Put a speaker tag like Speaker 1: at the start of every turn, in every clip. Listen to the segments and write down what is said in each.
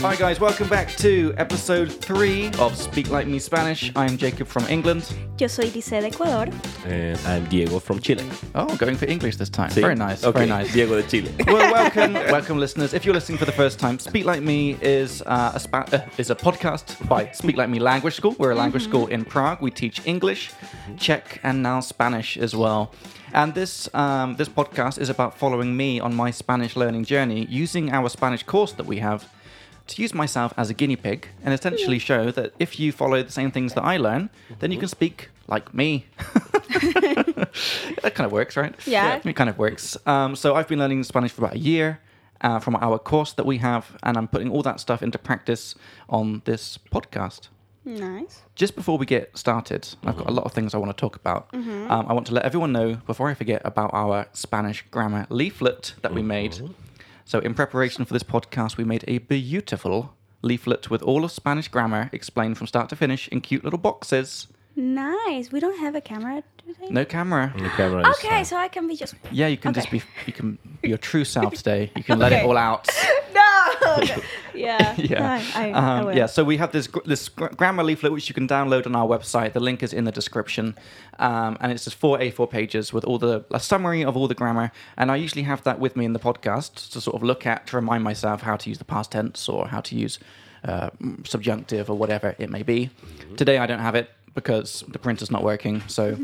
Speaker 1: Hi, guys, welcome back to episode three of Speak Like Me Spanish. I'm Jacob from England.
Speaker 2: Yo soy Lice de Ecuador.
Speaker 3: And I'm Eh, Diego from Chile.
Speaker 1: Oh, going for English this time.
Speaker 3: Sí.
Speaker 1: Very nice,
Speaker 3: Okay,
Speaker 1: very nice.
Speaker 3: Diego de Chile.
Speaker 1: Well, welcome, welcome, listeners. If you're listening for the first time, Speak Like Me is uh, a spa- uh, is a podcast by Speak Like Me Language School. We're a language school in Prague. We teach English, Czech, and now Spanish as well. And this um, this podcast is about following me on my Spanish learning journey using our Spanish course that we have to use myself as a guinea pig and essentially show that if you follow the same things that I learn, then you can speak like me. that kind of works, right?
Speaker 2: Yeah.
Speaker 1: It kind of works. Um, so I've been learning Spanish for about a year uh, from our course that we have, and I'm putting all that stuff into practice on this podcast.
Speaker 2: Nice.
Speaker 1: Just before we get started, I've got a lot of things I want to talk about. Um, I want to let everyone know, before I forget, about our Spanish grammar leaflet that we made. So, in preparation for this podcast, we made a beautiful leaflet with all of Spanish grammar explained from start to finish in cute little boxes.
Speaker 2: Nice. We don't have a camera today.
Speaker 1: No camera.
Speaker 3: The camera is,
Speaker 2: Okay,
Speaker 3: uh,
Speaker 2: so I can be just.
Speaker 1: Yeah, you can just
Speaker 2: Okay.
Speaker 1: be you can be your true self today. You can let it
Speaker 2: Okay. Uh,
Speaker 1: all out.
Speaker 2: No. yeah.
Speaker 1: Yeah.
Speaker 2: I, I, I
Speaker 1: Um,
Speaker 2: will.
Speaker 1: yeah. So we have this gr- this gr- grammar leaflet which you can download on our website. The link is in the description, um, and it's just four A4 pages with all the a summary of all the grammar. And I usually have that with me in the podcast to sort of look at to remind myself how to use the past tense or how to use uh, m- subjunctive or whatever it may be. Today I don't have it because the printer's not working. So.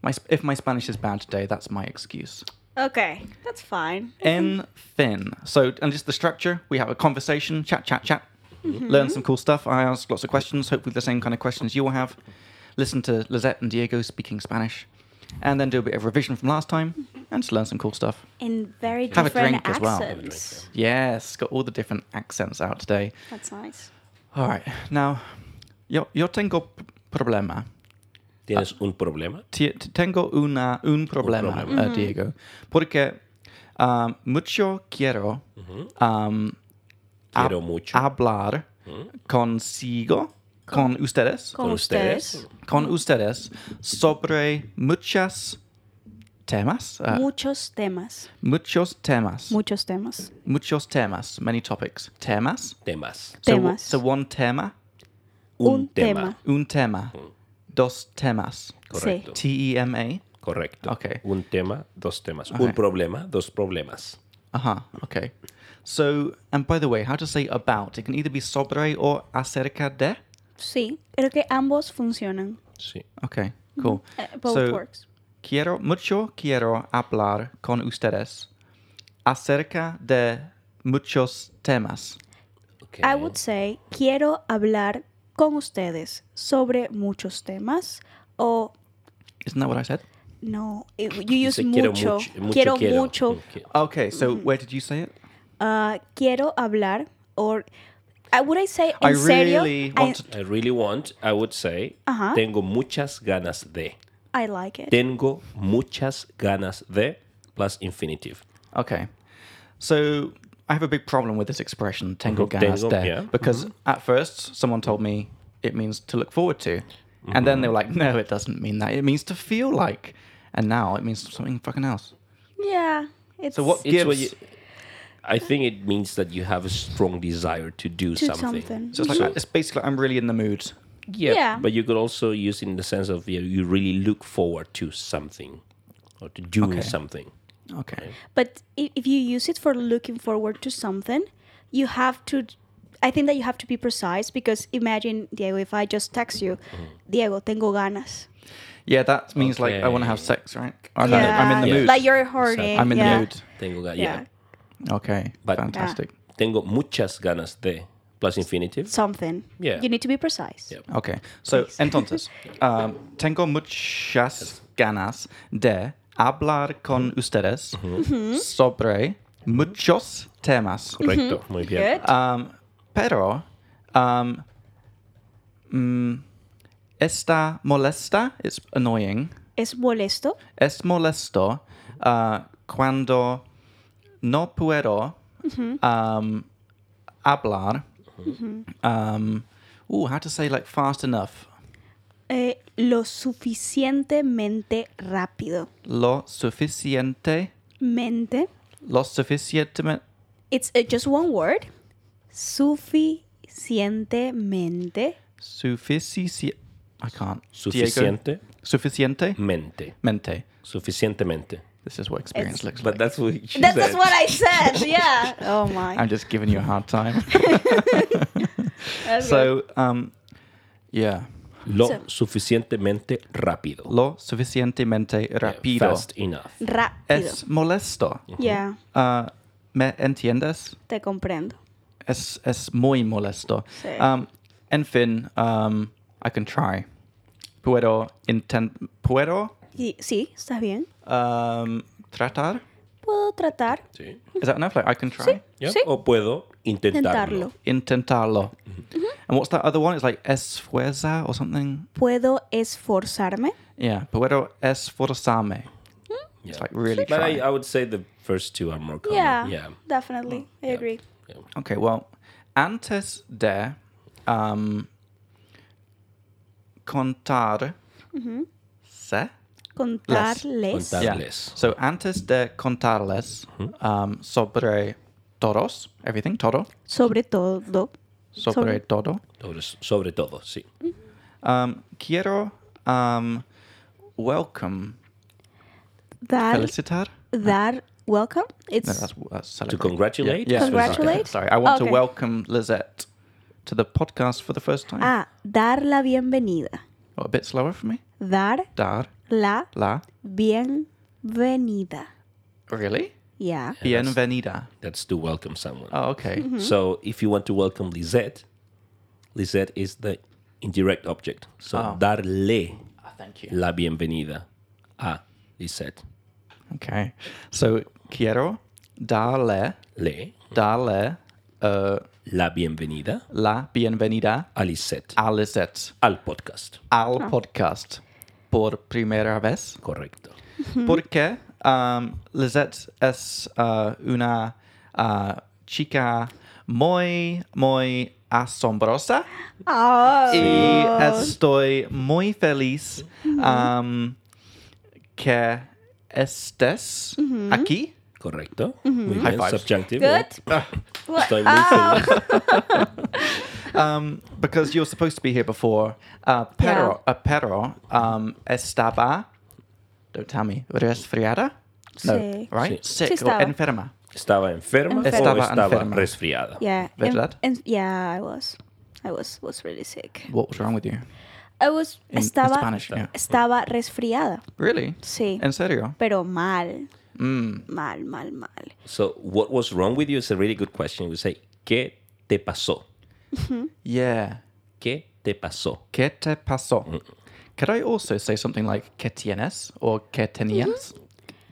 Speaker 1: My, sp- if my Spanish is bad today, that's my excuse.
Speaker 2: Okay, that's fine.
Speaker 1: En fin. So, and just the structure we have a conversation, chat, chat, chat, learn some cool stuff. I ask lots of questions, hopefully, the same kind of questions you will have. Listen to Lizette and Diego speaking Spanish, and then do a bit of revision from last time and just learn some cool stuff.
Speaker 2: In very
Speaker 1: Have a
Speaker 2: different
Speaker 1: drink as well. Have a drink,
Speaker 2: accents.
Speaker 1: Yes, got all the different accents out today.
Speaker 2: That's nice.
Speaker 1: All right, now, yo, yo tengo p- problema.
Speaker 3: ah, ¿Tienes un problema?
Speaker 1: Ti- Tengo una, un problema,
Speaker 3: problema.
Speaker 1: eh, Diego, porque um, mucho quiero um,
Speaker 3: Quiero mucho.
Speaker 1: hablar consigo, con ustedes,
Speaker 3: Con ustedes.
Speaker 1: con ustedes sobre muchas temas, uh,
Speaker 2: Muchos temas.
Speaker 1: muchos temas,
Speaker 2: Muchos temas.
Speaker 1: muchos temas, many topics, temas.
Speaker 3: Temas.
Speaker 1: So-
Speaker 2: Temas.
Speaker 1: So, one tema,
Speaker 3: Un, tema.
Speaker 1: un tema, dos temas,
Speaker 3: Correcto.
Speaker 1: T E M A.
Speaker 3: Correcto.
Speaker 1: Ok.
Speaker 3: Un tema, dos temas.
Speaker 1: Ok.
Speaker 3: Un problema, dos problemas.
Speaker 1: Uh huh. Okay. So, and by the way, how to say about? It can either be sobre or acerca de.
Speaker 2: Sí, creo que ambos funcionan.
Speaker 3: Sí.
Speaker 1: Okay. Cool.
Speaker 2: Eh, both
Speaker 1: so,
Speaker 2: works.
Speaker 1: quiero mucho quiero hablar con ustedes acerca de muchos temas.
Speaker 3: Ok.
Speaker 2: I would say quiero hablar con ustedes sobre muchos temas o
Speaker 1: Isn't that what I said?
Speaker 2: no, it- you use
Speaker 3: Dice,
Speaker 2: mucho, quiero, mucho,
Speaker 3: Mm, qui-
Speaker 1: Okay. So, where did you say it?
Speaker 2: uh, quiero hablar or I would I say en
Speaker 1: I
Speaker 2: serio
Speaker 1: really
Speaker 2: I,
Speaker 1: want to.
Speaker 3: I really want, I would say,
Speaker 2: Ajá.
Speaker 3: tengo muchas ganas de.
Speaker 2: I like it.
Speaker 3: Tengo muchas ganas de plus infinitive.
Speaker 1: Okay. So I have a big problem with this expression, tengo
Speaker 3: Mhm.
Speaker 1: ganas
Speaker 3: Tengo,
Speaker 1: de,
Speaker 3: yeah. Mm-hmm.
Speaker 1: because at first someone told me it means to look forward to. And then they were
Speaker 3: Mm-hmm.
Speaker 1: like, no, it doesn't mean that. It means to feel like. And now it means something fucking else.
Speaker 2: Yeah, it's
Speaker 1: So what
Speaker 3: It's
Speaker 1: gives.
Speaker 3: what you, I think it means that you have a strong desire to do
Speaker 2: to
Speaker 3: something.
Speaker 2: something.
Speaker 1: so it's, like, it's basically like I'm really in the mood.
Speaker 3: Yeah,
Speaker 2: Yeah.
Speaker 3: but you could also use it in the sense of you, you really look forward to something or to doing
Speaker 1: Okay.
Speaker 3: something.
Speaker 1: Okay.
Speaker 2: But i- if you use it for looking forward to something, you have to. I think that you have to be precise because imagine Diego, if I just text you,
Speaker 3: Mm.
Speaker 2: Diego, tengo ganas.
Speaker 1: Yeah, that means like I want to have
Speaker 3: Okay.
Speaker 1: sex, right? I'm, I'm in the
Speaker 3: Yeah.
Speaker 1: mood.
Speaker 2: Like you're horny.
Speaker 3: Exactly.
Speaker 1: I'm in
Speaker 2: yeah.
Speaker 1: the mood.
Speaker 3: Tengo ga-
Speaker 2: Yeah.
Speaker 3: yeah.
Speaker 1: Okay.
Speaker 3: But- Yeah.
Speaker 1: Fantastic.
Speaker 3: Tengo muchas ganas de plus infinitive.
Speaker 2: Something.
Speaker 3: Yeah.
Speaker 2: You need to be precise.
Speaker 3: Yeah.
Speaker 1: Okay. So, entonces, um, tengo muchas ganas de hablar con ustedes sobre muchos temas.
Speaker 3: Correcto. Muy bien.
Speaker 2: Mm-hmm. Good.
Speaker 1: Um, pero, um, mm, está molesta, it's annoying,
Speaker 2: Es molesto
Speaker 1: es molesto uh, cuando no puedo um, hablar. Um, ooh, how to say like fast enough.
Speaker 2: eh, lo suficientemente rápido.
Speaker 1: lo suficiente,
Speaker 2: Mente.
Speaker 1: lo suficientemente,
Speaker 2: It's eh, just one word. suficientemente.
Speaker 1: Suficiente. I can't.
Speaker 3: Suficiente. Mm.
Speaker 1: Diego? Suficiente.
Speaker 3: Mente.
Speaker 1: Mente.
Speaker 3: Suficientemente.
Speaker 1: This is what experience
Speaker 2: It's-
Speaker 1: looks like.
Speaker 3: But that's what she
Speaker 2: That,
Speaker 3: said.
Speaker 2: that's what I said. Yeah. Oh my.
Speaker 1: I'm just giving you a hard time.
Speaker 2: Okay.
Speaker 1: so, um, yeah.
Speaker 3: Lo
Speaker 2: So-
Speaker 3: suficientemente rápido.
Speaker 1: Lo suficientemente rapido.
Speaker 3: Fast enough.
Speaker 2: Rápido.
Speaker 1: Es molesto.
Speaker 2: Yeah.
Speaker 1: Uh, ¿Me entiendes?
Speaker 2: Te comprendo.
Speaker 1: Es, es muy molesto.
Speaker 2: Sí.
Speaker 1: Um, en fin, um, I can try. Puedo intent... Puedo
Speaker 2: Y- sí, ¿estás bien?
Speaker 1: um, tratar?
Speaker 2: Puedo tratar
Speaker 3: Sí.
Speaker 1: Is that enough? Like, I can try?
Speaker 2: Sí.
Speaker 3: ¿Ya?
Speaker 2: Sí.
Speaker 3: O puedo
Speaker 2: intentarlo.
Speaker 3: intentarlo.
Speaker 1: Intentarlo.
Speaker 3: Mm-hmm.
Speaker 2: Mm-hmm.
Speaker 1: And what's that other one? It's like esfuerza or something.
Speaker 2: Puedo esforzarme.
Speaker 1: Yeah. Puedo esforzarme.
Speaker 3: Yeah.
Speaker 1: It's like really
Speaker 3: But I,
Speaker 1: trying.
Speaker 3: I would say the first two are more common.
Speaker 2: Yeah.
Speaker 3: Yeah.
Speaker 2: Definitely. I agree.
Speaker 1: Okay, well, antes de um, contar
Speaker 2: Mm-hmm.
Speaker 1: se.
Speaker 2: Contarles.
Speaker 3: Contar-
Speaker 1: Yeah.
Speaker 3: Darles.
Speaker 1: So antes de contarles
Speaker 3: Mm-hmm.
Speaker 1: um, sobre todos, everything, todo,
Speaker 2: Sobre todo.
Speaker 1: sobre,
Speaker 2: Sobre-
Speaker 1: todo,
Speaker 3: Sobre, sobre todo, sí.
Speaker 1: um, quiero um, welcome,
Speaker 2: Dar.
Speaker 1: felicitar.
Speaker 2: Dar. Welcome.
Speaker 1: No,
Speaker 2: It's
Speaker 1: that's uh, celebrate.
Speaker 3: To congratulate.
Speaker 1: Yeah.
Speaker 3: sorry.
Speaker 2: Congratulate.
Speaker 1: Sorry, I want to
Speaker 2: Okay.
Speaker 1: welcome Lizette to the podcast for the first time.
Speaker 2: ah, dar la bienvenida.
Speaker 1: Oh, a bit slower for me.
Speaker 2: Dar
Speaker 1: Dar
Speaker 2: la
Speaker 1: la.
Speaker 2: bienvenida.
Speaker 1: Really?
Speaker 2: Yeah.
Speaker 3: that's-
Speaker 1: Bienvenida.
Speaker 3: That's to welcome someone.
Speaker 1: Oh, okay.
Speaker 2: Mm-hmm.
Speaker 3: So if you want to welcome Lisette, Lisette is the indirect object. So
Speaker 1: Oh.
Speaker 3: darle
Speaker 1: Ah, thank you.
Speaker 3: la bienvenida a Lisette.
Speaker 1: Okay. So quiero darle
Speaker 3: Le
Speaker 1: darle uh,
Speaker 3: la bienvenida
Speaker 1: la bienvenida
Speaker 3: a Lisette
Speaker 1: a Lisette
Speaker 3: al podcast.
Speaker 1: al
Speaker 2: Ah.
Speaker 1: podcast por primera vez
Speaker 3: Correcto.
Speaker 2: Hmm.
Speaker 1: porque um, Lisette es uh, una uh, chica muy muy asombrosa
Speaker 2: Oh.
Speaker 1: y estoy muy feliz
Speaker 2: Mm-hmm.
Speaker 1: um, que estés
Speaker 2: Mm-hmm.
Speaker 1: aquí.
Speaker 3: Correcto. Muy bien.
Speaker 1: High fives.
Speaker 3: Subjunctive.
Speaker 2: Good.
Speaker 3: yeah.
Speaker 2: What?
Speaker 3: Estoy muy
Speaker 2: Oh.
Speaker 3: feliz.
Speaker 1: Um, because you were supposed to be here before. Uh, pero, uh, pero um, estaba, don't tell me, resfriada? No,
Speaker 2: Sí.
Speaker 1: right?
Speaker 3: Sí.
Speaker 1: Sick
Speaker 2: Sí
Speaker 1: or
Speaker 2: estaba.
Speaker 1: enferma.
Speaker 3: ¿Estaba enferma
Speaker 1: Estaba
Speaker 3: o estaba
Speaker 1: enferma.
Speaker 3: resfriada?
Speaker 2: Yeah.
Speaker 1: Red
Speaker 2: and-
Speaker 1: light?
Speaker 2: and- yeah, I was. I was was really sick.
Speaker 1: What was wrong with you?
Speaker 2: I was
Speaker 1: In- in
Speaker 2: estaba
Speaker 1: Spanish, yeah.
Speaker 2: estaba resfriada.
Speaker 1: Really?
Speaker 2: Sí.
Speaker 1: En serio? Mm,
Speaker 2: pero mal. Mal, mal, mal.
Speaker 3: So what was wrong with you is a really good question. We say, ¿qué te pasó?
Speaker 1: Yeah.
Speaker 3: ¿Qué te pasó?
Speaker 1: ¿Qué te pasó?
Speaker 3: Mm.
Speaker 1: Could I also say something like ¿Qué tienes? or ¿Qué tenías?
Speaker 2: Mm-hmm.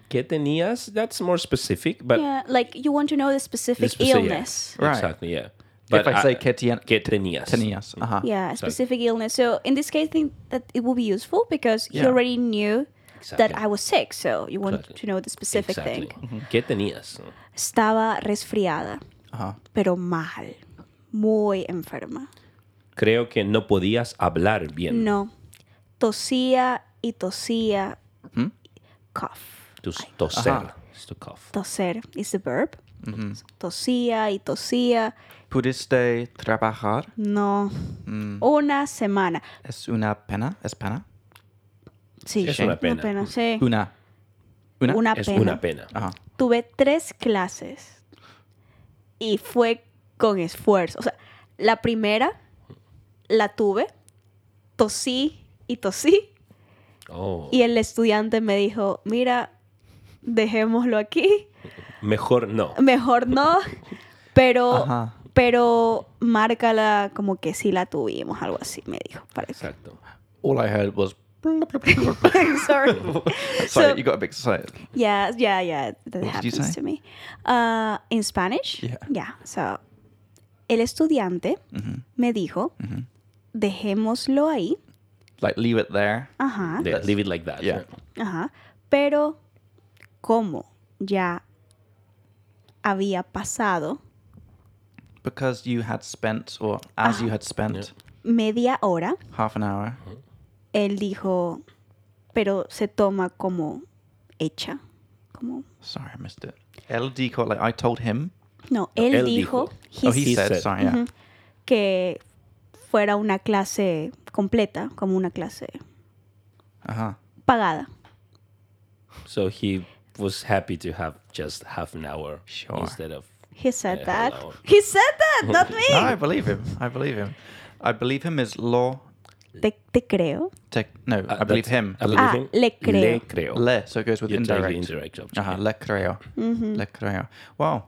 Speaker 3: ¿Qué tenías? That's more specific, but
Speaker 2: yeah, like you want to know the specific
Speaker 3: This specific-
Speaker 2: illness.
Speaker 3: Yeah.
Speaker 1: Right.
Speaker 3: Exactly, yeah.
Speaker 1: If I say que tien-
Speaker 3: que tenías.
Speaker 1: Tenías. Uh-huh. Ajá.
Speaker 2: Yeah, specific illness. So in this case, I think that it will be useful because he
Speaker 1: Yeah.
Speaker 2: already knew
Speaker 3: Exactly.
Speaker 2: that I was sick. So you want
Speaker 3: Exactly.
Speaker 2: to know the specific
Speaker 3: Exactly.
Speaker 2: thing.
Speaker 1: Mm-hmm.
Speaker 3: ¿Qué tenías?
Speaker 2: Estaba resfriada,
Speaker 1: Ajá.
Speaker 2: pero mal. Muy enferma.
Speaker 3: Creo que no podías hablar bien.
Speaker 2: No. Tosía y tosía.
Speaker 1: Hmm?
Speaker 2: Cough.
Speaker 3: Tus toser. It's to cough.
Speaker 2: Toser is the verb. Tosía y tosía.
Speaker 1: ¿Pudiste trabajar?
Speaker 2: No.
Speaker 3: Mm.
Speaker 2: Mm. Una semana.
Speaker 1: ¿Es una pena? ¿Es pena?
Speaker 2: Sí,
Speaker 3: Es una pena.
Speaker 2: sí.
Speaker 1: Una. Una. Uh-huh.
Speaker 2: Una
Speaker 3: es
Speaker 2: pena.
Speaker 3: una pena.
Speaker 1: Ajá.
Speaker 2: Tuve tres clases y fue con esfuerzo. O sea, la primera la tuve, tosí y tosí
Speaker 3: Oh.
Speaker 2: y el estudiante me dijo, mira, dejémoslo aquí,
Speaker 3: Mejor no.
Speaker 2: mejor no, pero,
Speaker 1: Ajá.
Speaker 2: pero márcala como que sí la tuvimos, algo así me dijo. parece.
Speaker 3: Exacto.
Speaker 1: All I heard was. Sorry,
Speaker 2: Sorry. So-
Speaker 1: you got a bit excited.
Speaker 2: Yeah, yeah, yeah. That
Speaker 1: What did you
Speaker 2: happens
Speaker 1: say?
Speaker 2: to me. Uh, in Spanish.
Speaker 1: Yeah.
Speaker 2: So, el estudiante
Speaker 1: Mm-hmm.
Speaker 2: me dijo, dejémoslo ahí.
Speaker 1: Like, leave it there.
Speaker 2: Ajá,
Speaker 3: Yeah, leave it like that.
Speaker 1: Yeah.
Speaker 2: ajá. Pero como ya había pasado
Speaker 1: Because you had spent, or
Speaker 2: Ah.
Speaker 1: as you had spent,
Speaker 2: media hora,
Speaker 1: half an hour.
Speaker 2: él dijo, pero se toma como hecha, como
Speaker 1: Sorry, I missed it. El dijo, like, I told him.
Speaker 2: No, él,
Speaker 3: él
Speaker 2: dijo,
Speaker 3: dijo.
Speaker 1: Oh,
Speaker 2: he
Speaker 1: he,
Speaker 3: He
Speaker 1: said,
Speaker 3: said.
Speaker 1: sorry, yeah.
Speaker 2: Mm-hmm. que fuera una clase completa, como una clase
Speaker 1: Uh-huh.
Speaker 2: pagada.
Speaker 3: So he was happy to have just half an hour
Speaker 1: Sure.
Speaker 3: instead of.
Speaker 2: He said
Speaker 3: Yeah,
Speaker 2: that.
Speaker 3: hello.
Speaker 2: He said that, not me.
Speaker 1: No, I believe him. I believe him. I believe him is law.
Speaker 2: Te, te creo.
Speaker 1: Tech, no, I believe
Speaker 3: uh, that's-
Speaker 1: him.
Speaker 3: I believe
Speaker 2: Ah,
Speaker 3: him.
Speaker 2: le
Speaker 3: Le
Speaker 2: creo.
Speaker 3: creo.
Speaker 1: Le, so it goes with
Speaker 3: You take the
Speaker 1: indirect.
Speaker 3: indirect object,
Speaker 1: Uh-huh,
Speaker 3: yeah.
Speaker 1: le creo. Le creo. Wow.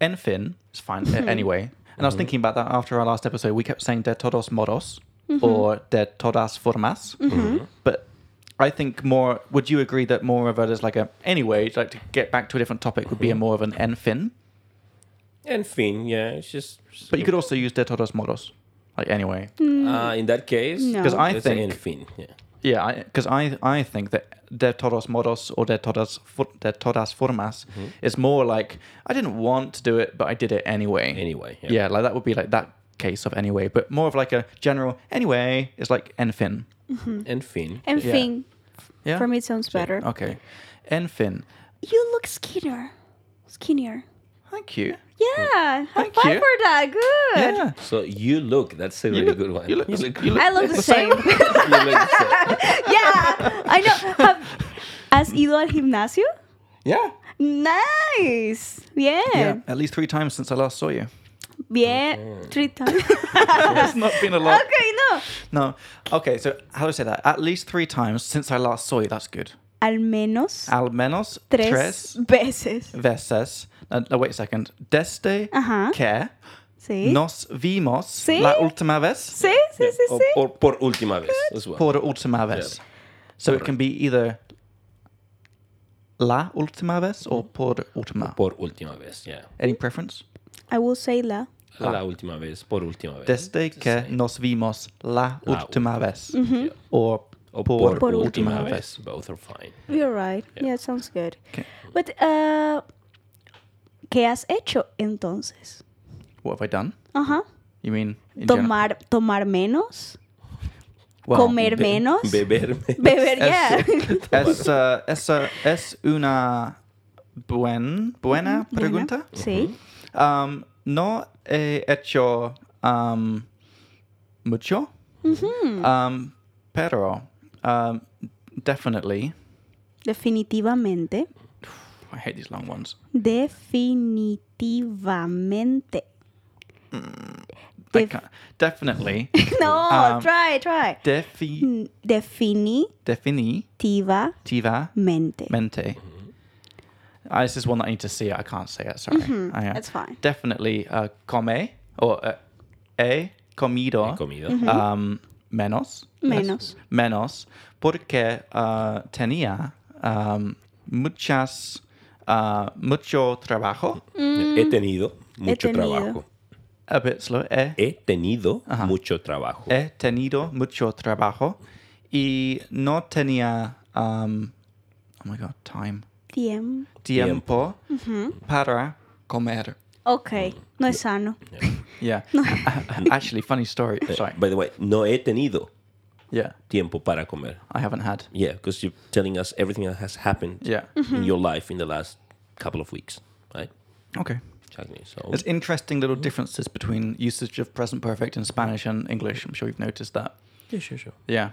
Speaker 1: Enfin, it's fine. uh, anyway, and I was thinking about that after our last episode. We kept saying de todos modos or de todas formas. But I think more, would you agree that more of it is like a, anyway, like to get back to a different topic would be a more of an enfin?
Speaker 3: And Finn, yeah, it's just.
Speaker 1: But you could also use de todos modos. Like anyway.
Speaker 3: Uh, in that case,
Speaker 2: No.
Speaker 1: 'Cause I
Speaker 3: let's say
Speaker 1: think-
Speaker 3: and Finn, yeah.
Speaker 1: Yeah, because I, I think that de todos modos or de todas for, de todas formas is more like I didn't want to do it, but I did it anyway.
Speaker 3: Anyway, yeah.
Speaker 1: yeah. like that would be like that case of anyway, but more of like a general anyway is like enfin.
Speaker 3: And Finn.
Speaker 2: And
Speaker 1: Yeah.
Speaker 2: Finn,
Speaker 1: Yeah. Ah.
Speaker 2: for me, it sounds better.
Speaker 1: Okay, enfin.
Speaker 2: You look skinnier. Skinnier.
Speaker 1: Thank you.
Speaker 2: Yeah. High
Speaker 1: Thank
Speaker 2: five
Speaker 1: you.
Speaker 2: for that. Good.
Speaker 1: Yeah.
Speaker 3: So you look. That's a really
Speaker 1: look-
Speaker 3: good one.
Speaker 1: you look-
Speaker 3: You
Speaker 1: you
Speaker 2: I look the,
Speaker 1: The
Speaker 2: same.
Speaker 1: same.
Speaker 3: you look so-
Speaker 2: yeah. I know. Have, ¿Has ido al gimnasio?
Speaker 1: Yeah.
Speaker 2: Nice. Bien.
Speaker 1: Yeah. At least three times since I last saw you.
Speaker 2: Bien. Three times.
Speaker 1: it's not been a lot.
Speaker 2: okay, no.
Speaker 1: No. Okay, so how do I say that? At least three times since I last saw you. That's good.
Speaker 2: Al menos
Speaker 1: Al menos
Speaker 2: tres,
Speaker 1: Ah, tres
Speaker 2: veces.
Speaker 1: veces. Uh, no, wait a second. Desde
Speaker 2: Ajá.
Speaker 1: que
Speaker 2: Uh-huh. Sí.
Speaker 1: nos vimos
Speaker 2: Sí.
Speaker 1: la última vez
Speaker 2: Sí, sí, sí,
Speaker 1: Oh,
Speaker 3: or,
Speaker 2: sí.
Speaker 3: or por última vez as well.
Speaker 1: por última vez. So it can be either la última vez or por última.
Speaker 3: Por última vez, yeah.
Speaker 1: Any preference?
Speaker 2: I will say la.
Speaker 3: La última vez, por última vez.
Speaker 1: Desde Ah. que nos vimos la,
Speaker 3: La
Speaker 1: última vez.
Speaker 3: Yeah.
Speaker 1: Or
Speaker 3: Or
Speaker 1: por,
Speaker 3: por,
Speaker 2: Mm-hmm. Por
Speaker 1: última,
Speaker 3: última
Speaker 1: vez.
Speaker 3: vez. Both are fine.
Speaker 2: You're right. Yeah, it sounds good.
Speaker 1: Okay.
Speaker 2: But uh, ¿qué has hecho entonces?
Speaker 1: What have I done?
Speaker 2: Ajá.
Speaker 1: You mean in general?
Speaker 2: Tomar tomar menos,
Speaker 1: Well,
Speaker 2: comer menos,
Speaker 3: Beberme.
Speaker 2: beber ya.
Speaker 1: Es- Es, uh, es, uh, es una buen, buena
Speaker 2: Mm-hmm.
Speaker 1: pregunta.
Speaker 2: Sí.
Speaker 1: Um, no he hecho um, mucho,
Speaker 2: Hmm.
Speaker 1: um, pero um, definitely.
Speaker 2: Definitivamente.
Speaker 1: I hate these long ones.
Speaker 2: Definitivamente.
Speaker 1: I
Speaker 2: Def-
Speaker 1: can't- definitely.
Speaker 2: no,
Speaker 1: Um,
Speaker 2: try, try. Mm,
Speaker 1: defi-
Speaker 2: Definitivamente. Hmm.
Speaker 1: definitivamente. Uh, this is one that I need to see. I can't say it. Sorry. I, uh,
Speaker 2: Hmm, Mm-hmm. that's fine.
Speaker 1: Definitely uh, come or uh, he comido.
Speaker 3: Comida.
Speaker 1: um, menos.
Speaker 2: Mm-hmm. Menos.
Speaker 1: Menos. Porque uh, tenía um, muchas, uh, mucho trabajo.
Speaker 3: He tenido mucho
Speaker 2: Mm. tenido.
Speaker 3: trabajo.
Speaker 1: A bit slow. eh. He,
Speaker 3: He tenido mucho trabajo.
Speaker 1: he tenido mucho trabajo. Y no tenía, um, oh my god, time.
Speaker 2: Tiempo.
Speaker 1: Tiempo para comer.
Speaker 2: Ok, no es sano.
Speaker 1: Yeah. Actually, funny story. Eh, Sorry.
Speaker 3: By the way, no he tenido
Speaker 1: Yeah.
Speaker 3: tiempo para comer.
Speaker 1: I haven't had.
Speaker 3: Yeah, because you're telling us everything that has happened
Speaker 1: Yeah.
Speaker 2: Mm-hmm.
Speaker 3: in your life in the last couple of weeks, right?
Speaker 1: Okay.
Speaker 3: Chutney, So
Speaker 1: There's interesting little differences between usage of present perfect in Spanish and English. I'm sure you've noticed that.
Speaker 3: yeah, sure, sure.
Speaker 1: Yeah.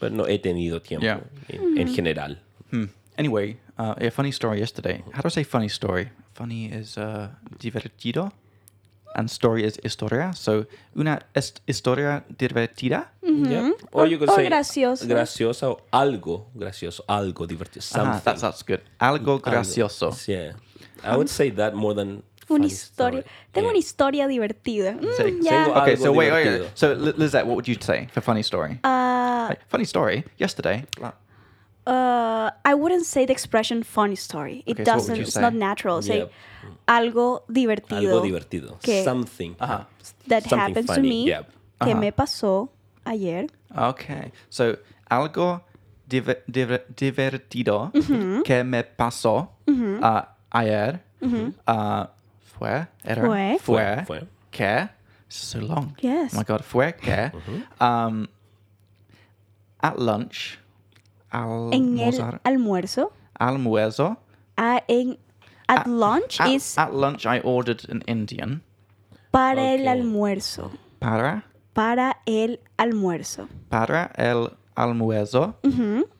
Speaker 3: But no he tenido tiempo
Speaker 1: Yeah.
Speaker 3: in,
Speaker 2: Mm-hmm.
Speaker 3: en general.
Speaker 1: Hmm. Anyway, uh, a funny story yesterday. How do I say funny story? Funny is uh, divertido, and story is historia. So, una est- historia divertida.
Speaker 3: Yeah. Or you could
Speaker 2: Or
Speaker 3: say
Speaker 2: Mm-hmm. gracioso.
Speaker 3: graciosa o algo gracioso, algo divertido, something.
Speaker 1: Ah, that sounds good. Algo gracioso.
Speaker 3: Algo. Mm, Yeah. I would say that more than
Speaker 2: Una
Speaker 3: funny
Speaker 2: historia.
Speaker 3: story.
Speaker 2: Tengo
Speaker 3: Yeah.
Speaker 2: una historia divertida. Mm,
Speaker 1: Say-
Speaker 2: ya.
Speaker 3: tengo
Speaker 1: Okay,
Speaker 3: Algo
Speaker 1: so wait, wait,
Speaker 3: divertido.
Speaker 1: wait. So, Li- Lizette, what would you say for funny story?
Speaker 2: Uh,
Speaker 1: Like, funny story yesterday.
Speaker 2: uh, I wouldn't say the expression funny story. It
Speaker 1: Okay, so what would
Speaker 2: doesn't,
Speaker 1: you
Speaker 2: it's
Speaker 1: say?
Speaker 2: not natural. Say
Speaker 3: Yeah.
Speaker 2: algo divertido.
Speaker 3: Algo divertido.
Speaker 2: Que-
Speaker 3: Something. Ajá.
Speaker 2: That
Speaker 3: something
Speaker 2: happens to
Speaker 3: funny,
Speaker 2: me.
Speaker 3: yeah.
Speaker 2: Que me pasó ayer.
Speaker 1: Okay, so algo diver- diver- divertido
Speaker 2: Mm-hmm.
Speaker 1: que me pasó uh, ayer uh, fue, era,
Speaker 2: Mm-hmm. Fue.
Speaker 1: fue,
Speaker 3: Fue.
Speaker 1: que, so long.
Speaker 2: Yes.
Speaker 1: Oh my God, fue que, um, at lunch,
Speaker 2: En el
Speaker 1: Oh, almorzar,
Speaker 2: almuerzo.
Speaker 1: almuerzo,
Speaker 2: Ah, en At, lunch
Speaker 1: At,
Speaker 2: is
Speaker 1: at lunch, I ordered an Indian.
Speaker 2: para el
Speaker 3: Okay.
Speaker 2: almuerzo.
Speaker 1: Para,
Speaker 2: Para el almuerzo.
Speaker 1: para el almuerzo,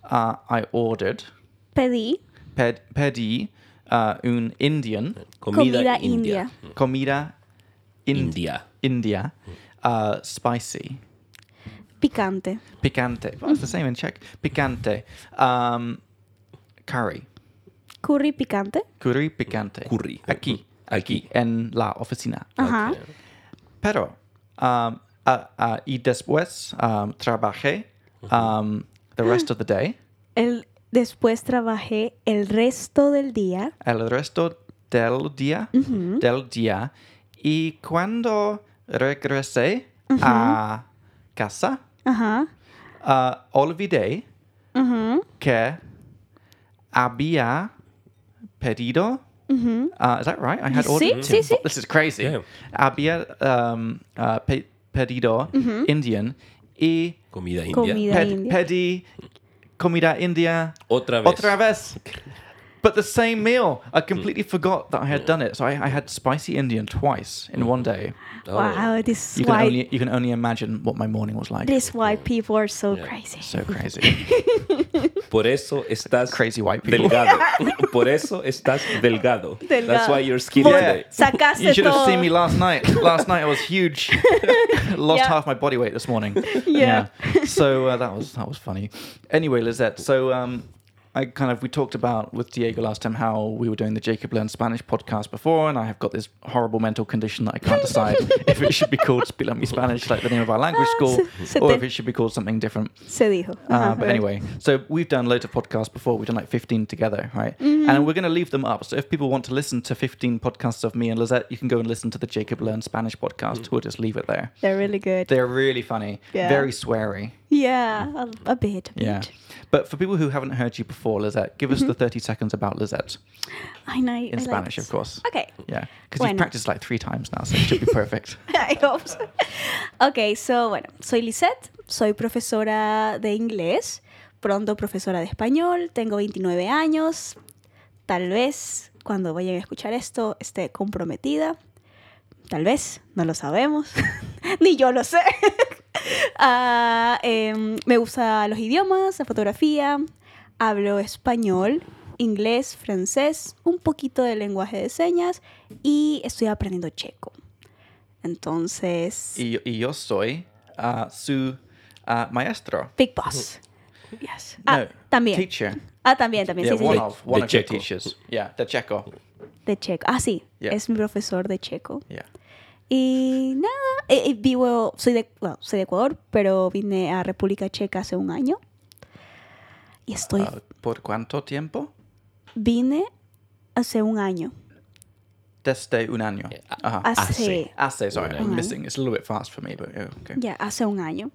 Speaker 1: uh, I ordered,
Speaker 2: Pedí
Speaker 1: ped, pedí uh, un Indian,
Speaker 2: comida,
Speaker 3: Comida
Speaker 2: india.
Speaker 3: India. Mm.
Speaker 1: comida in-
Speaker 3: India.
Speaker 1: India, uh, spicy,
Speaker 2: Picante.
Speaker 1: picante. Well, it's the same in Czech. Picante. Um, curry.
Speaker 2: Curry picante.
Speaker 1: Curry picante.
Speaker 3: Curry.
Speaker 1: Aquí.
Speaker 3: Aquí.
Speaker 1: En la oficina.
Speaker 2: Ajá.
Speaker 3: Okay.
Speaker 1: Pero, um, ah, ah, y después um, trabajé um, the rest of the day.
Speaker 2: El, después trabajé el resto del día.
Speaker 1: El resto del día.
Speaker 2: Mm-hmm.
Speaker 1: Del día. Y cuando regresé
Speaker 2: Mm-hmm.
Speaker 1: a casa,
Speaker 2: Ajá.
Speaker 1: ah, olvidé que había pedido. Uh, is that right? I had
Speaker 2: Sí,
Speaker 1: ordered.
Speaker 2: sí, sí.
Speaker 1: This is crazy.
Speaker 3: Yeah.
Speaker 1: Había um, uh, pe- pedido Indian y
Speaker 3: Comida india.
Speaker 2: Mm-hmm. Comida.
Speaker 1: ped-
Speaker 2: India.
Speaker 1: pedí comida India
Speaker 3: Otra vez.
Speaker 1: Otra vez. Mm. But the same meal. I completely forgot that I had done it. So I, I had spicy Indian twice in one day.
Speaker 3: Oh.
Speaker 2: Wow, this
Speaker 1: You
Speaker 2: is
Speaker 1: can,
Speaker 2: why
Speaker 1: only, you can only imagine what my morning was like.
Speaker 2: this is why people are so
Speaker 3: Yeah.
Speaker 2: crazy.
Speaker 1: So crazy.
Speaker 3: Por eso estás
Speaker 1: Crazy white people.
Speaker 3: delgado. Por eso estás delgado. That's
Speaker 2: Delgado.
Speaker 3: why you're skinny
Speaker 1: Yeah.
Speaker 3: today.
Speaker 1: You
Speaker 2: Sacaste
Speaker 1: should have
Speaker 2: todo.
Speaker 1: seen me last night. Last night I was huge. Lost
Speaker 2: Yeah.
Speaker 1: half my body weight this morning.
Speaker 2: Yeah.
Speaker 1: So uh, that was that was funny. Anyway, Lizette. So um, I kind of we talked about with Diego last time how we were doing the Jacob Learn Spanish podcast before, and I have got this horrible mental condition that I can't decide if it should be called Speak Like Me Spanish, like the name of our language
Speaker 2: Ah,
Speaker 1: school,
Speaker 2: se- se
Speaker 1: or
Speaker 2: te-
Speaker 1: if it should be called something different.
Speaker 2: Se dijo.
Speaker 1: Uh,
Speaker 2: Ajá.
Speaker 1: but anyway, so we've done loads of podcasts before. We've done like 15 together, right?
Speaker 2: Mm-hmm.
Speaker 1: And we're going to leave them up. So if people want to listen to 15 podcasts of me and Lizette, you can go and listen to the Jacob Learn Spanish podcast.
Speaker 3: Mm.
Speaker 1: We'll just leave it there.
Speaker 2: They're really good.
Speaker 1: They're really funny,
Speaker 2: Yeah.
Speaker 1: very sweary.
Speaker 2: yeah, a, a bit. A
Speaker 1: Yeah.
Speaker 2: bit.
Speaker 1: But for people who haven't heard you before, Lizette, give us
Speaker 2: Mm-hmm.
Speaker 1: the 30 seconds about Lizette
Speaker 2: I know.
Speaker 1: in Spanish, of course.
Speaker 2: Okay.
Speaker 1: Yeah. Because
Speaker 2: Bueno.
Speaker 1: you've practiced like three times now, so it should be perfect.
Speaker 2: I hope so. Ok, so bueno, soy Lisette, soy profesora de inglés, pronto profesora de español, tengo 29 años, tal vez cuando vayan a escuchar esto esté comprometida, tal vez, no lo sabemos, ni yo lo sé. Ah, em, me gusta los idiomas, la fotografía, hablo español, inglés, francés, un poquito de lenguaje de señas y estoy aprendiendo checo. Entonces,
Speaker 1: y, y yo soy uh, su uh, maestro.
Speaker 2: Big Boss. Yes.
Speaker 1: No,
Speaker 2: Ah, también.
Speaker 1: Teacher.
Speaker 2: Ah, también, también.
Speaker 1: Yeah,
Speaker 2: sí, sí,
Speaker 1: one
Speaker 2: sí.
Speaker 1: of one
Speaker 3: The
Speaker 1: of your
Speaker 3: Checo.
Speaker 1: teachers. Yeah, the Checo.
Speaker 2: De checo. Ah, sí.
Speaker 1: Yeah.
Speaker 2: Es mi profesor de checo.
Speaker 1: Yeah.
Speaker 2: Y nada, eh, eh, vivo, soy de, bueno, soy de Ecuador, pero vine a República Checa hace un año. Y estoy,
Speaker 1: Uh, ¿Por cuánto tiempo?
Speaker 2: vine hace un año.
Speaker 1: Desde un año. Ajá.
Speaker 3: Ah,
Speaker 2: Hace,
Speaker 1: Hace, sorry,
Speaker 3: Un
Speaker 1: I'm
Speaker 2: año.
Speaker 1: missing. It's a little bit fast for me, but yeah, okay.
Speaker 2: ya, hace un año.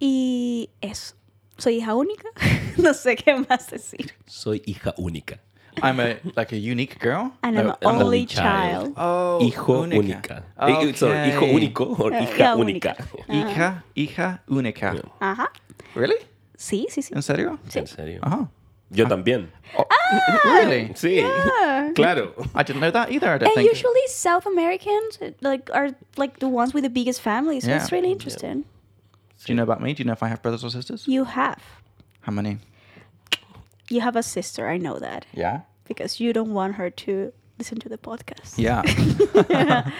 Speaker 2: Y eso. Soy hija única. no sé qué más decir.
Speaker 3: Soy hija única.
Speaker 1: I'm a like a unique girl.
Speaker 2: And
Speaker 1: No, I'm
Speaker 2: I'm an
Speaker 1: a-
Speaker 2: only
Speaker 3: only
Speaker 2: child.
Speaker 3: child.
Speaker 1: Oh,
Speaker 3: hijo única. Eh, eh, sorry, hijo
Speaker 1: Okay.
Speaker 3: único o
Speaker 2: Eh,
Speaker 3: hija
Speaker 2: hija única.
Speaker 3: única.
Speaker 1: Hija, hija única.
Speaker 2: Ajá.
Speaker 1: Really?
Speaker 2: Sí, sí, sí.
Speaker 1: ¿En serio?
Speaker 3: ¿En serio?
Speaker 1: Oh.
Speaker 3: Yo también.
Speaker 1: oh.
Speaker 3: Ah.
Speaker 1: Really?
Speaker 3: Sí,
Speaker 2: Ah.
Speaker 3: claro.
Speaker 1: I didn't know that either. I don't
Speaker 2: And
Speaker 1: think.
Speaker 2: usually South Americans uh, like are like the ones with the biggest families. So
Speaker 1: Yeah.
Speaker 2: it's really interesting.
Speaker 1: Do you know about me? Do you know if I have brothers or sisters?
Speaker 2: You have
Speaker 1: How many?
Speaker 2: you have a sister. I know that
Speaker 1: Yeah.
Speaker 2: because you don't want her to listen to the podcast.
Speaker 1: Yeah.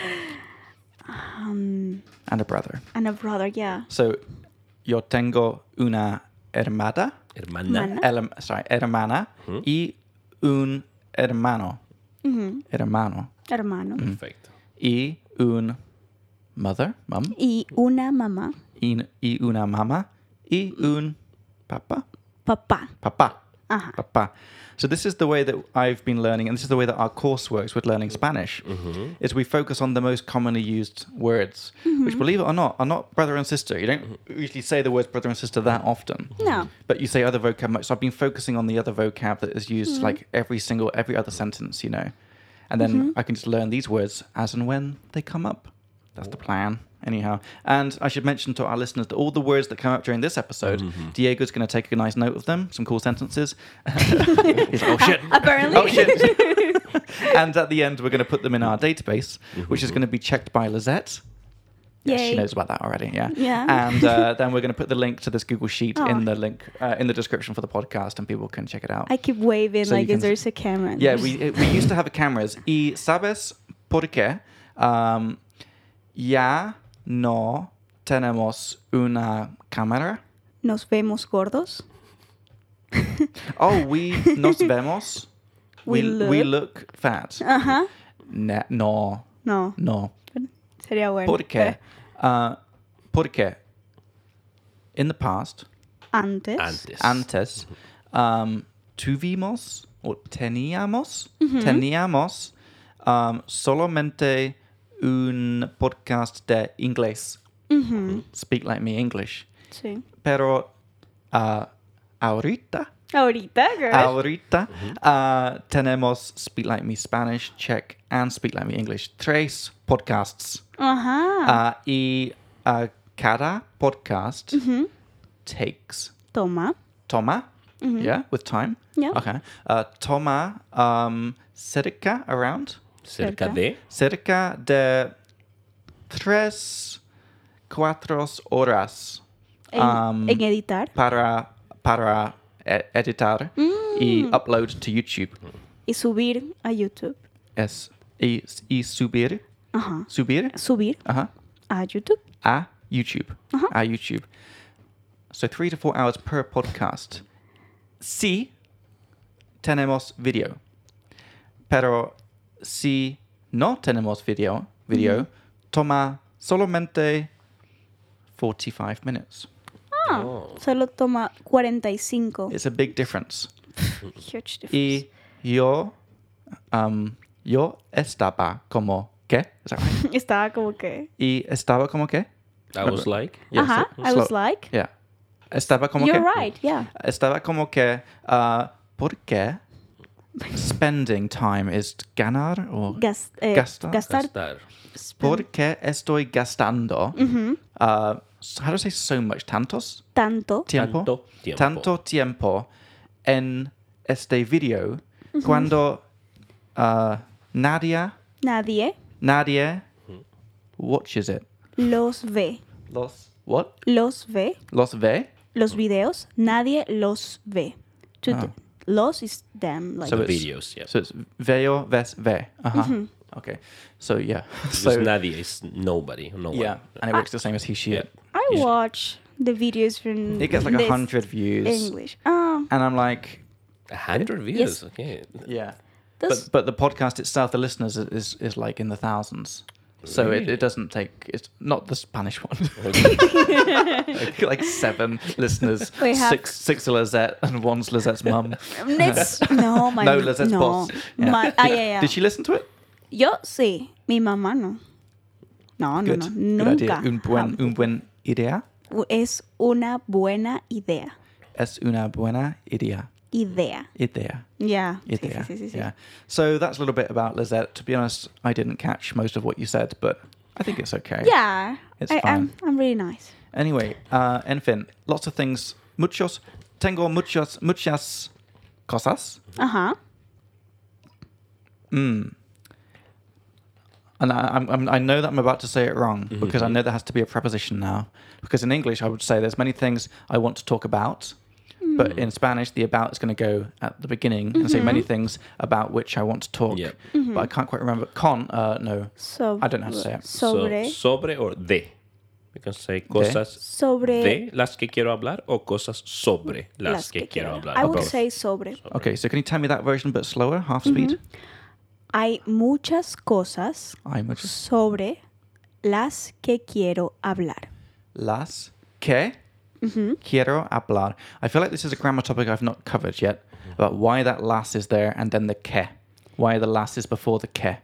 Speaker 3: Um,
Speaker 1: and a brother.
Speaker 2: And a brother. Yeah.
Speaker 1: So, yo tengo una hermana.
Speaker 3: Hermana.
Speaker 1: Ele- sorry, hermana y un hermano. Hermano.
Speaker 2: Hermano.
Speaker 1: Mm-hmm.
Speaker 3: Perfecto.
Speaker 1: Y un mother, mum.
Speaker 2: Y una mamá.
Speaker 1: Y, y una mamá. Y un papa.
Speaker 2: Papá.
Speaker 1: Papa.
Speaker 2: Ajá.
Speaker 1: Papa. So this is the way that I've been learning, and this is the way that our course works with learning Spanish, is we focus on the most commonly used words, which, believe it or not, are not brother and sister. You don't usually say the words brother and sister that often.
Speaker 2: No.
Speaker 1: But you say other vocab much. So I've been focusing on the other vocab that is used like every single, every other sentence, you know. And then I can just learn these words as and when they come up. That's the plan, anyhow. And I should mention to our listeners that all the words that come up during this episode, Diego's going to take a nice note of them, some cool sentences. He's like, oh shit.
Speaker 2: Apparently.
Speaker 1: Oh shit. and at the end, we're going to put them in our database, which is going to be checked by Lizette. Yeah, she
Speaker 2: Yay.
Speaker 1: knows about that already. Yeah.
Speaker 2: Yeah. Oh.
Speaker 1: And uh, then we're going to put the link to this Google Sheet in
Speaker 2: Aw.
Speaker 1: the link uh, in the description for the podcast, and people can check it out.
Speaker 2: I keep waving
Speaker 1: So you
Speaker 2: like
Speaker 1: can-
Speaker 2: if there's a camera.
Speaker 1: Yeah, we eh, we used to have cameras. Y sabes por qué? Um, ya no tenemos una cámara.
Speaker 2: Nos vemos gordos.
Speaker 1: Oh, we nos vemos. we
Speaker 2: We look. Uh-huh.
Speaker 1: look fat.
Speaker 2: Ajá.
Speaker 1: Ne- no,
Speaker 2: No,
Speaker 1: no.
Speaker 2: sería bueno.
Speaker 1: Por qué? Uh, por qué? In the past,
Speaker 2: Antes.
Speaker 3: Antes.
Speaker 1: antes, um, tuvimos o teníamos, teníamos um, solamente un podcast de inglés. Speak like me English.
Speaker 2: Mm-hmm. Sí.
Speaker 1: Pero uh, ahorita,
Speaker 2: Ahorita, girl.
Speaker 1: Ah, ahorita uh, tenemos Speak Like Me Spanish, Czech, and Speak Like Me English. Tres podcasts.
Speaker 2: Ajá.
Speaker 1: Uh, y uh, cada podcast takes
Speaker 2: Toma.
Speaker 1: toma, yeah, with time.
Speaker 2: Yeah.
Speaker 1: Okay. Uh, toma um, cerca around
Speaker 3: Cerca
Speaker 2: Cerca.
Speaker 3: de.
Speaker 1: cerca de tres cuatro horas
Speaker 2: En,
Speaker 1: Um,
Speaker 2: en editar.
Speaker 1: para para e- editar y
Speaker 2: Hmm.
Speaker 1: upload to YouTube.
Speaker 2: Mm. Y subir a YouTube.
Speaker 1: Es y, y subir
Speaker 2: Ajá.
Speaker 1: subir
Speaker 2: Subir
Speaker 1: uh-huh,
Speaker 2: a YouTube.
Speaker 1: a YouTube a YouTube. So three to four hours per podcast. Si tenemos video, pero si no tenemos video video toma solamente forty five minutes.
Speaker 2: Ah,
Speaker 3: Oh.
Speaker 2: solo toma 45.
Speaker 1: It's a big difference.
Speaker 2: Huge difference.
Speaker 1: Y yo, um, yo estaba como qué? Is that right?
Speaker 2: Estaba como que.
Speaker 1: y estaba como qué?
Speaker 3: I was like.
Speaker 1: Yeah,
Speaker 2: Ajá.
Speaker 1: so-
Speaker 2: I was
Speaker 1: slow.
Speaker 2: like.
Speaker 1: Yeah. Estaba como
Speaker 2: You're
Speaker 1: que.
Speaker 2: right, yeah.
Speaker 1: Estaba como que. Uh, ¿Por qué? Spending time is ganar o
Speaker 2: Gas- eh,
Speaker 1: gastar.
Speaker 2: gastar.
Speaker 3: Gastar.
Speaker 1: ¿Por qué estoy gastando? uh, how do I say so much? Tantos
Speaker 2: Tanto.
Speaker 1: tiempo.
Speaker 3: Tanto tiempo.
Speaker 1: Tanto tiempo en este video cuando uh, Nadia
Speaker 2: Nadie
Speaker 1: Nadie watches it.
Speaker 2: los ve.
Speaker 1: Los what?
Speaker 2: Los ve.
Speaker 1: Los ve.
Speaker 2: Los videos. Nadie los ve. To-
Speaker 1: Oh. Ah.
Speaker 2: Los is them. Like,
Speaker 1: So it's-
Speaker 3: Videos, yeah.
Speaker 1: So it's veo ves ve. Uh huh. Okay. So yeah.
Speaker 3: It's
Speaker 1: So
Speaker 3: Pues nadie, it's nobody. No
Speaker 1: yeah,
Speaker 3: one.
Speaker 1: and it works the same as he she.
Speaker 3: Yeah.
Speaker 1: It.
Speaker 2: I
Speaker 3: you should-
Speaker 2: watch the videos from.
Speaker 1: It gets like a
Speaker 2: this
Speaker 1: hundred views,
Speaker 2: English. Ah,
Speaker 1: and I'm like,
Speaker 3: A hundred views. Okay.
Speaker 1: yeah.
Speaker 2: that's-
Speaker 1: But but the podcast itself, the listeners is is, is like in the thousands. So it,
Speaker 3: Really?
Speaker 1: it doesn't take it's not the Spanish one. like seven listeners,
Speaker 2: We have-
Speaker 1: six six are Lizette and one's Lizette's mum.
Speaker 2: Let's- no, my
Speaker 1: no, Lizette's
Speaker 2: no.
Speaker 1: boss. Yeah.
Speaker 2: My- ah, yeah, yeah.
Speaker 1: Did she listen to it?
Speaker 2: Yo sí, mi mamá no. No, no,
Speaker 1: Good.
Speaker 2: no,
Speaker 1: Good
Speaker 2: nunca.
Speaker 1: idea. Un buen,
Speaker 2: Jam-
Speaker 1: un buen idea.
Speaker 2: Es una buena idea.
Speaker 1: Es una buena idea.
Speaker 2: Idea.
Speaker 1: Idea.
Speaker 2: Yeah. Sí, sí,
Speaker 1: Idea.
Speaker 2: sí, sí, sí.
Speaker 1: Yeah. So that's a little bit about Lizette. To be honest, I didn't catch most of what you said, but I think it's okay.
Speaker 2: Yeah,
Speaker 1: It's
Speaker 2: I, I'm,
Speaker 1: fine.
Speaker 2: I'm really nice.
Speaker 1: Anyway, uh, Enfin, lots of things. Muchos. Tengo muchos, muchas cosas. Mm.
Speaker 2: Ajá.
Speaker 1: And I, I'm, I'm, I know that I'm about to say it wrong because I know there has to be a preposition now. Because in English, I would say there's many things I want to talk about, but in Spanish, the about is going to go at the beginning and say many things about which I want to talk.
Speaker 3: Yep.
Speaker 1: But I can't quite remember. Con, uh, no.
Speaker 2: So,
Speaker 1: I don't know how to say it.
Speaker 2: Sobre.
Speaker 3: So, sobre or de. You can say cosas
Speaker 2: sobre.
Speaker 3: de las que quiero hablar o cosas sobre las,
Speaker 2: las
Speaker 3: que, quiero hablar.
Speaker 2: I
Speaker 3: or
Speaker 2: would
Speaker 3: both.
Speaker 2: say sobre.
Speaker 1: Okay, so can you tell me that version but slower, half speed?
Speaker 2: Hay muchas cosas
Speaker 1: I'm just.
Speaker 2: Pues, sobre las que quiero hablar.
Speaker 1: Las que quiero hablar. I feel like this is a grammar topic I've not covered yet about why that las is there and then the que. Why the las is before the que.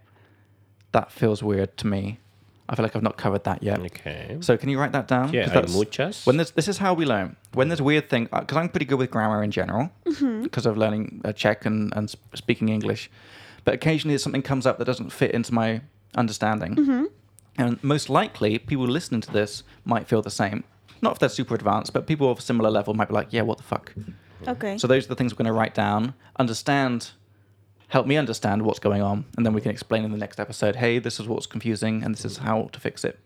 Speaker 1: That feels weird to me. I feel like I've not covered that yet.
Speaker 3: Okay.
Speaker 1: So can you write that down?
Speaker 3: Mm-hmm. Yeah,
Speaker 1: 'Cause
Speaker 3: hay
Speaker 1: that's-
Speaker 3: muchas.
Speaker 1: When there's, this is how we learn. When there's weird thing, because I'm pretty good with grammar in general, because of learning uh, Czech and, and sp- speaking English, but occasionally something comes up that doesn't fit into my understanding, and most likely people listening to this might feel the same. Not if they're super advanced, but people of a similar level might be like, "Yeah, what the fuck."
Speaker 2: Okay.
Speaker 1: So those are the things we're going to write down. Understand help me understand what's going on, and then we can explain in the next episode. Hey, this is what's confusing, and this is how to fix it.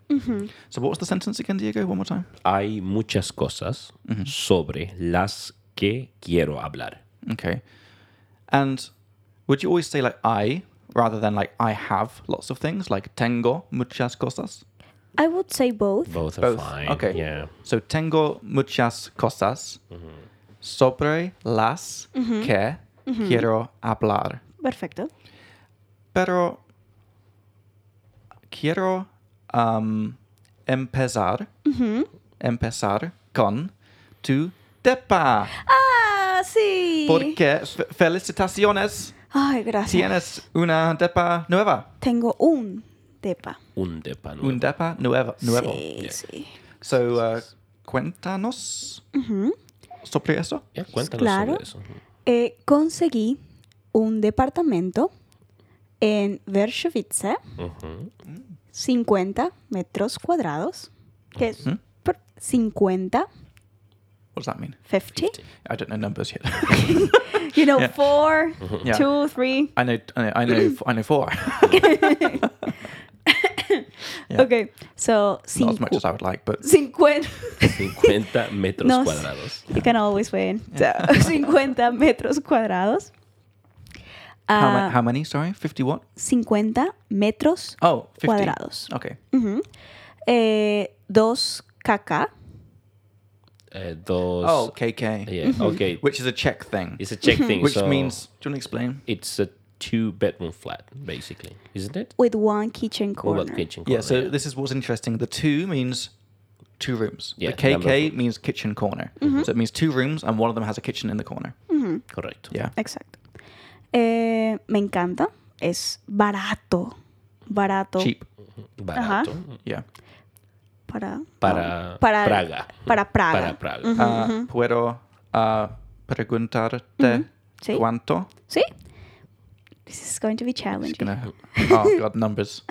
Speaker 1: So, what was the sentence again, Diego? One more time.
Speaker 3: Hay muchas cosas sobre las que quiero hablar.
Speaker 1: Okay. And would you always say like I rather than like I have lots of things, like tengo muchas cosas?
Speaker 2: I would say both.
Speaker 3: Both are
Speaker 1: Both.
Speaker 3: fine.
Speaker 1: Okay.
Speaker 3: Yeah.
Speaker 1: So tengo muchas cosas sobre las
Speaker 2: Mm-hmm.
Speaker 1: que quiero hablar.
Speaker 2: Perfecto.
Speaker 1: Pero quiero um, empezar empezar con tu depa.
Speaker 2: Ah, sí.
Speaker 1: Porque fe- felicitaciones.
Speaker 2: Ay, gracias.
Speaker 1: Tienes una depa nueva.
Speaker 2: Tengo un depa.
Speaker 3: Un depa nuevo.
Speaker 1: Un depa nuevo. nuevo.
Speaker 2: Sí, sí.
Speaker 1: So, uh, cuéntanos sobre eso.
Speaker 3: Ya, cuéntanos
Speaker 2: Claro.
Speaker 3: sobre eso.
Speaker 2: Eh, conseguí un departamento en Verschwitze,
Speaker 3: Ujú.
Speaker 2: 50 metros cuadrados, que es
Speaker 1: Ujú.
Speaker 2: per- 50,
Speaker 1: What does that mean?
Speaker 2: 50,
Speaker 1: I don't know numbers yet.
Speaker 2: you know,
Speaker 1: Yeah.
Speaker 2: 4,
Speaker 1: Yeah.
Speaker 2: 2, 3.
Speaker 1: I know, I know, I know, I know four. Yeah.
Speaker 2: Okay, so
Speaker 1: Not as much
Speaker 2: cincu-
Speaker 1: as I would like, but
Speaker 2: 50.
Speaker 3: 50 metros
Speaker 2: No,
Speaker 3: cuadrados.
Speaker 2: You can always win. So, 50 metros cuadrados.
Speaker 1: how, ma-
Speaker 2: Ah,
Speaker 1: how many? Sorry, fifty what?
Speaker 2: 50 metros
Speaker 1: Oh, 50.
Speaker 2: cuadrados.
Speaker 1: Okay.
Speaker 2: Ujú. Eh, dos kk.
Speaker 3: Eh, dos.
Speaker 1: Oh, KK,
Speaker 3: Yeah, okay.
Speaker 1: which is a Czech thing,
Speaker 3: It's a Czech thing.
Speaker 1: which
Speaker 3: so
Speaker 1: means. Do you want to explain?
Speaker 3: it's a two bedroom flat, basically, isn't it?
Speaker 2: with one kitchen
Speaker 3: Or
Speaker 2: corner.
Speaker 3: what kitchen
Speaker 1: Yeah.
Speaker 3: corner?
Speaker 1: So this is what's interesting. The two means two rooms.
Speaker 3: Yeah,
Speaker 1: the
Speaker 3: number of
Speaker 1: KK
Speaker 3: rooms.
Speaker 1: means kitchen corner. So it means two rooms, and one of them has a kitchen in the corner.
Speaker 3: Correcto.
Speaker 1: Yeah.
Speaker 2: Exacto. Eh, me encanta. Es barato. Barato.
Speaker 1: Cheap.
Speaker 3: Barato.
Speaker 1: Yeah.
Speaker 2: Para,
Speaker 3: Para
Speaker 2: Uh-huh. para
Speaker 3: Praga.
Speaker 2: Para Praga.
Speaker 3: Para Praga.
Speaker 1: Uh, puedo uh, preguntarte
Speaker 2: Sí.
Speaker 1: cuánto?
Speaker 2: ¿Sí? This is going to be challenging.
Speaker 1: It's gonna- oh god, numbers.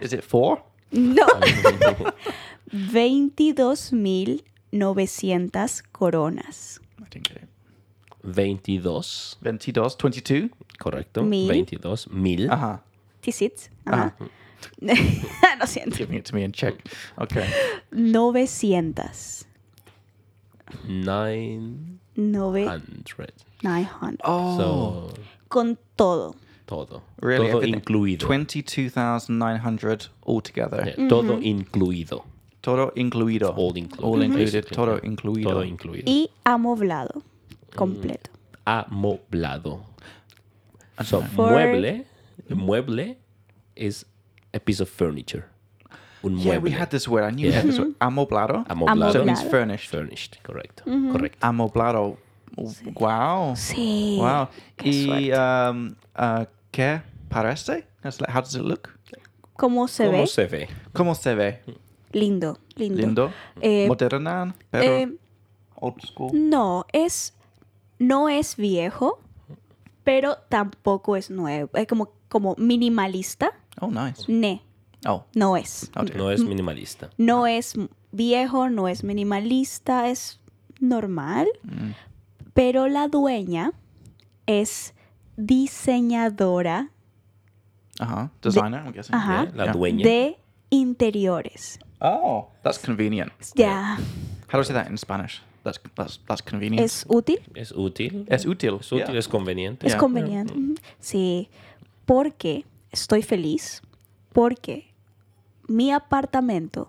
Speaker 1: Is it four?
Speaker 2: No. Mm-hmm. 22.900 coronas.
Speaker 1: I didn't get it.
Speaker 3: 22,
Speaker 1: 22, 22?
Speaker 3: correcto.
Speaker 2: Mil.
Speaker 3: 22, mil.
Speaker 1: Uh-huh.
Speaker 2: Tisits. Ajá. Ah, Lo siento.
Speaker 1: Giving it to me in Czech. Okay.
Speaker 2: 900.
Speaker 3: 900. Ah.
Speaker 2: 900.
Speaker 3: Oh.
Speaker 2: Oh.
Speaker 3: So,
Speaker 2: Con todo.
Speaker 3: todo.
Speaker 1: really?
Speaker 3: todo
Speaker 1: everything-
Speaker 3: incluido.
Speaker 1: 22,900 altogether.
Speaker 2: Mm-hmm.
Speaker 3: Yeah, Todo incluido.
Speaker 1: Todo incluido.
Speaker 3: All included.
Speaker 1: All included.
Speaker 3: basically.
Speaker 1: Todo incluido.
Speaker 3: Todo incluido.
Speaker 2: Y amoblado. Completo.
Speaker 3: Amoblado.
Speaker 1: Ah,
Speaker 3: So,
Speaker 2: For-
Speaker 3: mueble. Mueble is a piece of furniture. Un
Speaker 1: yeah,
Speaker 3: mueble.
Speaker 1: we had this word. I knew we
Speaker 3: Yeah.
Speaker 1: had this word. Amoblado.
Speaker 3: Amoblado.
Speaker 1: So it means
Speaker 2: Amoblado. Mm-hmm.
Speaker 1: furnished.
Speaker 3: Furnished, correcto. Correcto.
Speaker 1: Amoblado. Wow.
Speaker 2: Sí.
Speaker 1: Wow.
Speaker 2: Qué
Speaker 1: Y
Speaker 2: suerte.
Speaker 1: um, uh, ¿qué parece? That's like, how does it look?
Speaker 2: ¿Cómo se
Speaker 3: ¿Cómo
Speaker 2: ve?
Speaker 3: se ve?
Speaker 1: ¿Cómo se ve?
Speaker 2: Lindo, lindo.
Speaker 1: Lindo.
Speaker 2: Eh,
Speaker 1: Moderna, pero
Speaker 2: Eh, mm.
Speaker 1: old school.
Speaker 2: no, es. No es viejo, pero tampoco es nuevo. Es como, como minimalista.
Speaker 1: Oh, nice.
Speaker 2: Ne,
Speaker 1: Oh,
Speaker 2: no es.
Speaker 1: oh dear.
Speaker 3: No es minimalista.
Speaker 2: No es viejo, no es minimalista, es normal.
Speaker 3: Mm.
Speaker 2: Pero la dueña es diseñadora
Speaker 1: Uh-huh. Designer, I'm guessing.
Speaker 2: Ajá.
Speaker 3: Yeah, La
Speaker 1: Yeah.
Speaker 3: dueña.
Speaker 2: de interiores.
Speaker 1: Oh, that's convenient.
Speaker 2: Ya,
Speaker 1: How do I say that in Spanish? That's that's that's convenient.
Speaker 2: es útil.
Speaker 3: Es útil.
Speaker 1: es útil.
Speaker 3: Es útil,
Speaker 1: yeah.
Speaker 3: es conveniente.
Speaker 2: Es
Speaker 1: Ya.
Speaker 2: conveniente.
Speaker 3: mm.
Speaker 2: ujú. Sí, porque estoy feliz, porque mi apartamento,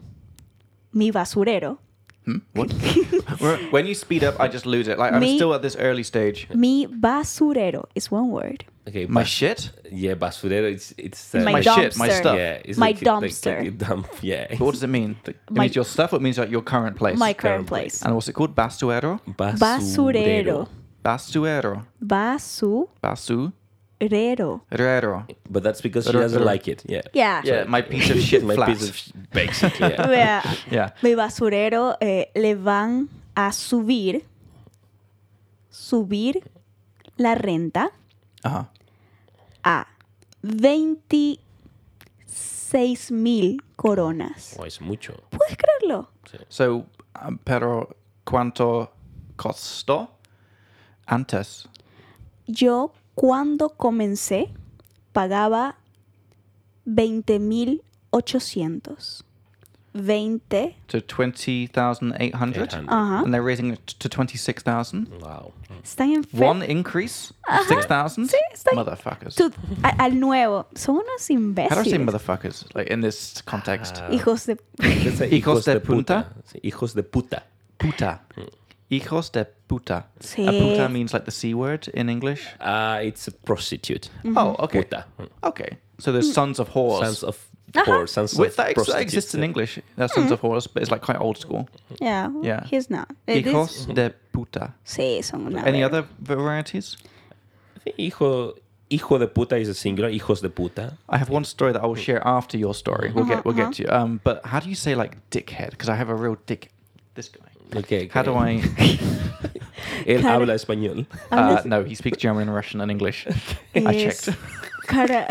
Speaker 2: mi basurero,
Speaker 1: Hmm? What? Wh- when you speed up, I just lose it. Like I'm
Speaker 2: Me-
Speaker 1: still at this early stage.
Speaker 3: Eh.
Speaker 2: mi basurero is one word.
Speaker 3: Okay,
Speaker 1: My
Speaker 3: bas-
Speaker 1: shit.
Speaker 3: Yeah, basurero. It's it's uh,
Speaker 2: My
Speaker 1: My shit, my
Speaker 2: dumpster.
Speaker 1: stuff.
Speaker 3: Yeah, it's
Speaker 2: My
Speaker 3: like, like-
Speaker 2: dumpster.
Speaker 3: Like, a dump. Yeah.
Speaker 1: But what does it mean? It
Speaker 2: My-
Speaker 1: means your stuff. Or it means like your current place.
Speaker 2: My
Speaker 3: current
Speaker 2: current place.
Speaker 1: And what's it called? Bastuero.
Speaker 2: Basurero.
Speaker 1: Bastuero.
Speaker 2: Basurero.
Speaker 1: Basurero.
Speaker 3: But that's because she
Speaker 1: Ru-
Speaker 3: doesn't
Speaker 1: ru-
Speaker 3: like it. Yeah.
Speaker 2: Yeah.
Speaker 1: Yeah, my piece of shit
Speaker 3: my
Speaker 1: flat.
Speaker 3: piece of sh- basically.
Speaker 2: O
Speaker 3: Yeah.
Speaker 2: sea,
Speaker 1: Yeah.
Speaker 2: Mi basurero eh, le van a subir, subir la renta
Speaker 1: Uh huh.
Speaker 2: a 26 mil coronas.
Speaker 3: oh, es mucho.
Speaker 2: ¿Puedes creerlo?
Speaker 1: So, um, pero cuánto costó antes?
Speaker 2: Yo cuando comencé pagaba 20.800. 20.
Speaker 1: to 20,800.
Speaker 3: 800.
Speaker 2: Ajá.
Speaker 1: And they're raising it to 26,000.
Speaker 3: Wow.
Speaker 2: Están en fe-
Speaker 1: One increase,
Speaker 2: Uh-huh.
Speaker 1: 6,000.
Speaker 2: Sí, está-
Speaker 1: Motherfuckers.
Speaker 2: Tú- a- al nuevo. Son unos
Speaker 1: How do I say
Speaker 2: imbéciles.
Speaker 1: motherfuckers like in this context?
Speaker 3: Ah.
Speaker 2: Hijos de.
Speaker 1: Hijos de punta?
Speaker 3: Sí, hijos de puta.
Speaker 1: puta.
Speaker 3: hmm.
Speaker 1: Hijos de puta.
Speaker 2: Sí.
Speaker 1: A puta means like the C word in English.
Speaker 3: Ah, it's a prostitute.
Speaker 2: Mm-hmm.
Speaker 1: Oh, okay.
Speaker 3: Puta.
Speaker 1: Okay. So
Speaker 2: Mm.
Speaker 1: there's sons of whores.
Speaker 3: Sons of whore, sons
Speaker 1: Wait,
Speaker 3: of
Speaker 1: that, ex- that
Speaker 3: prostitute.
Speaker 1: exists in English. That's
Speaker 2: Mm-hmm.
Speaker 1: sons of whores, but it's like quite old school.
Speaker 2: Yeah,
Speaker 1: Yeah.
Speaker 2: He's not. It is-
Speaker 1: Hijos de puta.
Speaker 2: Sí, son una.
Speaker 1: Any
Speaker 2: verga.
Speaker 1: other varieties?
Speaker 3: I think Hijo, hijo de puta is a singular. Hijos de puta.
Speaker 1: I have one story that I will share after your story. We'll get we'll
Speaker 2: Uh-huh.
Speaker 1: get to you. Um, but how do you say like dickhead? Because I have a real dick. This guy.
Speaker 3: Okay,
Speaker 1: How do
Speaker 3: okay.
Speaker 1: I?
Speaker 3: Él
Speaker 2: Cara.
Speaker 3: habla español. Ah.
Speaker 1: Uh, no, he speaks German and Russian and English. I
Speaker 2: Es
Speaker 1: checked.
Speaker 2: Cara,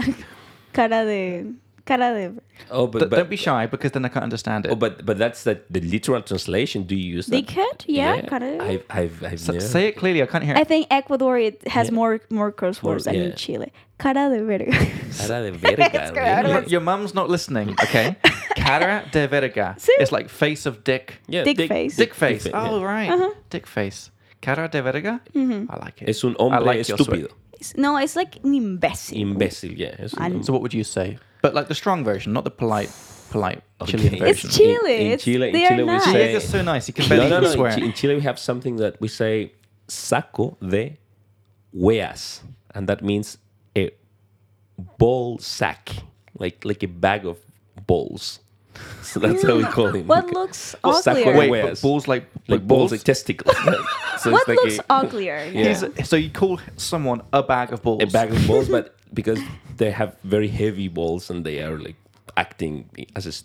Speaker 2: cara de. Cara de.
Speaker 3: Oh, but,
Speaker 1: Don't-
Speaker 3: but,
Speaker 1: Don't be shy because then I can't understand it.
Speaker 3: oh, but but that's the, the literal translation. Do you use that?
Speaker 2: Dickhead? Yeah, cara de.
Speaker 3: I've, I've, I've
Speaker 1: So-
Speaker 3: never-
Speaker 1: Say it clearly. I can't hear.
Speaker 2: I
Speaker 1: It.
Speaker 2: think Ecuador it has
Speaker 3: Yeah.
Speaker 2: more more curse
Speaker 3: More-
Speaker 2: words than
Speaker 3: yeah.
Speaker 2: in Chile. Cara de verga.
Speaker 3: Cara de verga,
Speaker 2: Es que ahora
Speaker 1: Your,
Speaker 3: really?
Speaker 2: es-
Speaker 1: your mum's not listening. Okay. Cara de verga.
Speaker 2: Sí.
Speaker 1: It's like face of dick.
Speaker 3: Yeah,
Speaker 2: Dick face.
Speaker 1: Dick face.
Speaker 3: fa-
Speaker 1: Oh
Speaker 3: yeah.
Speaker 1: right.
Speaker 2: Uh-huh.
Speaker 1: Dick face. Cara de verga.
Speaker 2: Mm-hmm.
Speaker 1: I like it.
Speaker 3: Es un
Speaker 1: I
Speaker 3: hombre
Speaker 1: like your
Speaker 3: estúpido.
Speaker 1: sweat.
Speaker 2: It's- No, it's like an imbecile.
Speaker 3: Imbécil, yeah. Es un
Speaker 2: Al-
Speaker 3: hombre-
Speaker 1: So what would you say? But like the strong version, not the polite, polite Chilean
Speaker 3: Okay.
Speaker 1: version.
Speaker 2: It's Chile.
Speaker 3: In- in
Speaker 2: it's-
Speaker 3: Chile- in
Speaker 2: they are
Speaker 3: Chile we
Speaker 2: nice.
Speaker 3: say-
Speaker 1: Diego's so nice. He can barely
Speaker 3: no, no, no.
Speaker 1: swear.
Speaker 3: In, Chi- in Chile, we have something that we say saco de hueas, and that means a ball sack, like like a bag of balls. So that's how we call him.
Speaker 2: What looks
Speaker 3: Well, saco
Speaker 2: uglier?
Speaker 3: de
Speaker 1: Wait,
Speaker 3: huevo.
Speaker 1: but balls like
Speaker 3: like balls, like testicles. so
Speaker 2: What
Speaker 3: it's like
Speaker 2: looks
Speaker 3: a,
Speaker 2: uglier?
Speaker 3: Yeah.
Speaker 2: now?
Speaker 1: He's- so you call someone a bag of balls.
Speaker 3: a bag of balls, but because they have very heavy balls and they are like acting as a s-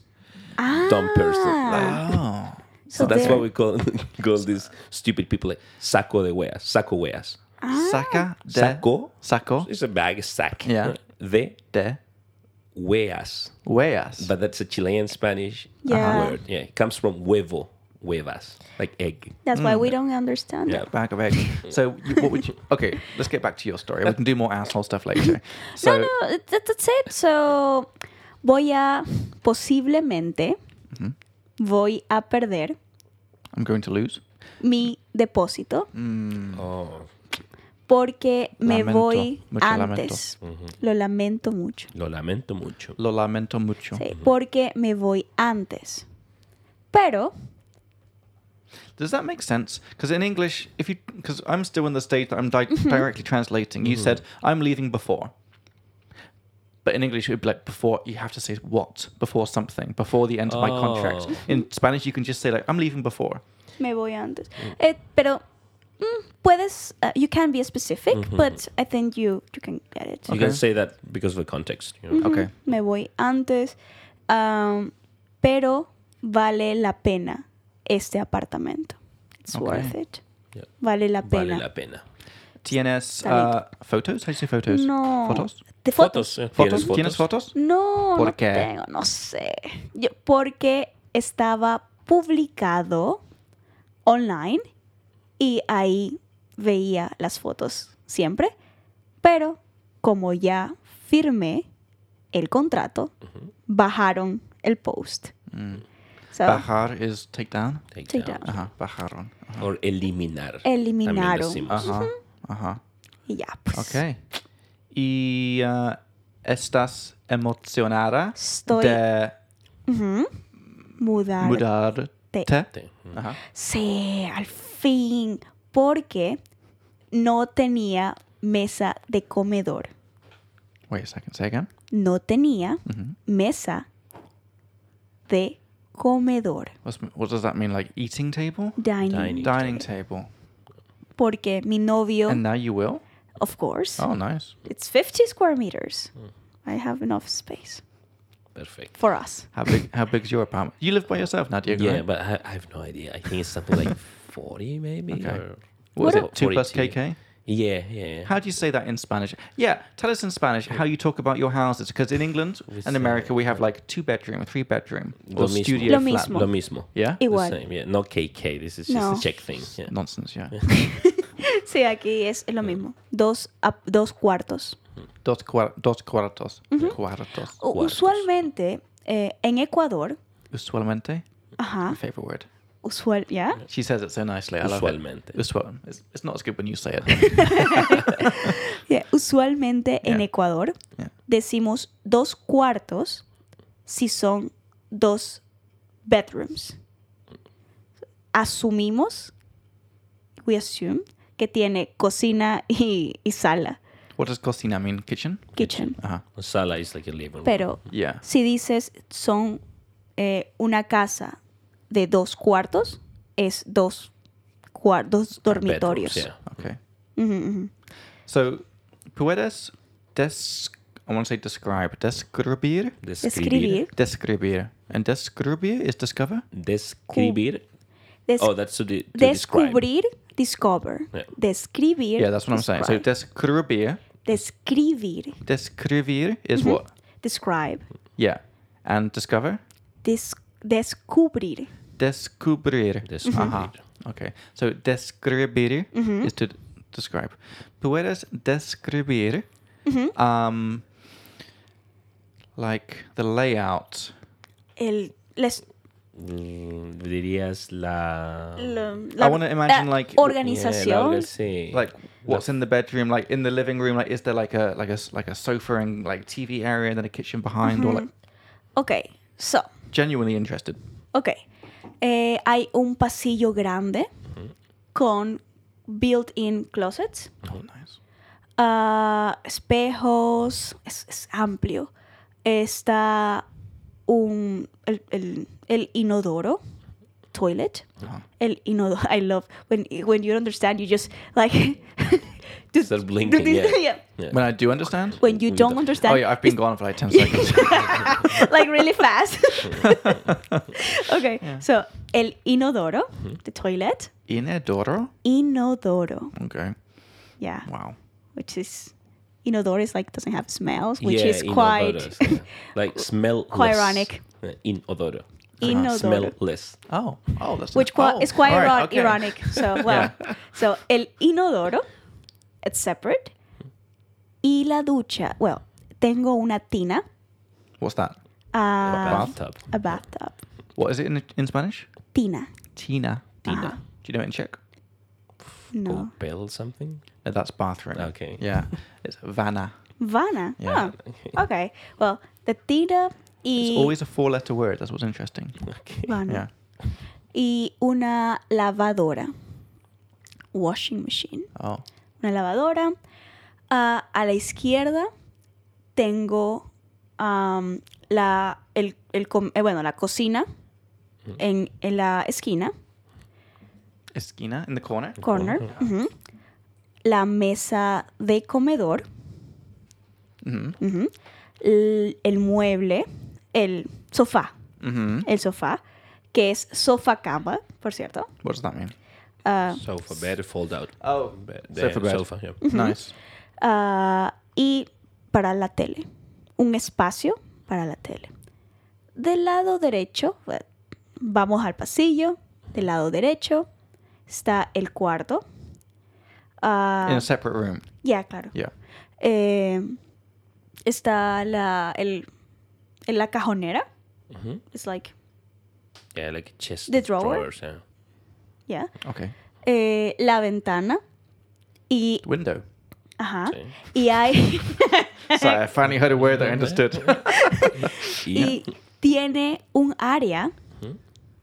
Speaker 3: dumb person. Like,
Speaker 1: Oh.
Speaker 2: So
Speaker 3: that's
Speaker 2: they're-
Speaker 3: why we call call these stupid people like saco de hueas, saco hueas.
Speaker 1: Saca de
Speaker 3: Saco.
Speaker 1: saco
Speaker 3: It's a bag, a sack.
Speaker 1: Yeah.
Speaker 3: De
Speaker 1: de
Speaker 3: huevas.
Speaker 1: huevas.
Speaker 3: But that's a Chilean Spanish
Speaker 2: Yeah.
Speaker 3: word. Yeah. It comes from huevo, huevas, like egg.
Speaker 2: That's why
Speaker 3: Mm.
Speaker 2: we don't understand
Speaker 3: Yeah.
Speaker 2: it.
Speaker 1: bag of eggs. So you, what would you? Okay, let's get back to your story. We can do more asshole stuff later. So
Speaker 2: No, no, that- that's it. So, voy a posiblemente voy a perder
Speaker 1: I'm going to lose. Mm,
Speaker 2: mi depósito
Speaker 3: Oh.
Speaker 2: porque me
Speaker 1: Lamento,
Speaker 2: voy
Speaker 1: mucho lamento.
Speaker 2: antes. Lo lamento mucho.
Speaker 3: mm-hmm. Lo lamento mucho.
Speaker 1: Lo lamento mucho.
Speaker 2: Sí, porque me voy antes. Pero
Speaker 1: Does that make sense? Because in English, if you, because I'm still in the state that I'm di-
Speaker 3: Mm-hmm.
Speaker 1: directly translating. You said I'm leaving before, but in English it would be like before. You have to say what before something before the end of my contract.
Speaker 3: Oh.
Speaker 1: In Spanish, you can just say like I'm leaving before.
Speaker 2: me voy antes. Eh, pero mm, puedes uh, you can be specific, but I think you you can get it.
Speaker 3: You
Speaker 1: Okay.
Speaker 3: can say that because of the context.
Speaker 2: Mm,
Speaker 3: You know?
Speaker 1: Okay.
Speaker 2: Me voy antes. um, pero vale la pena este apartamento. It's
Speaker 1: Ok.
Speaker 2: worth it.
Speaker 3: Yeah.
Speaker 2: Vale la
Speaker 3: Vale
Speaker 2: pena.
Speaker 3: la pena.
Speaker 1: TNS
Speaker 2: Talento.
Speaker 1: uh, photos. How do you say photos?
Speaker 2: No.
Speaker 1: Photos.
Speaker 2: De
Speaker 3: Fotos. eh.
Speaker 1: Photos.
Speaker 3: ¿Tienes
Speaker 1: TNS
Speaker 3: fotos?
Speaker 1: photos.
Speaker 2: No,
Speaker 1: ¿Por
Speaker 2: no
Speaker 1: qué?
Speaker 2: tengo, no sé. Yo- porque estaba publicado online y ahí veía las fotos siempre, pero como ya firmé el contrato, bajaron el post.
Speaker 1: Mm.
Speaker 2: So,
Speaker 1: Bajar is take down.
Speaker 3: Take
Speaker 2: Take Eh.
Speaker 3: down.
Speaker 2: down.
Speaker 1: Uh-huh. Bajaron.
Speaker 3: Or eliminar.
Speaker 2: Eliminaron.
Speaker 3: También
Speaker 1: Uh
Speaker 3: decimos.
Speaker 1: huh.
Speaker 3: Mm-hmm.
Speaker 1: Uh huh.
Speaker 2: y ya, pues.
Speaker 1: Okay. Y uh, estás emocionada
Speaker 2: Estoy-
Speaker 1: de
Speaker 2: Mudar.
Speaker 1: mudarte.
Speaker 3: Te- mm,
Speaker 1: Ajá.
Speaker 2: Sí, al fin. Porque no tenía mesa de comedor.
Speaker 1: Wait a second. Say again. Mm-hmm.
Speaker 2: no tenía mesa de comedor,
Speaker 1: What's, what does that mean? Like eating table,
Speaker 2: dining,
Speaker 3: Dining.
Speaker 1: dining table,
Speaker 2: porque mi novio,
Speaker 1: and now you will.
Speaker 2: of course,
Speaker 1: Oh, nice.
Speaker 2: it's 50 square meters. I have enough space
Speaker 3: mm, Perfect.
Speaker 2: for us.
Speaker 1: How big? How big's your apartment? You live by yourself now, Diego. eh.
Speaker 3: Yeah,
Speaker 1: right?
Speaker 3: but I, I have no idea. I think it's something like 40 maybe.
Speaker 1: Okay.
Speaker 3: Or
Speaker 1: what is
Speaker 3: or
Speaker 1: it? Two plus
Speaker 3: 42.
Speaker 1: KK.
Speaker 3: Yeah, yeah.
Speaker 1: How do you say that in Spanish? Yeah, tell us in Spanish how you talk about your houses. Because in England and
Speaker 3: say-
Speaker 1: America, we have like two bedroom, three bedroom,
Speaker 3: Lo
Speaker 1: or
Speaker 3: mismo.
Speaker 1: studio
Speaker 2: Lo
Speaker 1: flat.
Speaker 2: mismo.
Speaker 3: Lo mismo.
Speaker 1: Yeah.
Speaker 2: Igual.
Speaker 3: The same, yeah. Not KK. This is just
Speaker 2: No.
Speaker 3: a Czech thing. Yeah.
Speaker 1: Nonsense. Yeah.
Speaker 2: Sí, aquí es, es lo mismo. Dos, ap- dos cuartos.
Speaker 1: Dos, cuar- dos cuartos.
Speaker 2: Mm-hmm.
Speaker 1: Cuartos.
Speaker 2: U-
Speaker 3: Cuartos.
Speaker 2: Usualmente, eh, en Ecuador,
Speaker 1: Usualmente. My
Speaker 2: ajá,
Speaker 1: favorite word.
Speaker 2: usual, ¿ya?
Speaker 1: She says it so nicely. I love
Speaker 3: Usualmente.
Speaker 1: it. Usualmente. It's, it's not as good when you say it.
Speaker 2: Ya, Eh, Usualmente en
Speaker 1: Yeah.
Speaker 2: Ecuador
Speaker 1: Yeah.
Speaker 2: decimos dos cuartos si son dos bedrooms. Asumimos, we assume, que tiene cocina y, y sala,
Speaker 1: what does cocina mean? Kitchen?
Speaker 2: kitchen.
Speaker 1: Uh-huh.
Speaker 3: Sala is like a living room.
Speaker 2: Pero
Speaker 1: Yeah.
Speaker 2: si dices son eh, una casa de dos cuartos, es dos, cuar- dos dormitorios.
Speaker 3: Bedrooms, yeah.
Speaker 1: Okay.
Speaker 2: Ujú, ujú.
Speaker 1: So, puedes des... I want to say describe. Describir?
Speaker 2: Describir.
Speaker 1: Describir. And describir is discover?
Speaker 3: Describir.
Speaker 2: Des-
Speaker 3: Oh, that's to, de- to describe.
Speaker 2: descubrir, discover.
Speaker 3: Yeah.
Speaker 2: Describir.
Speaker 1: Yeah, that's what I'm saying. So,
Speaker 2: describe. Mm-hmm.
Speaker 1: describir.
Speaker 2: describir.
Speaker 1: Describir is what?
Speaker 2: Describe.
Speaker 1: Yeah. And discover?
Speaker 2: Des- descubrir.
Speaker 1: Descubrir.
Speaker 3: Describir.
Speaker 1: Aha. Okay. So describir is to d- describe. Puedes describir um, like the layout.
Speaker 2: El, les-
Speaker 3: Mm, dirías la.
Speaker 2: la,
Speaker 1: I wanna imagine,
Speaker 2: la
Speaker 1: like,
Speaker 3: Yeah, la
Speaker 2: organización.
Speaker 3: orga- sí.
Speaker 1: Like what's in the bedroom, like in the living room, like is there like a like a s- like a sofa and like TV area and then a kitchen behind or like
Speaker 2: Mm-hmm. ok, so,
Speaker 1: genuinely interested.
Speaker 2: ok. Eh, hay un pasillo grande con built-in closets,
Speaker 1: Oh nice.
Speaker 2: ah, espejos, es, es amplio. Está un, el, el- el inodoro, toilet.
Speaker 1: Uh-huh.
Speaker 2: El inodoro, I love when, when you don't understand, you just like. just
Speaker 3: Start blinking, yeah. Yeah.
Speaker 1: When I do understand?
Speaker 2: When you don't understand,
Speaker 1: Oh yeah, I've been gone for like ten seconds.
Speaker 2: like really fast. okay, so el inodoro, the toilet,
Speaker 1: Inodoro?
Speaker 2: inodoro,
Speaker 1: Okay.
Speaker 2: yeah,
Speaker 1: Wow.
Speaker 2: which is inodoro is like doesn't have smells, which
Speaker 3: Yeah,
Speaker 2: is quite
Speaker 3: inodoros, yeah. like smell.
Speaker 2: quite
Speaker 3: less.
Speaker 2: ironic.
Speaker 3: Yeah, Inodoro.
Speaker 2: Inodoro.
Speaker 3: Smell less.
Speaker 1: Oh. Oh that's
Speaker 2: which qui-
Speaker 1: oh,
Speaker 2: is quite
Speaker 1: alright, okay.
Speaker 2: iro- ironic. So well, so el inodoro, it's separate, y la ducha. Well, tengo una tina,
Speaker 1: What's that?
Speaker 2: uh,
Speaker 3: Bathtub.
Speaker 2: a bathtub,
Speaker 1: What is it in, in Spanish?
Speaker 2: tina. Ah,
Speaker 1: Tina.
Speaker 3: Tina.
Speaker 1: Do you know it in Czech?
Speaker 2: No,
Speaker 3: Bell something?
Speaker 1: No, Uh, that's bathroom.
Speaker 3: Okay.
Speaker 1: Yeah. It's vana.
Speaker 2: Vana.
Speaker 1: Yeah.
Speaker 2: Oh, okay. Well, the tina y
Speaker 1: It's always a four letter word. That's what's interesting.
Speaker 3: Okay.
Speaker 2: E Vana.
Speaker 1: Yeah.
Speaker 2: y una lavadora. Washing machine.
Speaker 1: Oh.
Speaker 2: Una lavadora. Ah, a la izquierda tengo am, la, el, el com- eh, bueno, la cocina
Speaker 3: Mm.
Speaker 2: en, en la esquina,
Speaker 1: Esquina in the corner.
Speaker 2: corner. ujú. La mesa de comedor.
Speaker 1: hmm
Speaker 2: ujú. el, el mueble. El sofá.
Speaker 1: hmm
Speaker 2: El sofá. Que es sofá cama, por cierto.
Speaker 1: What does that mean?
Speaker 2: Ah,
Speaker 3: Sofa bed, fold out.
Speaker 1: Oh.
Speaker 3: Bed,
Speaker 1: Sofa
Speaker 3: yeah,
Speaker 1: bed.
Speaker 3: Sofa, yeah.
Speaker 2: Mm-hmm.
Speaker 1: Nice.
Speaker 2: Ah, y para la tele. Un espacio para la tele. Del lado derecho, eh, vamos al pasillo. Del lado derecho está el cuarto. Ah,
Speaker 1: In a separate room.
Speaker 2: ya, claro.
Speaker 1: Yeah.
Speaker 2: Eh, está la, el, en la cajonera.
Speaker 3: Mhm.
Speaker 2: It's like,
Speaker 3: Yeah, like a chest.
Speaker 2: The
Speaker 3: of
Speaker 2: drawer?
Speaker 3: Drawers, yeah.
Speaker 2: yeah.
Speaker 1: Okay.
Speaker 2: Eh, la ventana. Y,
Speaker 1: Window.
Speaker 2: ajá.
Speaker 3: Sí.
Speaker 2: Y hay...
Speaker 1: Sorry, I finally heard a word that I understood.
Speaker 2: Y tiene un área.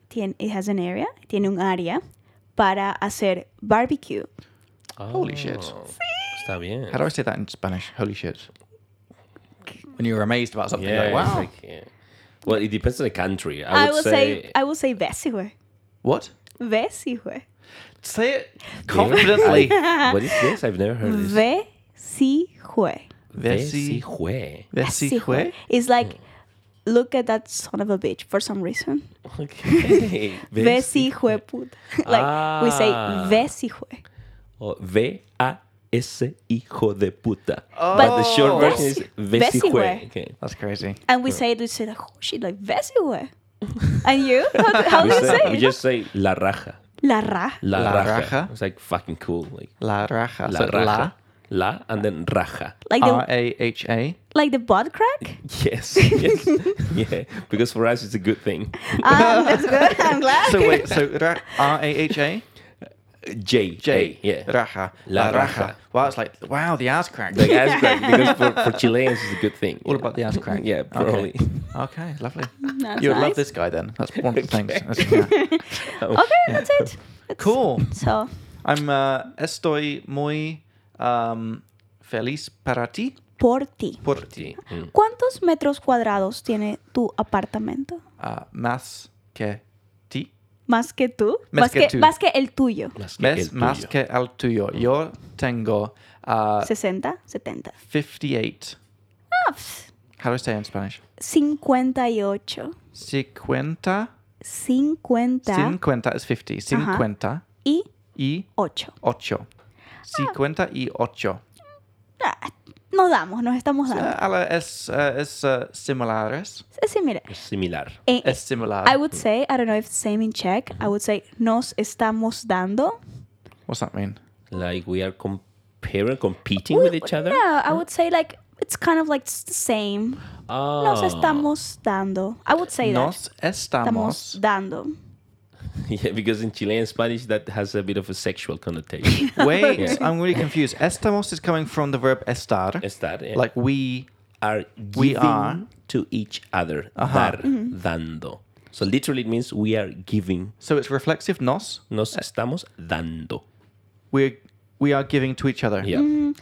Speaker 2: Tiene, it has an area. Tiene un área para hacer barbecue.
Speaker 1: Holy shit.
Speaker 3: Oh, Está bien.
Speaker 1: How do I say that in Spanish? Holy shit. When you're amazed about something,
Speaker 3: Yeah,
Speaker 1: like,
Speaker 3: it's
Speaker 1: wow.
Speaker 3: like, yeah. Well, it depends on the country. I
Speaker 2: I
Speaker 3: would
Speaker 2: will say,
Speaker 3: say,
Speaker 2: I will say ves, güey.
Speaker 1: what?
Speaker 2: Ves, güey.
Speaker 1: Say it confidently.
Speaker 3: I- what is this? I've never heard this.
Speaker 2: Vesijue.
Speaker 3: Vesijue.
Speaker 1: Vesijue?
Speaker 2: It's like, look at that son of a bitch for some reason.
Speaker 3: Okay.
Speaker 2: Vesijue puta. like, we say
Speaker 3: Ah.
Speaker 2: vesijue.
Speaker 3: Oh, V-A-S hijo de puta. But the short
Speaker 1: Oh.
Speaker 3: version is
Speaker 2: Vesi-
Speaker 3: vesijue.
Speaker 2: vesijue.
Speaker 3: Okay.
Speaker 1: That's crazy.
Speaker 2: And we say, it, we say, like, oh shit, like vesijue. and you? How, how do
Speaker 3: We
Speaker 2: you
Speaker 3: say-
Speaker 2: say
Speaker 3: We
Speaker 2: it?
Speaker 3: just say la raja.
Speaker 2: La raja.
Speaker 3: La,
Speaker 1: La
Speaker 3: raja.
Speaker 1: raja.
Speaker 3: It's like fucking cool. Like
Speaker 1: La raja.
Speaker 3: la
Speaker 1: so
Speaker 3: raja. La, and then raja.
Speaker 2: Like
Speaker 1: La. R
Speaker 2: the,
Speaker 1: A H A.
Speaker 2: like the butt crack?
Speaker 3: Yes. yes. yeah. Because for us, it's a good thing.
Speaker 2: Ah, that's good. I'm glad.
Speaker 1: So wait, so ra- R A H A
Speaker 3: J.
Speaker 1: J.
Speaker 3: Yeah.
Speaker 1: Raja.
Speaker 3: La raja.
Speaker 1: Wow, it's like wow, the ass crack.
Speaker 3: Like ass crack. Because for, for Chileans, it's a good thing.
Speaker 1: All about the ass crack.
Speaker 3: Yeah,
Speaker 1: Okay.
Speaker 3: probably.
Speaker 1: Okay, lovely.
Speaker 2: That's
Speaker 1: you would love
Speaker 2: nice.
Speaker 1: this guy then. That's one of the things.
Speaker 3: Okay.
Speaker 1: That's- yeah.
Speaker 2: Okay,
Speaker 1: Oh.
Speaker 2: that's it. That's-
Speaker 1: Cool.
Speaker 2: So,
Speaker 1: I'm uh, estoy muy um, feliz para ti.
Speaker 2: por ti.
Speaker 1: Por
Speaker 3: Sí.
Speaker 1: ti.
Speaker 3: Mm.
Speaker 2: ¿Cuántos metros cuadrados tiene tu apartamento?
Speaker 1: Uh, más que ti.
Speaker 2: ¿Más que tú?
Speaker 1: Más que tú.
Speaker 2: Más que el tuyo.
Speaker 3: Más que el
Speaker 1: Mes más
Speaker 3: tuyo. Mm.
Speaker 1: que el tuyo. Yo tengo uh,
Speaker 2: 60, 70.
Speaker 1: 58.
Speaker 2: Ah, pf,
Speaker 1: How do I say it in Spanish?
Speaker 2: 58.
Speaker 1: Cincuenta.
Speaker 2: 50
Speaker 1: Cincuenta is 50.
Speaker 2: Uh-huh.
Speaker 1: Cincuenta
Speaker 2: y
Speaker 1: y
Speaker 2: 8.
Speaker 1: ocho. Cincuenta y ocho.
Speaker 2: Ah, nos damos, nos estamos
Speaker 1: Uh,
Speaker 2: dando.
Speaker 1: ala es, uh, es uh, similares.
Speaker 2: Sí, mira.
Speaker 3: Es similar.
Speaker 2: en-
Speaker 1: Es similar.
Speaker 2: eh, I would say, I don't know if it's same in Czech, I would say nos estamos dando.
Speaker 1: What's that mean?
Speaker 3: Like we are comparing, competing with each other.
Speaker 2: No, I would say like it's kind of like it's the same.
Speaker 3: Ah.
Speaker 2: Nos estamos dando. I would say
Speaker 1: Nos
Speaker 2: that. Estamos
Speaker 1: estamos.
Speaker 2: dando.
Speaker 3: Ah, Yeah, because in Chilean Spanish that has a bit of a sexual connotation.
Speaker 1: Wait, I'm really confused. Estamos is coming from the verb estar,
Speaker 3: Estar, yeah.
Speaker 1: like we.
Speaker 3: are
Speaker 1: We
Speaker 3: giving
Speaker 1: are-
Speaker 3: to each other.
Speaker 1: Ajá.
Speaker 3: Dar,
Speaker 2: Mm-hmm.
Speaker 3: dando. So literally it means we are giving.
Speaker 1: So it's reflexive. Nos.
Speaker 3: Nos estamos dando.
Speaker 1: We're we are giving to each other,
Speaker 3: Yeah.
Speaker 2: Mm.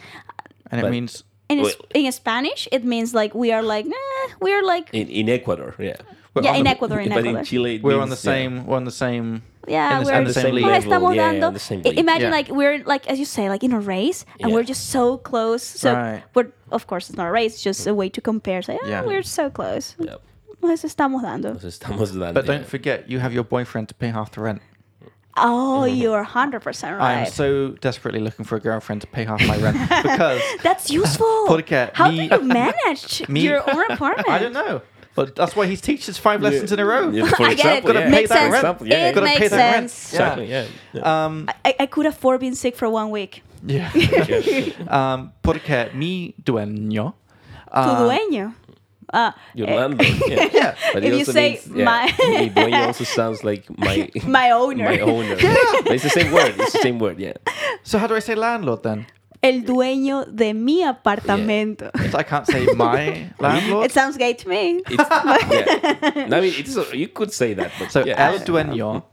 Speaker 1: and it
Speaker 3: But-
Speaker 1: means
Speaker 2: In,
Speaker 3: Well-
Speaker 2: es- in Spanish, it means like we are like, eh, we are like,
Speaker 3: In, in Ecuador, yeah.
Speaker 1: we're
Speaker 2: yeah,
Speaker 1: on
Speaker 2: in
Speaker 1: the-
Speaker 2: Ecuador, in
Speaker 3: but
Speaker 2: Ecuador.
Speaker 3: in Chile it
Speaker 1: We're
Speaker 3: means,
Speaker 1: on the
Speaker 3: yeah.
Speaker 1: same. We're on the same.
Speaker 2: Yeah,
Speaker 1: in the,
Speaker 2: we're
Speaker 1: on the same
Speaker 3: Same
Speaker 2: Nos
Speaker 1: level.
Speaker 3: level.
Speaker 2: estamos
Speaker 3: yeah,
Speaker 2: dando.
Speaker 3: on the same
Speaker 2: I-
Speaker 3: league.
Speaker 2: Imagine
Speaker 1: Yeah.
Speaker 2: like we're like as you say like in a race and we're
Speaker 3: Yeah.
Speaker 2: just so close. So
Speaker 1: Right.
Speaker 2: we're of course it's not a race, it's just a way to compare. Say, ah,
Speaker 1: Yeah.
Speaker 2: we're so close.
Speaker 3: Yeah.
Speaker 2: Nos estamos dando.
Speaker 3: Nos estamos dando.
Speaker 1: But
Speaker 3: yeah.
Speaker 1: don't forget, you have your boyfriend to pay half the rent.
Speaker 2: Oh,
Speaker 3: Mm-hmm.
Speaker 2: you're hundred percent
Speaker 1: I am
Speaker 2: right.
Speaker 1: so desperately looking for a girlfriend to pay half my rent because
Speaker 2: That's useful.
Speaker 1: Porque
Speaker 2: How
Speaker 1: mi-
Speaker 2: do you manage
Speaker 1: mi-
Speaker 2: your own apartment?
Speaker 1: I don't know. But that's why he teaches five lessons in a row.
Speaker 3: Yeah, for
Speaker 2: I get it.
Speaker 3: example, yeah.
Speaker 2: Makes
Speaker 1: Gotta pay
Speaker 2: sense.
Speaker 1: that
Speaker 3: Example, yeah,
Speaker 2: it
Speaker 3: gotta
Speaker 1: pay
Speaker 2: makes
Speaker 1: that rent.
Speaker 2: sense.
Speaker 3: Exactly, yeah. yeah.
Speaker 1: Um,
Speaker 2: I, I could afford being sick for one week.
Speaker 1: yeah.
Speaker 3: Yeah.
Speaker 1: um, porque mi dueño.
Speaker 2: Tu
Speaker 1: um,
Speaker 2: dueño. Ah,
Speaker 3: Your
Speaker 2: eh,
Speaker 3: landlord. Yeah.
Speaker 2: If
Speaker 3: But it
Speaker 2: you
Speaker 3: also
Speaker 2: say
Speaker 3: means, yeah,
Speaker 2: my-
Speaker 3: mi dueño also sounds like my
Speaker 2: my owner.
Speaker 3: my owner. But it's the same word. It's the same word. Yeah.
Speaker 1: So how do I say landlord then?
Speaker 2: El dueño de mi apartamento.
Speaker 1: So I can't say my landlord.
Speaker 2: It sounds gay to me.
Speaker 3: It's, yeah. No, I mean, it's you could say that, but
Speaker 1: So
Speaker 3: yeah.
Speaker 1: el dueño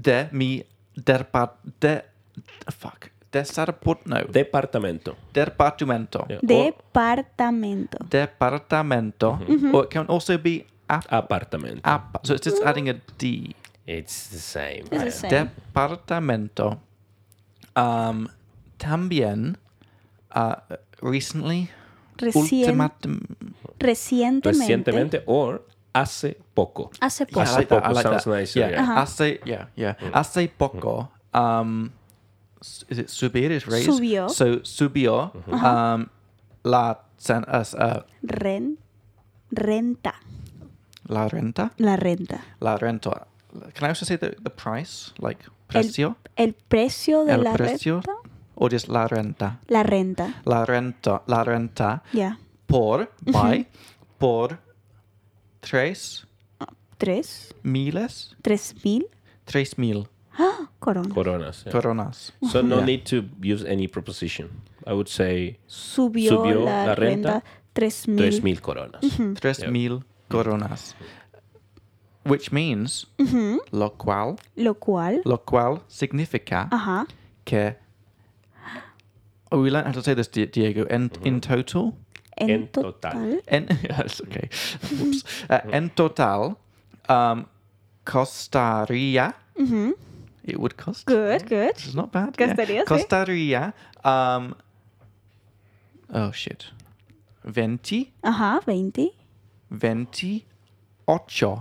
Speaker 1: de mi derpa de fuck desarport no
Speaker 3: departamento.
Speaker 1: departamento
Speaker 3: Yeah. Or
Speaker 2: Departamento.
Speaker 1: departamento
Speaker 2: Mm-hmm.
Speaker 1: or it can also be ap,
Speaker 3: apartamento.
Speaker 1: ap so it's just adding a d
Speaker 3: It's the same.
Speaker 2: It's the
Speaker 3: yeah.
Speaker 2: same.
Speaker 1: departamento um también uh recently mm,
Speaker 2: Recien-
Speaker 1: ultimatum
Speaker 2: recientemente.
Speaker 3: Recientemente Ah. or hace poco.
Speaker 2: Hace
Speaker 1: Yeah,
Speaker 2: poco.
Speaker 1: I like that. I
Speaker 3: poco
Speaker 1: like
Speaker 3: sounds Mm.
Speaker 1: that.
Speaker 3: nicer,
Speaker 1: Yeah.
Speaker 3: yeah.
Speaker 2: Uh-huh.
Speaker 1: Hace, yeah, yeah. Hace poco.
Speaker 3: Mm.
Speaker 1: Um, s- is it subir is raised?
Speaker 2: Subió. Uh-huh.
Speaker 1: So subió.
Speaker 3: Mm-hmm.
Speaker 1: Um, la sen, uh, s- uh,
Speaker 2: Ren, renta.
Speaker 1: la renta.
Speaker 2: La renta.
Speaker 1: La renta. Can I also say the, the price, like
Speaker 2: El,
Speaker 1: precio,
Speaker 2: el precio de
Speaker 1: El
Speaker 2: la
Speaker 1: precio.
Speaker 2: renta.
Speaker 1: or just la renta?
Speaker 2: La renta.
Speaker 1: La renta. La renta
Speaker 2: Ya.
Speaker 1: por by por tres
Speaker 2: Tres.
Speaker 1: miles,
Speaker 2: Tres mil.
Speaker 1: tres mil
Speaker 2: Ah, corona.
Speaker 3: Coronas. yeah.
Speaker 1: coronas.
Speaker 3: so no
Speaker 1: Yeah.
Speaker 3: need to use any preposition. I would say
Speaker 2: Subió,
Speaker 3: Subió
Speaker 2: la,
Speaker 3: la
Speaker 2: renta.
Speaker 3: renta.
Speaker 2: Tres mil.
Speaker 3: tres mil coronas.
Speaker 2: Mm-hmm.
Speaker 1: Tres
Speaker 3: Yeah.
Speaker 1: mil coronas. Which means, lo cual,
Speaker 2: Lo cual.
Speaker 1: lo cual significa
Speaker 2: Ajá.
Speaker 1: que. Oh, we learned how to say this, Di- Diego. En,
Speaker 3: Mm-hmm.
Speaker 1: In total?
Speaker 2: En,
Speaker 3: En total.
Speaker 2: total.
Speaker 1: En, yes, okay. Whoops. Uh,
Speaker 3: Mm-hmm.
Speaker 1: en total, um, costaría. It would cost.
Speaker 2: Good, good.
Speaker 1: It's not bad.
Speaker 2: Costaría, sí.
Speaker 1: Costaría. Um, oh, shit. 20,
Speaker 2: Ajá, 20.
Speaker 1: 28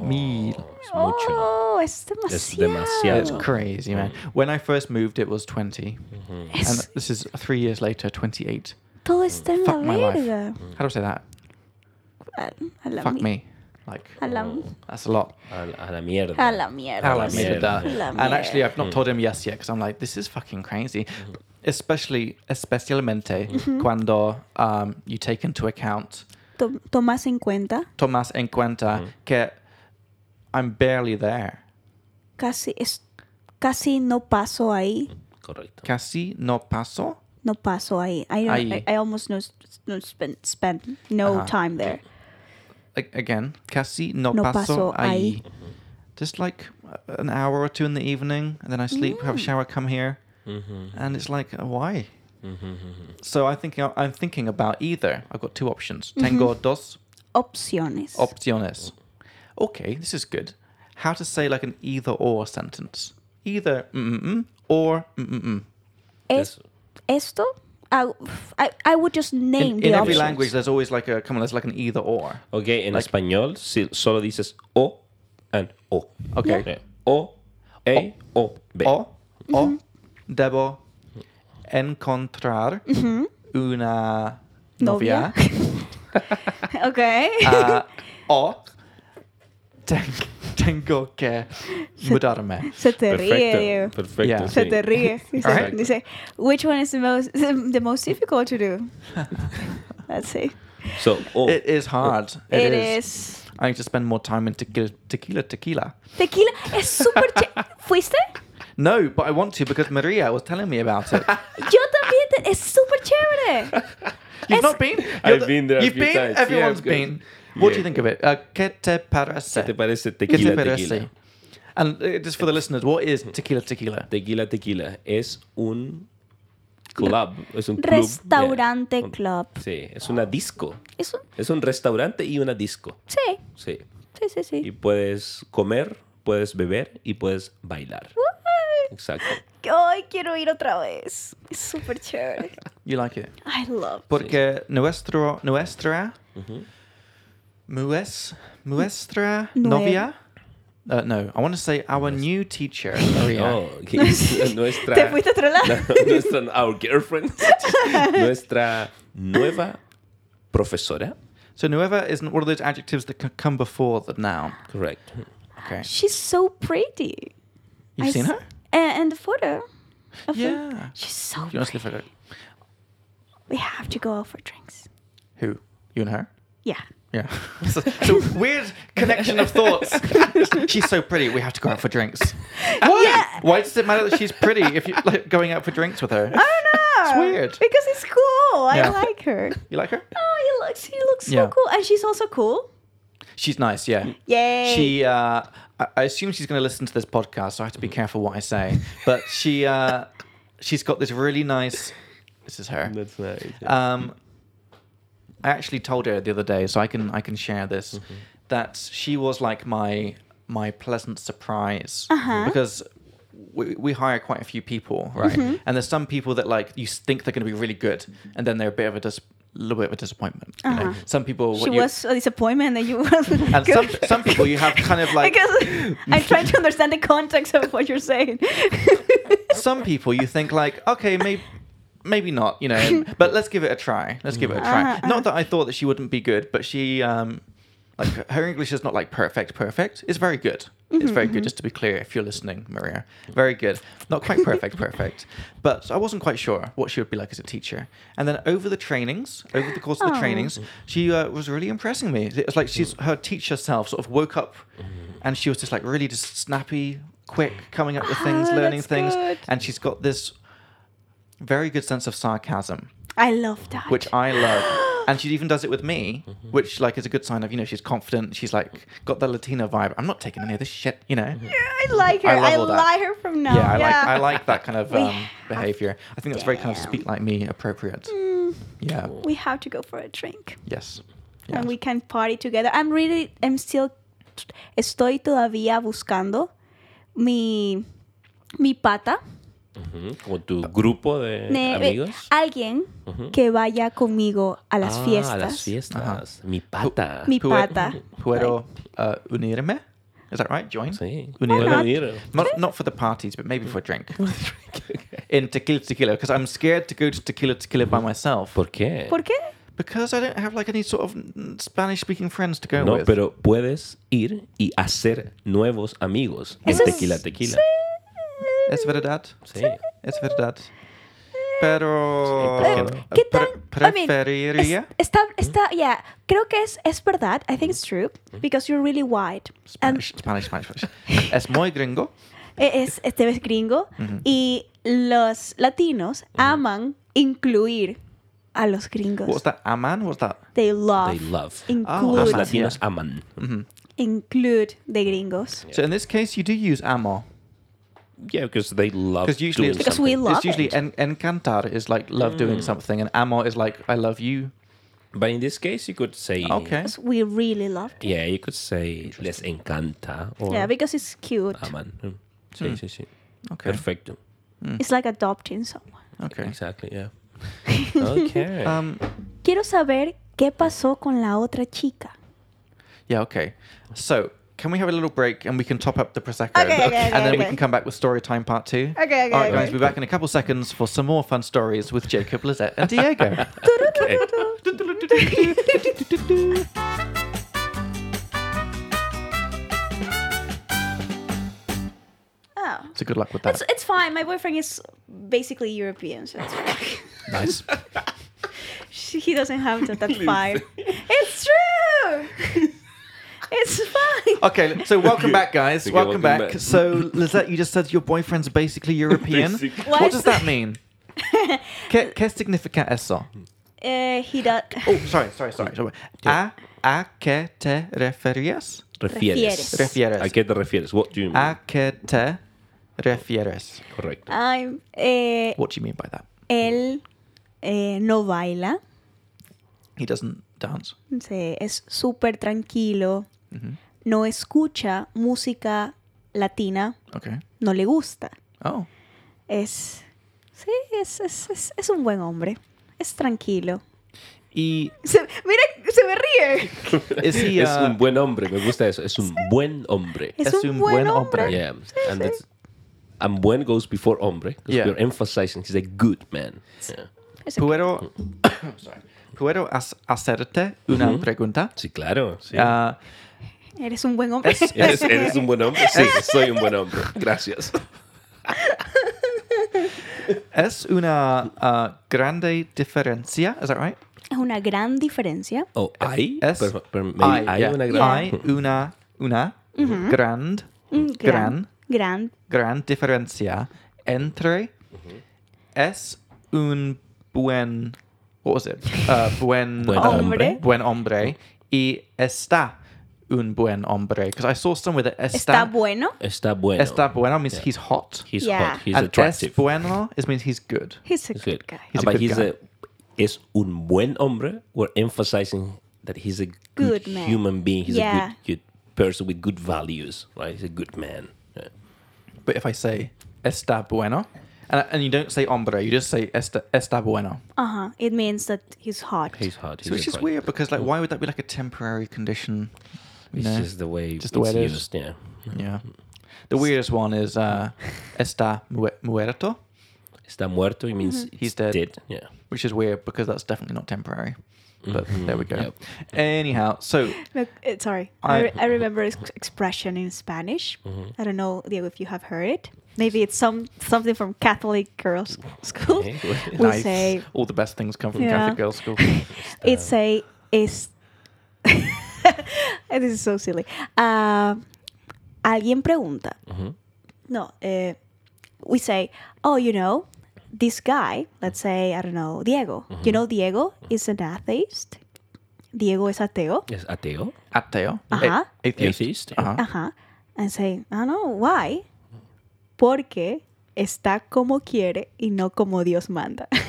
Speaker 1: mil.
Speaker 3: It's mucho.
Speaker 2: Oh, es demasiado.
Speaker 3: demasiado.
Speaker 1: It's crazy, man. Mm. Mm-hmm. When I first moved, it was 20. And
Speaker 2: Es-
Speaker 1: this is three years later, 28.
Speaker 2: todo está en la
Speaker 1: Fuck my life.
Speaker 2: verga.
Speaker 1: How do I say that?
Speaker 2: A- a la
Speaker 1: Fuck
Speaker 2: mi-
Speaker 1: me. Like,
Speaker 2: A la-
Speaker 3: Oh.
Speaker 1: that's a lot.
Speaker 3: A, la- a la mierda.
Speaker 2: A la mierda.
Speaker 1: A la
Speaker 3: La mierda.
Speaker 1: mierda.
Speaker 2: La
Speaker 1: And actually,
Speaker 2: mierda.
Speaker 1: I've not told him yes yet because I'm like, this is fucking crazy. Especially, especialmente
Speaker 2: Mm-hmm.
Speaker 1: cuando um, you take into account,
Speaker 2: To- Tomas en cuenta,
Speaker 1: tomas en cuenta que I'm barely there.
Speaker 2: casi, es, casi no paso ahí.
Speaker 3: Correcto.
Speaker 1: Casi no paso.
Speaker 2: No paso ahí. I, don't,
Speaker 1: Ahí.
Speaker 2: I, I almost no, no spend, spend no
Speaker 1: Ajá.
Speaker 2: time there.
Speaker 1: A- Again, casi no,
Speaker 2: No
Speaker 1: paso
Speaker 2: paso
Speaker 1: ahí.
Speaker 2: ahí.
Speaker 1: Just like uh, an hour or two in the evening, and then I sleep, have a shower, come here, and it's like, uh, why? So I think uh, I'm thinking about either. I've got two options. Tengo dos
Speaker 2: Opciones.
Speaker 1: opciones. Okay, this is good. How to say like an either or sentence. Either mm-mm or mm-mm.
Speaker 2: Es-
Speaker 3: Eso.
Speaker 2: esto, I, I, I would just name
Speaker 1: In,
Speaker 2: the
Speaker 1: in every
Speaker 2: options.
Speaker 1: language, there's always like a, come on, there's like an either or.
Speaker 3: Ok, en español si- solo dices o and o.
Speaker 1: Ok.
Speaker 3: Eh, O, E, o, B.
Speaker 1: O, o
Speaker 2: Mm-hmm.
Speaker 1: debo encontrar una novia.
Speaker 2: Novia. Okay.
Speaker 1: Ah, o ten- tengo que mudarme.
Speaker 2: Se te ríe, Diego.
Speaker 3: Perfecto. Perfecto.
Speaker 1: Yeah.
Speaker 2: Se
Speaker 3: sí.
Speaker 2: te ríe. Dice,
Speaker 1: Alright.
Speaker 2: dice, which one is the most the most difficult to do? Let's see.
Speaker 3: So, o.
Speaker 1: It is hard.
Speaker 2: It is.
Speaker 1: I need to spend more time in tequila, tequila, tequila.
Speaker 2: Tequila es súper che- ¿Fuiste?
Speaker 1: No, but I want to because Maria was telling me about it.
Speaker 2: Yo también. te- es súper chévere.
Speaker 1: You've
Speaker 2: Es-
Speaker 1: not been.
Speaker 3: I've
Speaker 1: You're-
Speaker 3: been there a
Speaker 1: You've
Speaker 3: few
Speaker 1: been.
Speaker 3: times. Yeah,
Speaker 1: Everyone's
Speaker 3: I've
Speaker 1: been.
Speaker 3: been.
Speaker 1: What do you
Speaker 3: Yeah.
Speaker 1: think of it? Uh, ¿Qué te parece?
Speaker 3: ¿Qué te parece
Speaker 1: ¿Qué te
Speaker 3: tequila,
Speaker 1: parece?
Speaker 3: tequila?
Speaker 1: And uh, just for the listeners, what is tequila tequila?
Speaker 3: Tequila, tequila. Es un club. Es un club.
Speaker 2: Restaurante
Speaker 3: yeah. Un-
Speaker 2: club.
Speaker 3: Sí, es una disco.
Speaker 2: Es un,
Speaker 3: Es un restaurante y una disco.
Speaker 2: sí,
Speaker 3: Sí.
Speaker 2: sí, sí,
Speaker 3: Y
Speaker 2: sí.
Speaker 3: puedes comer, puedes beber y puedes bailar.
Speaker 2: Ay,
Speaker 3: Exacto.
Speaker 2: Ay, quiero ir otra vez. Es súper chévere.
Speaker 1: You like it?
Speaker 2: I love.
Speaker 1: Porque nuestro, nuestra, Oh, mues, nuestra
Speaker 2: Nue-
Speaker 1: novia. Uh, no, I want to say our new teacher, Maria.
Speaker 3: No, Oh, que es nuestra,
Speaker 2: Te fuiste a otro lado.
Speaker 3: la- nuestra, our girlfriend, nuestra nueva profesora.
Speaker 1: So nueva is one of those adjectives that c- come before the noun.
Speaker 3: Correcto.
Speaker 1: Okay,
Speaker 2: She's so pretty.
Speaker 1: you've
Speaker 2: I
Speaker 1: seen
Speaker 2: s-
Speaker 1: her?
Speaker 2: a- And the photo. of her.
Speaker 1: Yeah.
Speaker 2: She's so
Speaker 1: You honestly
Speaker 2: pretty.
Speaker 1: forgot
Speaker 2: We have to go out for drinks.
Speaker 1: who you and her.
Speaker 2: Yeah.
Speaker 1: Yeah. It's a, it's a weird connection of thoughts. she's so pretty. We have to go out for drinks. Why?
Speaker 2: Yeah.
Speaker 1: Why does it matter that she's pretty if you like going out for drinks with her?
Speaker 2: I don't know.
Speaker 1: weird.
Speaker 2: Oh, Because it's cool.
Speaker 1: Yeah.
Speaker 2: I like her.
Speaker 1: You like her?
Speaker 2: Oh, you look, she looks so
Speaker 1: Yeah.
Speaker 2: cool. And she's also cool.
Speaker 1: She's nice. Yeah.
Speaker 2: Yay.
Speaker 1: She. Uh, I, I assume she's going to listen to this podcast, so I have to be careful what I say. But she. Uh, she's got this really nice. This is her.
Speaker 3: That's nice.
Speaker 2: Ah.
Speaker 1: Um, I actually told her the other day, so I can I can share this that she was like my my pleasant surprise
Speaker 2: Uh-huh.
Speaker 1: because. We, we hire quite a few people, right?
Speaker 2: Mm-hmm.
Speaker 1: And there's some people that like you think they're going to be really good, and then they're a bit of a dis- little bit of a disappointment. you know?
Speaker 2: Uh-huh.
Speaker 1: Some people,
Speaker 2: she
Speaker 1: what you-
Speaker 2: was a disappointment that you were.
Speaker 1: and some some people you have kind of like
Speaker 2: because I'm trying to understand the context of what you're saying.
Speaker 1: some people you think like okay maybe maybe not you know but let's give it a try let's give it a try
Speaker 2: Uh-huh, uh-huh.
Speaker 1: not that i thought that she wouldn't be good but she um like her english is not like perfect perfect it's very good it's very
Speaker 2: Mm-hmm,
Speaker 1: good just to be clear if you're listening maria very good not quite perfect perfect but i wasn't quite sure what she would be like as a teacher and then over the trainings over the course of the
Speaker 2: Oh.
Speaker 1: trainings she uh, was really impressing me it was like she's her teacher self sort of woke up
Speaker 2: Mm-hmm.
Speaker 1: and she was just like really just snappy quick coming up with things
Speaker 2: Oh,
Speaker 1: learning
Speaker 2: that's
Speaker 1: things
Speaker 2: good.
Speaker 1: and she's got this very good sense of sarcasm,
Speaker 2: I love that.
Speaker 1: which I love. and she even does it with me, which like is a good sign of you know she's confident. She's like got the Latino vibe. I'm not taking any of this shit, you know.
Speaker 2: Yeah, I like her.
Speaker 1: I love
Speaker 2: I,
Speaker 1: all that.
Speaker 2: like her from now.
Speaker 1: Yeah, I like I like that kind of
Speaker 2: We
Speaker 1: um,
Speaker 2: have-
Speaker 1: behavior. I think that's very kind of
Speaker 2: Damn. Mm.
Speaker 1: speak like me appropriate. Yeah.
Speaker 2: We have to go for a drink.
Speaker 1: Yes. Yeah.
Speaker 2: and we can party together. I'm really, I'm still, estoy todavía buscando mi, mi pata.
Speaker 3: Ujú, Como tu grupo
Speaker 1: Eh,
Speaker 3: de
Speaker 2: Ne- eh,
Speaker 3: amigos.
Speaker 2: Alguien
Speaker 3: Ujú.
Speaker 2: que vaya conmigo a las
Speaker 3: Ah,
Speaker 2: fiestas.
Speaker 3: A las fiestas. Mi pata.
Speaker 2: Mi
Speaker 1: Pu-
Speaker 2: pata.
Speaker 1: Puedo uh, unirme. Is that right? Join.
Speaker 3: Sí.
Speaker 1: Unir.
Speaker 3: Puedo
Speaker 2: not?
Speaker 3: unir.
Speaker 1: Not, not for the parties, but maybe for a drink. In tequila, tequila, because I'm scared to go to tequila, tequila by myself.
Speaker 3: ¿Por qué?
Speaker 2: ¿Por qué?
Speaker 1: Because I don't have like any sort of Spanish speaking friends to go
Speaker 3: No,
Speaker 1: with.
Speaker 3: pero puedes ir y hacer nuevos amigos en
Speaker 2: Eso es-
Speaker 3: Tequila Tequila.
Speaker 1: Es verdad.
Speaker 3: Sí.
Speaker 1: Es verdad. Pero. eh,
Speaker 3: Sí, ¿por qué no? ¿Mm?
Speaker 2: ¿Qué
Speaker 1: pre-
Speaker 2: tal? I mean,
Speaker 1: preferiría.
Speaker 2: es- está, está, yeah. Creo que es, es verdad. I think it's true.
Speaker 3: ¿Mm?
Speaker 2: Because you're really white. And
Speaker 1: Spanish, Spanish, Spanish, Spanish. es muy gringo.
Speaker 2: es, este es gringo. Y los latinos aman incluir a los gringos.
Speaker 1: What's that? Aman? What's that?
Speaker 2: They love.
Speaker 3: They love. Ah,
Speaker 1: Good.
Speaker 3: Los
Speaker 2: Include.
Speaker 1: aman.
Speaker 3: latinos aman.
Speaker 2: include de gringos.
Speaker 1: Mm-hmm. So in this case, you do use amor.
Speaker 3: Yeah, because they love.
Speaker 1: Because usually
Speaker 3: doing
Speaker 1: it's- Because
Speaker 2: we
Speaker 3: something.
Speaker 2: Love
Speaker 1: it's usually
Speaker 2: it.
Speaker 1: en- encantar is like love doing something, and amor is like I love you.
Speaker 3: But in this case, you could say.
Speaker 1: Okay.
Speaker 2: We really love.
Speaker 3: Yeah, you could say les encanta or
Speaker 2: Yeah, because it's cute.
Speaker 3: aman. Mm. Sí,
Speaker 1: Hmm.
Speaker 3: sí, sí.
Speaker 1: Okay. Mm.
Speaker 3: Perfecto.
Speaker 2: It's like adopting someone.
Speaker 1: Okay.
Speaker 3: Exactly, yeah. okay.
Speaker 1: Um.
Speaker 2: Quiero saber qué pasó con la otra chica.
Speaker 1: Yeah. Okay. So can we have a little break and we can top up the prosecco,
Speaker 2: Okay, okay, okay,
Speaker 1: and then we
Speaker 2: okay.
Speaker 1: can come back with story time part two.
Speaker 2: Okay, okay,
Speaker 1: All right,
Speaker 2: okay.
Speaker 1: guys. We'll be back in a couple seconds for some more fun stories with Jacob, Lizette, and Diego.
Speaker 2: Oh.
Speaker 3: Okay.
Speaker 2: Oh.
Speaker 1: so good luck with that.
Speaker 2: It's, it's fine. My boyfriend is basically European, so it's fine.
Speaker 1: Nice.
Speaker 2: She- he doesn't have that, that fire. It's true. it's fine.
Speaker 1: Okay, so welcome back, guys.
Speaker 3: Okay,
Speaker 1: welcome,
Speaker 3: welcome
Speaker 1: back.
Speaker 3: back.
Speaker 1: So, Lizette, you just said your boyfriend's basically European.
Speaker 3: Basically.
Speaker 2: Why
Speaker 1: What
Speaker 2: is-
Speaker 1: does that mean? ¿Qué, qué significa eso?
Speaker 3: Hmm.
Speaker 2: Uh, he does.
Speaker 1: Oh, sorry, sorry, sorry. sorry. ¿A, ¿A qué te refieres?
Speaker 3: refieres.
Speaker 1: Refieres. Ah,
Speaker 3: ¿A qué te refieres? What do you mean?
Speaker 1: ¿A qué te refieres?
Speaker 3: Correcto.
Speaker 2: I'm. Eh,
Speaker 1: What do you mean by that?
Speaker 2: él eh, no baila.
Speaker 1: He doesn't dance.
Speaker 2: se- es súper tranquilo. No escucha música latina.
Speaker 1: Okay.
Speaker 2: No le gusta.
Speaker 1: Oh,
Speaker 2: Es. Sí, es, es, es, es un buen hombre. Es tranquilo.
Speaker 1: y
Speaker 2: Se- mira, se me ríe.
Speaker 1: is he
Speaker 3: Es
Speaker 1: uh,
Speaker 3: un buen hombre, me gusta eso. Es un buen hombre.
Speaker 2: Es un buen hombre.
Speaker 3: Yeah, and that's and when goes before hombre because
Speaker 1: Yeah.
Speaker 3: we're emphasizing he's a good man. Yeah.
Speaker 2: Es-
Speaker 1: Puedo, sorry. Puedo has- hacerte una pregunta.
Speaker 3: Sí, claro. Sí.
Speaker 1: Uh,
Speaker 2: Eres un buen hombre.
Speaker 3: eres, eres un buen hombre. Sí, soy un buen hombre. Gracias.
Speaker 1: es una uh, grande diferencia. Is that right?
Speaker 2: Es una gran diferencia.
Speaker 3: Oh, hay.
Speaker 1: Es
Speaker 3: pero- pero maybe hay
Speaker 1: yeah.
Speaker 3: una gran.
Speaker 1: Hay una, una grand,
Speaker 2: Un
Speaker 1: gran,
Speaker 2: Gran.
Speaker 1: gran diferencia entre es un buen, what was it? Uh, buen,
Speaker 3: Buen
Speaker 2: Hombre. hombre.
Speaker 1: buen hombre y está un buen hombre. Because I saw somewhere that
Speaker 2: Está
Speaker 1: está,
Speaker 2: bueno.
Speaker 3: Está bueno.
Speaker 1: está bueno means he's hot.
Speaker 3: He's
Speaker 2: Yeah.
Speaker 3: hot. He's
Speaker 1: and
Speaker 3: attractive.
Speaker 1: es bueno is means he's good.
Speaker 2: He's a
Speaker 3: He's
Speaker 2: good
Speaker 3: good. Ah,
Speaker 2: guy.
Speaker 1: He's a
Speaker 3: but
Speaker 1: good
Speaker 3: he's
Speaker 1: guy.
Speaker 3: a es un buen hombre. We're emphasizing that he's a good,
Speaker 2: Good man.
Speaker 3: human being. He's
Speaker 2: Yeah.
Speaker 3: a good, good person with good values. Right? He's a good man. Yeah.
Speaker 1: But if I say está bueno, and, and you don't say hombre, you just say está, está bueno.
Speaker 2: Uh-huh. It means that he's hot.
Speaker 3: He's hot. He's
Speaker 1: So it's just
Speaker 3: attractive.
Speaker 1: weird because like, why would that be like a temporary condition? You
Speaker 3: It's
Speaker 1: know?
Speaker 3: just the way
Speaker 1: Just the way
Speaker 3: it's
Speaker 1: it is.
Speaker 3: used, yeah.
Speaker 1: yeah. The weirdest one is uh, está mu- muerto,
Speaker 3: Mm-hmm. Está muerto, it means
Speaker 2: Mm-hmm.
Speaker 1: He's
Speaker 3: he's
Speaker 1: dead.
Speaker 3: dead. Yeah.
Speaker 1: which is weird because that's definitely not temporary. But
Speaker 3: Mhm.
Speaker 1: there we go.
Speaker 3: Yep.
Speaker 1: Anyhow, so
Speaker 2: Look, uh, sorry.
Speaker 1: I-
Speaker 2: I, re- I remember this expression in Spanish.
Speaker 3: Mm-hmm.
Speaker 2: I don't know, Diego, if you have heard it. Maybe it's some something from Catholic girls' school.
Speaker 3: Okay.
Speaker 2: we
Speaker 1: nice.
Speaker 2: say
Speaker 1: All the best things come from
Speaker 2: Yeah.
Speaker 1: Catholic girls' school.
Speaker 2: it's a is. this is so silly. Uh, alguien pregunta.
Speaker 3: Mm-hmm.
Speaker 2: No, uh, we say, oh, you know, this guy. Let's say I don't know, Diego. You know, Diego is an atheist. Diego es ateo.
Speaker 3: Es ateo,
Speaker 1: Ateo. a-
Speaker 2: Ajá.
Speaker 1: Atheist.
Speaker 3: atheist.
Speaker 1: Uh-huh.
Speaker 2: Ajá. And say, I don't know, why? Porque está como quiere y no como Dios manda.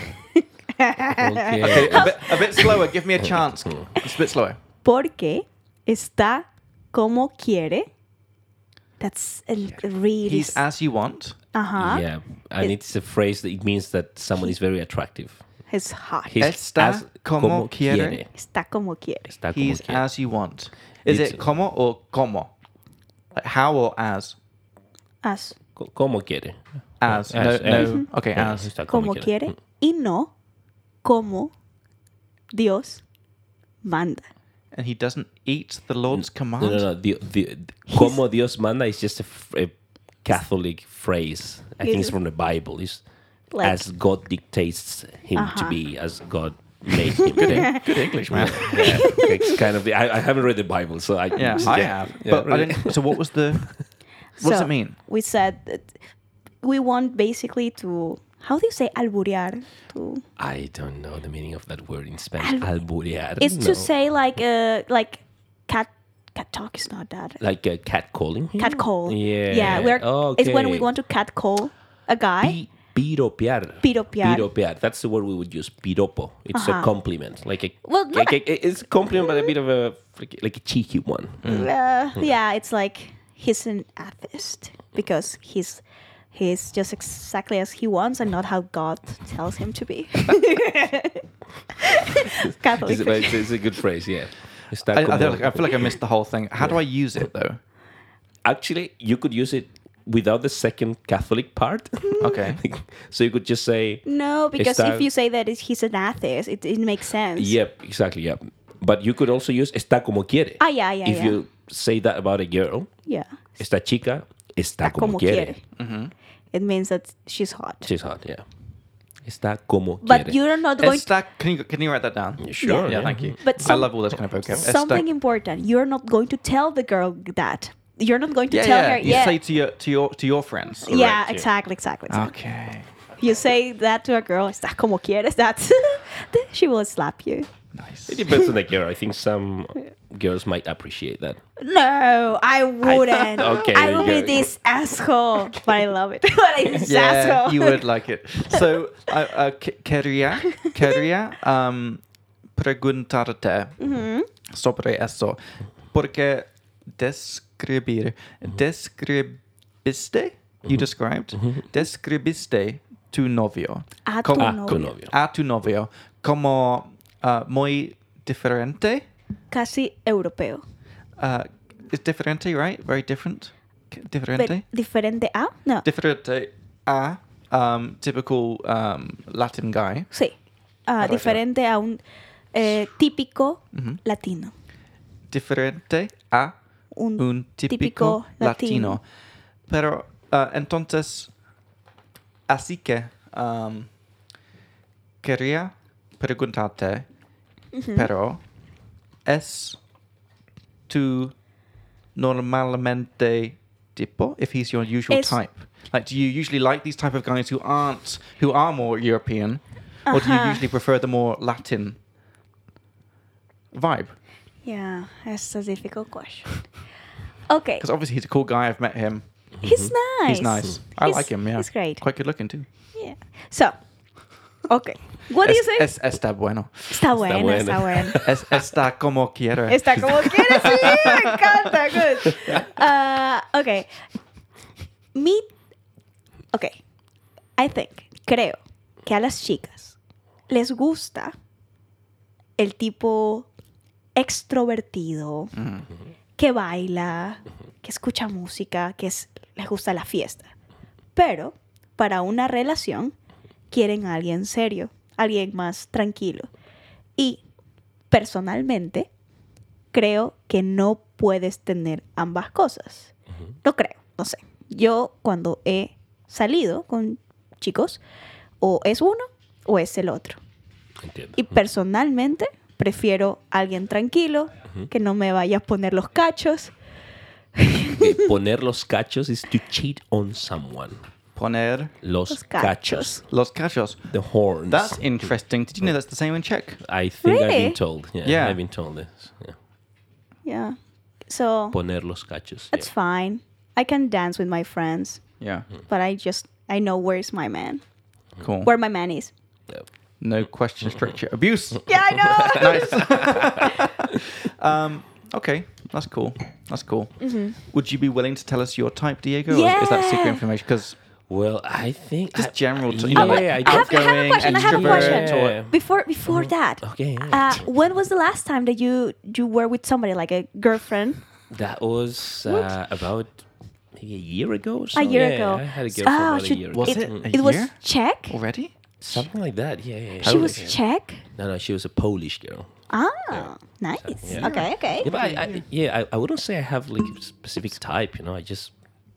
Speaker 3: Okay.
Speaker 1: A, bit, a bit slower. Give me a chance. It's a bit slower.
Speaker 2: Porque está como quiere. That's a a really...
Speaker 1: He's as you want.
Speaker 2: Ajá.
Speaker 3: Yeah, and it's a phrase that it means that someone is very attractive.
Speaker 2: It's hot.
Speaker 3: He's
Speaker 1: Está como quiere.
Speaker 2: Está como quiere.
Speaker 3: Está como
Speaker 1: He's
Speaker 3: quiere.
Speaker 1: as you want. Is
Speaker 3: It's-
Speaker 1: it como or como? Like how or as?
Speaker 2: As
Speaker 3: Co- Como quiere.
Speaker 1: As.
Speaker 3: As,
Speaker 1: no,
Speaker 2: Mm-hmm.
Speaker 3: as.
Speaker 1: no. Okay,
Speaker 3: Yeah,
Speaker 1: as.
Speaker 3: está
Speaker 2: como quiere y no como Dios manda.
Speaker 1: and he doesn't eat the Lord's command.
Speaker 3: No, no, no. The, the, como Dios manda is just a, f- a Catholic phrase. I think it's
Speaker 2: Yeah.
Speaker 3: from the Bible. It's
Speaker 2: Like-
Speaker 3: as God dictates him to
Speaker 2: Uh-huh.
Speaker 3: be, as God made him. yeah,
Speaker 1: Good English, man.
Speaker 3: it's kind of. The, I, I haven't read the Bible, so I
Speaker 1: Yeah, I have. but I didn't, so what was the? What does
Speaker 2: So,
Speaker 1: it mean?
Speaker 2: We said that we want basically to how do you say alburear? To
Speaker 3: I don't know the meaning of that word in Spanish. Alburear.
Speaker 2: it's
Speaker 3: no.
Speaker 2: to say like uh like cat cat talk is not that
Speaker 3: like uh, a cat calling. Him?
Speaker 2: cat call.
Speaker 3: Mm. Yeah.
Speaker 2: yeah. We're it's when we
Speaker 3: okay.
Speaker 2: want to cat call a guy.
Speaker 3: Pi- Piropear.
Speaker 2: Piropear.
Speaker 3: Piropear. That's the word we would use. Piropo. It's a
Speaker 2: Uh-huh.
Speaker 3: compliment. Like a,
Speaker 2: Well, not
Speaker 3: like a, it's a compliment, but a bit of a like, like a cheeky one.
Speaker 2: Uh, yeah, it's like he's an atheist because he's he's just exactly as he wants and not how God tells him to be. Catholic.
Speaker 3: It's, a- it's, it's a good phrase, yeah. Está
Speaker 1: I, I
Speaker 3: como-
Speaker 1: feel like, I feel like I missed the whole thing. How do I use it though?
Speaker 3: actually, you could use it without the second Catholic part.
Speaker 2: Mm.
Speaker 1: Okay.
Speaker 3: so you could just say,
Speaker 2: No, because
Speaker 3: Está-
Speaker 2: if you say that it's- he's an atheist, it, it makes sense.
Speaker 3: yep, exactly, yep. But you could also use está como quiere.
Speaker 2: Ah, yeah, yeah,
Speaker 3: If
Speaker 2: yeah.
Speaker 3: you say that about a girl,
Speaker 2: Yeah.
Speaker 3: esta chica está, como,
Speaker 2: Como
Speaker 3: quiere.
Speaker 2: quiere. It means that she's hot.
Speaker 3: She's hot, yeah. Está como
Speaker 2: but
Speaker 3: quiere.
Speaker 2: you're not going.
Speaker 1: Esta, can you can you write that down?
Speaker 3: Sure.
Speaker 1: Yeah, thank you.
Speaker 2: But
Speaker 1: I
Speaker 2: some-
Speaker 1: love all this kind of vocab. Esta-
Speaker 2: something important. You're not going to tell the girl that. You're not going to
Speaker 1: yeah,
Speaker 2: tell
Speaker 1: yeah.
Speaker 2: her.
Speaker 1: you
Speaker 2: yeah.
Speaker 1: say to your to your to your friends.
Speaker 2: yeah,
Speaker 3: Correct, yeah.
Speaker 2: exactly, exactly. exactly.
Speaker 1: Okay.
Speaker 2: You say that to a girl, está como quieres, that she will slap you.
Speaker 1: Nice.
Speaker 3: It depends on the girl. I think some girls might appreciate that.
Speaker 2: No, I wouldn't.
Speaker 3: Okay,
Speaker 2: I
Speaker 3: there
Speaker 2: would be
Speaker 3: you go.
Speaker 2: this asshole, but I love it. but I this
Speaker 1: Yeah,
Speaker 2: asshole.
Speaker 1: you would like it. So, I uh, que- quería, quería um, preguntarte
Speaker 2: Mm-hmm.
Speaker 1: sobre eso. Porque describir, describiste, you described, describiste tu novio.
Speaker 2: A tu
Speaker 1: Como-
Speaker 3: Ah,
Speaker 2: novio.
Speaker 3: tu novio.
Speaker 1: a tu novio como uh, muy diferente.
Speaker 2: Casi europeo.
Speaker 1: Uh, it's diferente, right? Very different. Diferente.
Speaker 2: Pero diferente a. No.
Speaker 1: Diferente a um, typical um, Latin guy.
Speaker 2: sí. Ah,
Speaker 1: Arroyo.
Speaker 2: diferente a un eh, típico
Speaker 1: Mm-hmm.
Speaker 2: latino.
Speaker 1: Diferente a
Speaker 2: Un,
Speaker 1: un típico, latino. Pero uh, entonces, así que um, quería preguntarte,
Speaker 2: Mm-hmm.
Speaker 1: pero es tu normalmente tipo? If he's your usual
Speaker 2: Es-
Speaker 1: type, like do you usually like these type of guys who aren't who are more European, or do you
Speaker 2: Ajá.
Speaker 1: usually prefer the more Latin vibe?
Speaker 2: Yeah, that's a difficult question. Okay.
Speaker 1: Because obviously he's a cool guy. I've met him.
Speaker 2: He's nice.
Speaker 1: He's nice. I
Speaker 2: He's-
Speaker 1: like him. Yeah,
Speaker 2: He's great.
Speaker 1: Quite good looking too.
Speaker 2: Yeah. So, okay. What do you
Speaker 1: es,
Speaker 2: say?
Speaker 1: es- está bueno.
Speaker 2: está bueno,
Speaker 3: bueno.
Speaker 2: está bueno.
Speaker 1: Es, está como quiero.
Speaker 2: Está como quieres, sí, me encanta. Good. Ah, ok. Mi. Ok. I think, creo que a las chicas les gusta el tipo extrovertido,
Speaker 1: Mm.
Speaker 2: que baila, que escucha música, que es- les gusta la fiesta. Pero para una relación quieren a alguien serio, alguien más tranquilo. Y personalmente creo que no puedes tener ambas cosas. Lo creo, no sé. Yo cuando he salido con chicos, o es uno o es el otro.
Speaker 3: Entiendo.
Speaker 2: Y personalmente prefiero a alguien tranquilo, que no me vaya a poner los cachos.
Speaker 3: Okay, poner los cachos is to cheat on someone.
Speaker 1: Poner
Speaker 3: Los,
Speaker 2: Los
Speaker 3: cachos.
Speaker 2: cachos.
Speaker 1: los cachos.
Speaker 3: The horns.
Speaker 1: That's interesting. Did you know that's the same in Czech?
Speaker 3: I think I've
Speaker 2: Really?
Speaker 3: been told. Yeah,
Speaker 1: Yeah.
Speaker 3: I've been told this. Yeah.
Speaker 2: Yeah. So
Speaker 3: Poner los cachos.
Speaker 2: that's
Speaker 3: yeah.
Speaker 2: fine. I can dance with my friends,
Speaker 1: Yeah.
Speaker 2: but I just I know where's my man,
Speaker 1: Cool.
Speaker 2: where my man is.
Speaker 3: Yeah.
Speaker 1: No question, structure, abuse.
Speaker 2: Yeah, I know.
Speaker 1: nice. um, okay, that's cool. That's cool.
Speaker 2: Mm-hmm.
Speaker 1: Would you be willing to tell us your type, Diego? Or is that secret
Speaker 2: Yeah.
Speaker 1: information? Because
Speaker 3: Well, I think
Speaker 1: Just
Speaker 3: I-
Speaker 1: general to- you
Speaker 3: yeah,
Speaker 1: know, like- I
Speaker 2: Oh,
Speaker 3: I
Speaker 2: I have, I
Speaker 3: don't-
Speaker 2: have a
Speaker 1: Outgoing,
Speaker 2: question. I have a
Speaker 1: extrovert,
Speaker 2: question.
Speaker 3: Yeah.
Speaker 2: Before before that,
Speaker 3: Oh, Okay, yeah.
Speaker 2: uh, when was the last time that you you were with somebody like a girlfriend?
Speaker 3: that was uh, about maybe a year ago or so.
Speaker 2: A year
Speaker 3: Yeah,
Speaker 2: ago.
Speaker 3: I had a
Speaker 2: So-
Speaker 3: girlfriend
Speaker 2: ah,
Speaker 3: about a
Speaker 2: should-
Speaker 3: year ago.
Speaker 1: Was
Speaker 2: it,
Speaker 1: it a
Speaker 2: it was
Speaker 1: year?
Speaker 2: Czech.
Speaker 1: already?
Speaker 3: Something like that. Yeah, yeah. yeah.
Speaker 2: She
Speaker 3: Totally.
Speaker 2: was Czech.
Speaker 3: No, no, she was a Polish girl.
Speaker 2: Ah, nice.
Speaker 3: Yeah.
Speaker 2: Okay, okay.
Speaker 3: Yeah, but I, I, yeah, I, I wouldn't say I have like a specific type. You know, I just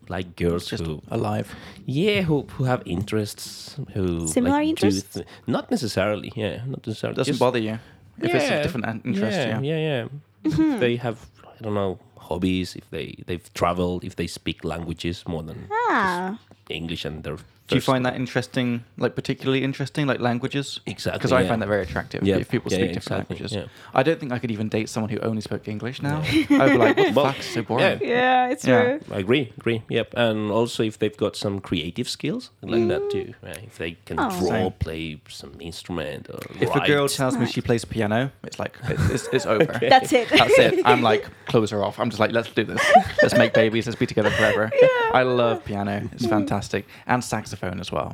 Speaker 3: like girls
Speaker 1: Just
Speaker 3: who,
Speaker 1: alive.
Speaker 3: yeah, who who have interests, who
Speaker 2: Similar
Speaker 3: like, do
Speaker 2: interests?
Speaker 3: thi- not necessarily. Yeah, not necessarily.
Speaker 1: Doesn't
Speaker 3: just-
Speaker 1: bother you if it's
Speaker 3: Yeah,
Speaker 1: a different an- interest. Yeah.
Speaker 3: yeah, yeah.
Speaker 2: Mm-hmm.
Speaker 3: If they have, I don't know, hobbies. If they they've traveled, if they speak languages more than
Speaker 2: Ah,
Speaker 3: English, and they're
Speaker 1: Do you find that interesting, like particularly interesting, like languages?
Speaker 3: Exactly,
Speaker 1: Because I
Speaker 3: yeah.
Speaker 1: find that very attractive.
Speaker 3: Yeah,
Speaker 1: If people
Speaker 3: yeah,
Speaker 1: speak
Speaker 3: yeah,
Speaker 1: different
Speaker 3: exactly,
Speaker 1: languages,
Speaker 3: yeah.
Speaker 1: I don't think I could even date someone who only spoke English now. I'd be like, what the
Speaker 3: Well,
Speaker 1: fuck? So boring.
Speaker 3: yeah.
Speaker 2: yeah, it's
Speaker 1: Yeah.
Speaker 2: true.
Speaker 3: I agree, agree. Yep, and also if they've got some creative skills I like that too, right? if they can
Speaker 2: Mm. Oh.
Speaker 3: draw,
Speaker 1: Same.
Speaker 3: play some instrument, or
Speaker 1: If a girl
Speaker 3: write.
Speaker 1: tells me she plays piano, it's like it's, it's, it's over.
Speaker 2: That's it.
Speaker 1: That's it. I'm like, close her off. I'm just like, let's do this. Let's make babies. Let's be together forever. I love piano. It's fantastic. And saxophone as well.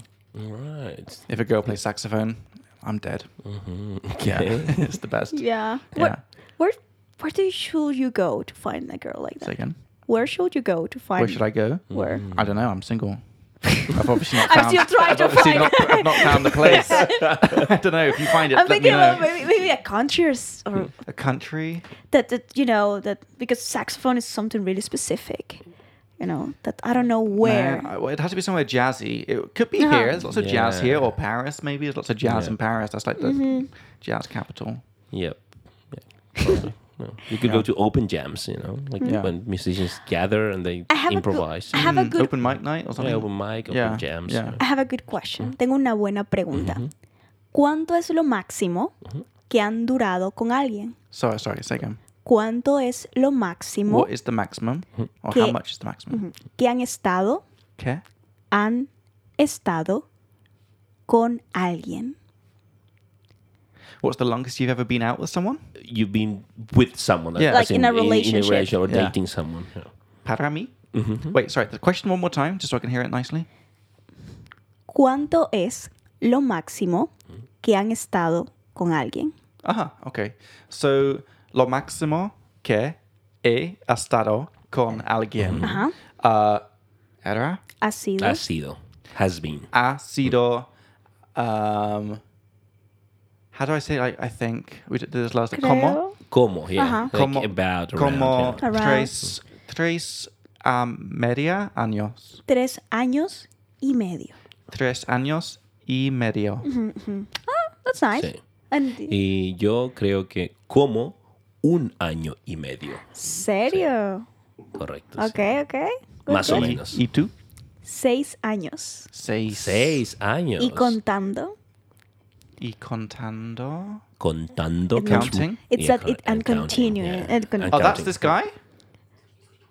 Speaker 3: right,
Speaker 1: If a girl plays saxophone, I'm dead. Yeah.
Speaker 3: Mm-hmm. okay.
Speaker 1: it's the best.
Speaker 2: yeah.
Speaker 1: Yeah.
Speaker 2: What, where where do you, should you go to find a girl like that?
Speaker 1: Say again.
Speaker 2: where should you go to find
Speaker 1: Where should I Mm. go?
Speaker 2: where?
Speaker 1: I don't know. I'm single. I've obviously not
Speaker 2: I'm
Speaker 1: found.
Speaker 2: still trying
Speaker 1: I've
Speaker 2: to
Speaker 1: obviously
Speaker 2: find-
Speaker 1: not, I've not found the place. I don't know if you find it.
Speaker 2: I'm
Speaker 1: let
Speaker 2: thinking
Speaker 1: me know. Hmm.
Speaker 2: about maybe, maybe a country or, s- or
Speaker 1: a country.
Speaker 2: that, that you know that because saxophone is something really specific, you know that I don't know where.
Speaker 1: No, I- well, it has to be somewhere jazzy. It could be
Speaker 2: Yeah.
Speaker 1: here. There's lots of jazz
Speaker 3: Yeah.
Speaker 1: here, or Paris. Maybe there's lots of jazz
Speaker 3: Yeah.
Speaker 1: in Paris. That's like the
Speaker 2: Mm-hmm.
Speaker 1: jazz capital.
Speaker 3: Yep. Yeah. Probably. No. You could
Speaker 1: Yeah.
Speaker 3: go to open jams, you know, like
Speaker 1: Yeah.
Speaker 3: when musicians gather and they
Speaker 2: I have a good-
Speaker 3: improvise.
Speaker 2: I have a
Speaker 1: Mm,
Speaker 2: good-
Speaker 1: open mic night or
Speaker 3: Yeah,
Speaker 1: something.
Speaker 3: open mic, open
Speaker 1: Yeah,
Speaker 3: jams.
Speaker 1: yeah.
Speaker 3: you know. Mm-hmm.
Speaker 2: I have a good
Speaker 1: Mm-hmm.
Speaker 2: question. Tengo una buena pregunta. ¿Cuánto es lo máximo
Speaker 1: Mm-hmm.
Speaker 2: que han durado con alguien?
Speaker 1: Sorry, sorry. Say again.
Speaker 2: ¿Cuánto es lo máximo
Speaker 1: What is the maximum, or how
Speaker 2: Que-
Speaker 1: much is the maximum?
Speaker 2: que han estado
Speaker 1: Okay.
Speaker 2: han estado con alguien?
Speaker 1: What's the longest you've ever been out with someone?
Speaker 3: You've been with someone,
Speaker 1: Yeah.
Speaker 2: Like
Speaker 3: as
Speaker 2: in a
Speaker 3: in a
Speaker 2: relationship.
Speaker 3: relationship or
Speaker 1: Yeah.
Speaker 3: dating someone. Mm-hmm. yeah.
Speaker 1: Para mi.
Speaker 2: Mm-hmm.
Speaker 1: Wait, sorry. The question one more time, just so I can hear it nicely.
Speaker 2: ¿Cuánto es lo máximo que han estado con alguien?
Speaker 1: Ajá, ok. So, lo máximo que he estado con alguien
Speaker 2: Ajá.
Speaker 1: ah, era,
Speaker 2: Ha sido.
Speaker 3: Has sido, has been.
Speaker 1: ha sido, um, how do I say, like, I think, we did this last, como,
Speaker 2: creo.
Speaker 3: Como, yeah,
Speaker 2: Ajá.
Speaker 3: like
Speaker 1: como,
Speaker 3: about, around,
Speaker 1: como
Speaker 3: yeah.
Speaker 2: Around.
Speaker 1: tres, tres um, media años,
Speaker 2: Tres años y medio.
Speaker 1: tres años y medio.
Speaker 2: That's nice.
Speaker 3: Sí.
Speaker 2: And-
Speaker 3: Y yo creo que como un año y medio,
Speaker 2: ¿Serio?
Speaker 3: correcto. sí.
Speaker 2: Ok, ok. Good,
Speaker 3: Más o
Speaker 2: good.
Speaker 1: ¿Y,
Speaker 3: menos.
Speaker 1: y tú?
Speaker 2: Seis años.
Speaker 1: Seis.
Speaker 3: Seis años.
Speaker 2: Y contando.
Speaker 1: Y contando. Oh,
Speaker 3: contando.
Speaker 2: And
Speaker 3: comes-
Speaker 1: counting.
Speaker 2: It's
Speaker 3: Yeah,
Speaker 2: that it-
Speaker 3: correct,
Speaker 2: and continue,
Speaker 3: yeah.
Speaker 2: and con-
Speaker 1: Oh, that's
Speaker 3: counting.
Speaker 1: this guy?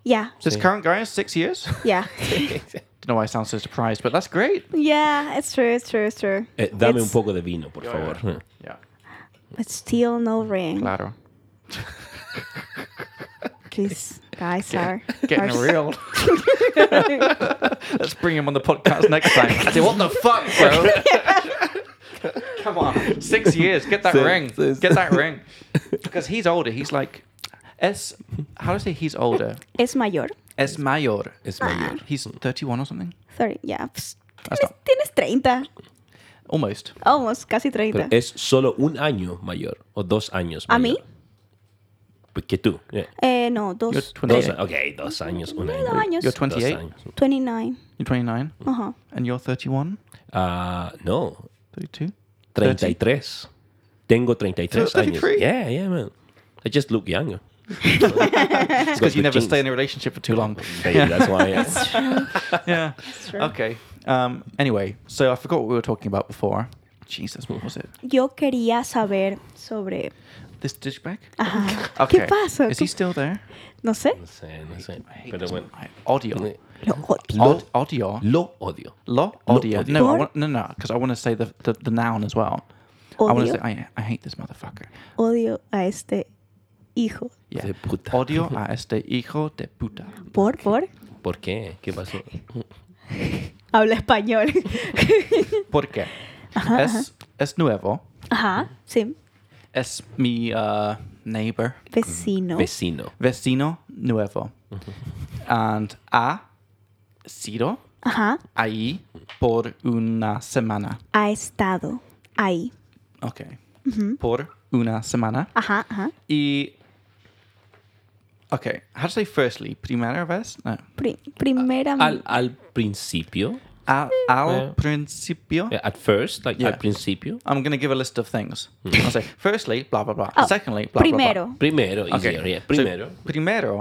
Speaker 2: Yeah,
Speaker 1: This current guy is six years?
Speaker 2: yeah.
Speaker 1: don't know why I sound so surprised, but that's great.
Speaker 2: yeah, it's true, it's true, it's true.
Speaker 3: Eh, dame un
Speaker 2: It's-
Speaker 3: poco de vino, por favor.
Speaker 1: Yeah.
Speaker 2: But still no ring.
Speaker 1: Claro.
Speaker 2: Please, guys are.
Speaker 1: Getting
Speaker 2: are-
Speaker 1: real. Let's bring him on the podcast next time. I say, what the fuck, bro? Come on. Six years. Get that
Speaker 3: Six,
Speaker 1: ring.
Speaker 3: six.
Speaker 1: Get that ring. Because he's older. He's like, es, how do I say he's older?
Speaker 2: Es mayor.
Speaker 1: Es mayor.
Speaker 3: Es mayor.
Speaker 1: He's 31 or something?
Speaker 2: 30, yeah. Psst.
Speaker 1: That's
Speaker 2: Tienes,
Speaker 1: not-
Speaker 2: tienes 30.
Speaker 1: Almost.
Speaker 2: Almost, casi 30.
Speaker 3: Pero es solo un año mayor o dos años
Speaker 2: ¿A
Speaker 3: mayor.
Speaker 2: mí?
Speaker 3: Pues que tú. yeah.
Speaker 2: Eh, no,
Speaker 1: You're
Speaker 2: dos.
Speaker 1: 28.
Speaker 3: Dos, a- ok, dos años, un año.
Speaker 2: Dos años.
Speaker 1: You're
Speaker 3: Dos
Speaker 1: 28.
Speaker 3: años.
Speaker 2: 29.
Speaker 1: You're 29.
Speaker 2: Ajá.
Speaker 1: And you're 31?
Speaker 3: Ah, no,
Speaker 1: 32?
Speaker 3: 33. Tengo 33 años.
Speaker 1: 33?
Speaker 3: Yeah, yeah, man. I just look younger.
Speaker 1: Because you never stay in a relationship for too long.
Speaker 3: That's why. yeah.
Speaker 1: yeah.
Speaker 2: true.
Speaker 1: Okay. Um, anyway, so I forgot what we were talking about before. Jesus, what was it?
Speaker 2: Yo quería saber sobre.
Speaker 1: This douchebag?
Speaker 2: Ajá.
Speaker 1: Okay.
Speaker 2: ¿Qué pasa?
Speaker 1: Is he still there?
Speaker 2: No sé.
Speaker 3: No sé, no sé.
Speaker 1: I hate
Speaker 3: Pero
Speaker 1: this
Speaker 3: bueno.
Speaker 1: one. I- Audio.
Speaker 2: Lo
Speaker 1: Ah,
Speaker 2: odio.
Speaker 1: Od- audio.
Speaker 3: Lo odio.
Speaker 1: Lo audio.
Speaker 3: audio.
Speaker 1: No, I
Speaker 2: Por-
Speaker 1: want, no, no, because I want to say the, the, the noun as well. I want to
Speaker 2: Odio,
Speaker 1: say, I, I hate this motherfucker.
Speaker 2: odio a este hijo.
Speaker 1: Yeah.
Speaker 3: De puta.
Speaker 1: Audio a este hijo de puta.
Speaker 2: Por, por.
Speaker 3: ¿Por qué? ¿Qué pasó?
Speaker 2: Habla español.
Speaker 1: ¿Por qué? Es, es nuevo.
Speaker 2: Ajá, sí.
Speaker 1: Es mi uh, neighbor.
Speaker 2: Vecino.
Speaker 3: Vecino.
Speaker 1: Vecino nuevo. And ha sido
Speaker 2: Ajá.
Speaker 1: ahí por una semana.
Speaker 2: Ha estado ahí.
Speaker 1: Ok. Por una semana.
Speaker 2: Ajá, ajá.
Speaker 1: Y. Okay, how to say firstly? Primera vez? No.
Speaker 2: Pri- primera.
Speaker 1: Ah,
Speaker 3: Al, al principio,
Speaker 1: Al, al
Speaker 3: Yeah.
Speaker 1: principio?
Speaker 3: yeah, at first, like
Speaker 1: Yeah.
Speaker 3: al principio.
Speaker 1: I'm going to give a list of things. I'll say, firstly, blah, blah, blah.
Speaker 2: Oh,
Speaker 1: Secondly, blah, blah,
Speaker 2: primero.
Speaker 3: Primero,
Speaker 1: blah.
Speaker 3: easier, yeah. Primero.
Speaker 1: So, primero.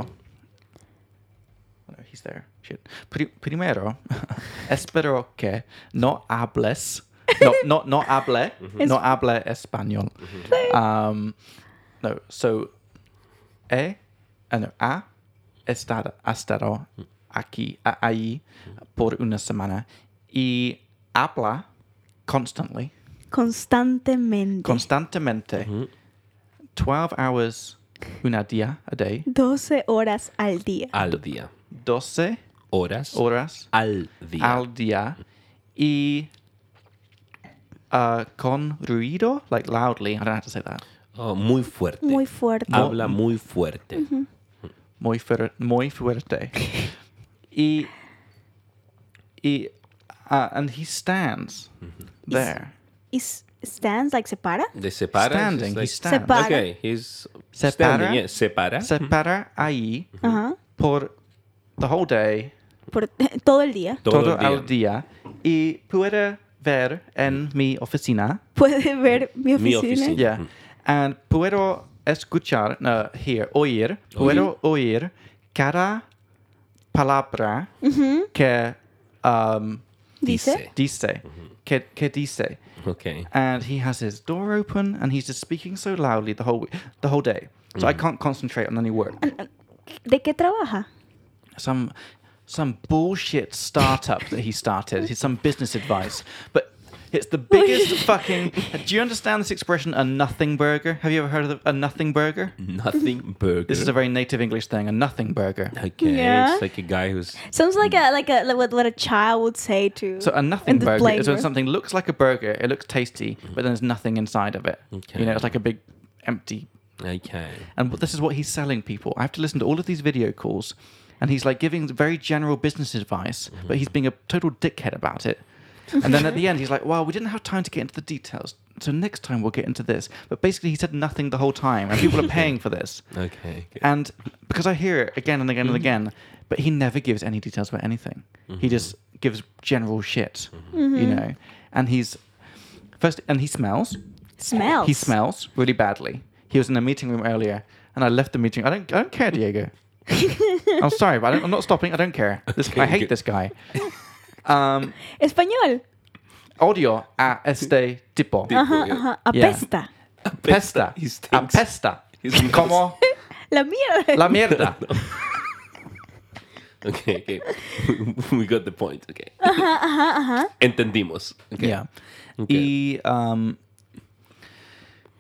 Speaker 1: Oh, no, he's there. Shit. Pri- primero, espero que no hables. No, no, no hable.
Speaker 3: Mm-hmm.
Speaker 1: No hable español. Um, no, so, he, uh, no, ha estado, ha estado aquí, a- ahí por una semana y habla constantly.
Speaker 3: Mm-hmm.
Speaker 2: Constantemente.
Speaker 1: constantemente 12 hours una día a day
Speaker 2: 12 horas al día.
Speaker 1: Ah,
Speaker 3: Al día.
Speaker 1: 12
Speaker 3: Horas.
Speaker 1: horas
Speaker 3: al día.
Speaker 1: al día y uh, con ruido like loudly I don't know how to say that
Speaker 3: Oh, muy fuerte.
Speaker 2: Muy fuerte.
Speaker 1: Ah.
Speaker 3: Habla muy fuerte.
Speaker 1: muy, fuer- muy fuerte y, y uh, and he stands
Speaker 3: Mm-hmm.
Speaker 1: there
Speaker 2: Is- stands, like se para.
Speaker 3: De separa.
Speaker 1: Standing,
Speaker 3: it's
Speaker 1: he
Speaker 3: like-
Speaker 1: stands
Speaker 2: Separa.
Speaker 3: Okay, he's
Speaker 1: Separa.
Speaker 3: standing, yeah, separa.
Speaker 1: se para ahí
Speaker 2: Ajá.
Speaker 1: por the whole day
Speaker 2: Por todo el día.
Speaker 3: todo,
Speaker 1: todo
Speaker 3: el
Speaker 1: el día.
Speaker 3: día.
Speaker 1: Y puede ver en mi oficina.
Speaker 2: Puede ver mi
Speaker 3: Mi
Speaker 2: oficina.
Speaker 3: oficina.
Speaker 1: Yeah. And puedo escuchar, no, hear, oír. Puedo oír cada palabra que um,
Speaker 2: Dice.
Speaker 3: Dice.
Speaker 1: dice. Que, que dice.
Speaker 3: Okay.
Speaker 1: And he has his door open and he's just speaking so loudly the whole, the whole day. So I can't concentrate on any work.
Speaker 2: ¿De qué trabaja?
Speaker 1: some some bullshit startup that he started. He's some business advice, but it's the biggest fucking. Do you understand this expression, a nothing burger? Have you ever heard of the, a nothing burger?
Speaker 3: Nothing burger.
Speaker 1: This is a very native English thing, a nothing burger.
Speaker 3: Okay,
Speaker 2: Yeah.
Speaker 3: it's like a guy who's
Speaker 2: Sounds like a like a like what, what a child would say to.
Speaker 1: So a nothing
Speaker 2: in the
Speaker 1: burger is when
Speaker 2: playroom.
Speaker 1: something looks like a burger, it looks tasty, but then there's nothing inside of it. You know, it's like a big empty
Speaker 3: okay.
Speaker 1: And this is what he's selling people. I have to listen to all of these video calls, and he's like giving very general business advice, but he's being a total dickhead about it. And then at the end, he's like, "Well, we didn't have time to get into the details, so next time we'll get into this." But basically, he said nothing the whole time, and people are paying for this.
Speaker 3: Okay. okay.
Speaker 1: And because I hear it again and again and again, but he never gives any details about anything. He just gives general shit, you know. And he's first, and he smells.
Speaker 2: smells.
Speaker 1: He smells really badly. He was in a meeting room earlier, and I left the meeting. I don't, I don't care, Diego. I'm sorry, but I don't, I'm not stopping. I don't care. This, I hate this guy. Um,
Speaker 2: Español.
Speaker 1: audio a este tipo.
Speaker 2: Ajá,
Speaker 3: Yeah.
Speaker 2: ajá.
Speaker 1: Yeah.
Speaker 2: Apesta.
Speaker 1: Pesta.
Speaker 3: He stinks.
Speaker 1: Apesta.
Speaker 3: He stinks.
Speaker 1: Como
Speaker 2: La mierda.
Speaker 1: la mierda.
Speaker 3: Okay, okay. we got the point. Okay. Entendimos. Okay.
Speaker 1: Yeah. Y um,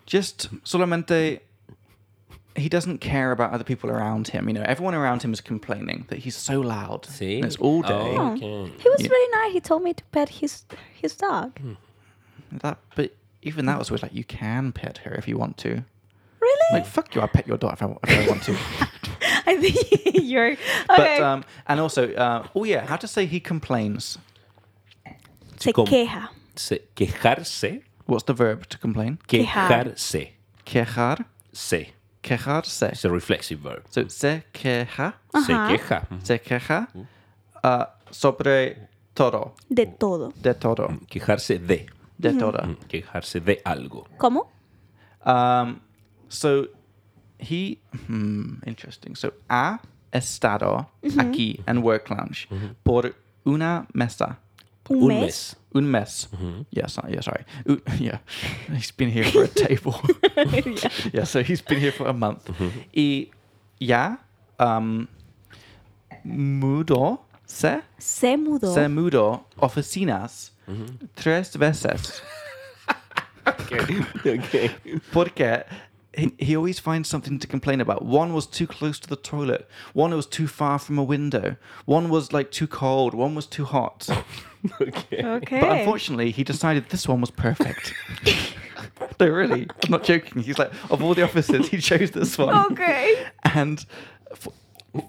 Speaker 1: just solamente he doesn't care about other people around him. You know, everyone around him is complaining that he's so loud.
Speaker 3: See?
Speaker 1: And it's all day.
Speaker 3: Oh.
Speaker 2: Oh.
Speaker 3: Okay.
Speaker 2: He was
Speaker 1: Yeah.
Speaker 2: very nice. He told me to pet his his dog.
Speaker 1: That, but even that was weird. Like, you can pet her if you want to.
Speaker 2: Really?
Speaker 1: Like, fuck you, I pet your dog if I, if I want to.
Speaker 2: I think you're okay.
Speaker 1: But um, and also, uh, oh yeah, how to say he complains?
Speaker 2: Se
Speaker 3: com-
Speaker 2: queja.
Speaker 3: Se, quejarse.
Speaker 1: What's the verb to complain?
Speaker 2: Quejar.
Speaker 3: Quejarse.
Speaker 1: Quejar,
Speaker 3: Se.
Speaker 1: quejarse.
Speaker 3: It's a reflexive verb.
Speaker 1: So se queja,
Speaker 3: Se
Speaker 2: Ajá.
Speaker 3: queja.
Speaker 1: se queja uh, sobre todo,
Speaker 2: De todo.
Speaker 1: de todo,
Speaker 3: Mm. Quejarse de. mm,
Speaker 1: de todo.
Speaker 3: Quejarse de algo.
Speaker 2: ¿Cómo?
Speaker 1: Um, so he, hmm, interesting. So ha estado aquí en work lounge por una mesa.
Speaker 2: Un, mes.
Speaker 1: Un mes. Yes, uh, yeah, sorry. U- yeah, he's been here for a table. yeah, so he's been here for a month. Y ya um, mudó se,
Speaker 2: Se mudó
Speaker 1: se mudó oficinas tres veces
Speaker 3: okay.
Speaker 1: porque he, he always finds something to complain about. One was too close to the toilet. One was too far from a window. One was like too cold. One was too hot.
Speaker 3: Okay.
Speaker 2: Okay.
Speaker 1: But unfortunately, he decided this one was perfect. no, really, I'm not joking. He's like, of all the offices, he chose this
Speaker 2: Oh.
Speaker 1: one.
Speaker 2: Okay.
Speaker 1: And f-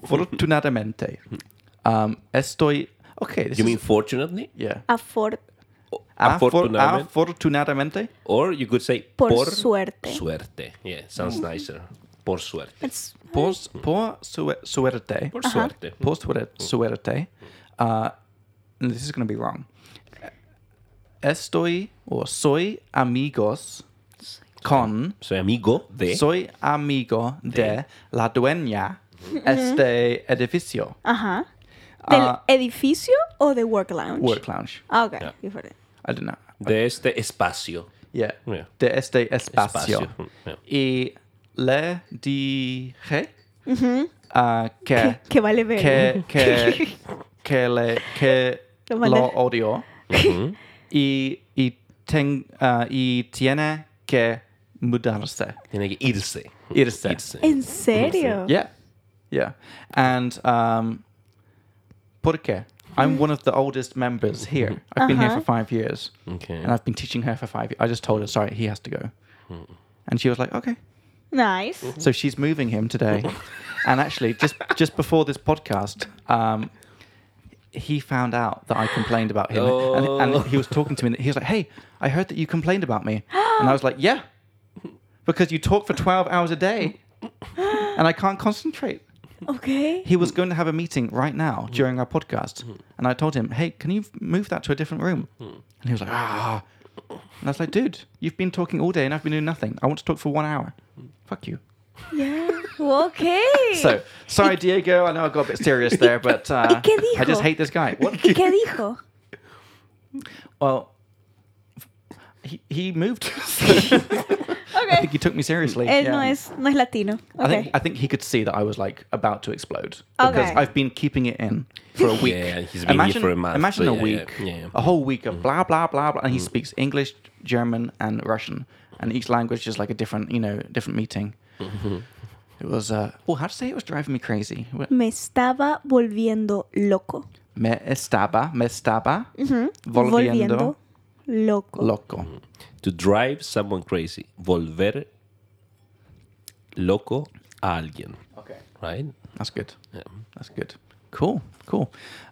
Speaker 1: fortunadamente, um, estoy Okay. This is,
Speaker 3: You mean Ah, fortunately?
Speaker 1: yeah. Ah,
Speaker 2: Afor-
Speaker 1: Afor-
Speaker 3: Afortunadamente.
Speaker 1: Afortunadamente.
Speaker 3: Or you could say
Speaker 2: Por suerte. Mm.
Speaker 3: suerte. Yeah, sounds nicer. Por suerte.
Speaker 2: it's-
Speaker 1: Por, por su- suerte.
Speaker 3: Por suerte.
Speaker 1: Por suer- suerte. Uh, and this is going to be wrong. Estoy or soy amigos con.
Speaker 3: Soy amigo de.
Speaker 1: Soy amigo de la dueña este edificio.
Speaker 2: Ajá. ¿Del
Speaker 1: Ah.
Speaker 2: edificio o de work lounge?
Speaker 1: Work lounge.
Speaker 2: Ah, ok.
Speaker 3: Yeah.
Speaker 2: Diferente.
Speaker 1: I don't know.
Speaker 3: de este espacio.
Speaker 1: Yeah.
Speaker 3: Yeah.
Speaker 1: De este espacio.
Speaker 3: Espacio, yeah.
Speaker 1: Y le dije ah, que,
Speaker 2: Que vale ver.
Speaker 1: que, que, que le, que
Speaker 2: Lo
Speaker 1: lo,
Speaker 2: mandé.
Speaker 1: odio. y, y, ten- ah, y tiene que mudarse.
Speaker 3: Tiene que irse.
Speaker 1: Irse.
Speaker 2: ¿En serio?
Speaker 1: Yeah. Yeah. And um, por qué? I'm one of the oldest members here. I've been here for five years.
Speaker 3: Okay.
Speaker 1: And I've been teaching her for five years. I just told her, sorry, he has to go. And she was like, okay.
Speaker 2: Nice.
Speaker 1: So she's moving him today. and actually, just just before this podcast, um, he found out that I complained about him, and,
Speaker 3: Oh.
Speaker 1: and he was talking to me. And he was like, "Hey, I heard that you complained about me," and I was like, "Yeah, because you talk for twelve hours a day, and I can't concentrate."
Speaker 2: Ok.
Speaker 1: He was going to have a meeting right now during our podcast, and I told him, "Hey, can you move that to a different room?" And he was like, "Ah." And I was like, dude, you've been talking all day and I've been doing nothing. I want to talk for one hour. Fuck you.
Speaker 2: Yeah. Ok.
Speaker 1: So sorry, Diego. I know I got a bit serious there, but uh,
Speaker 2: qué dijo?
Speaker 1: I just hate this guy. What?
Speaker 2: ¿Y qué dijo?
Speaker 1: Well, he, he moved. I think
Speaker 2: Ok.
Speaker 1: he took me seriously.
Speaker 2: Él
Speaker 1: yeah.
Speaker 2: no, es, no es latino.
Speaker 1: I
Speaker 2: Ok.
Speaker 1: think I think he could see that I was like about to explode because
Speaker 2: Okay.
Speaker 1: I've been keeping it in for a week.
Speaker 3: Yeah, he's been here for a month.
Speaker 1: Imagine
Speaker 3: so
Speaker 1: a
Speaker 3: yeah,
Speaker 1: week, Oh.
Speaker 3: Yeah, Mm. yeah.
Speaker 1: a whole week of blah blah blah blah, and he speaks English, German, and Russian, and each language is like a different, you know, different meeting.
Speaker 3: Mm-hmm.
Speaker 1: It was, uh, well, how'd you say it was driving me crazy?
Speaker 2: Me estaba volviendo loco.
Speaker 1: Me estaba, me estaba
Speaker 2: Mm-hmm. Volviendo,
Speaker 1: volviendo,
Speaker 2: loco.
Speaker 1: loco.
Speaker 3: Mm. To drive someone crazy. Volver loco a alguien.
Speaker 1: Okay.
Speaker 3: Right?
Speaker 1: That's good. That's good. Cool. Cool.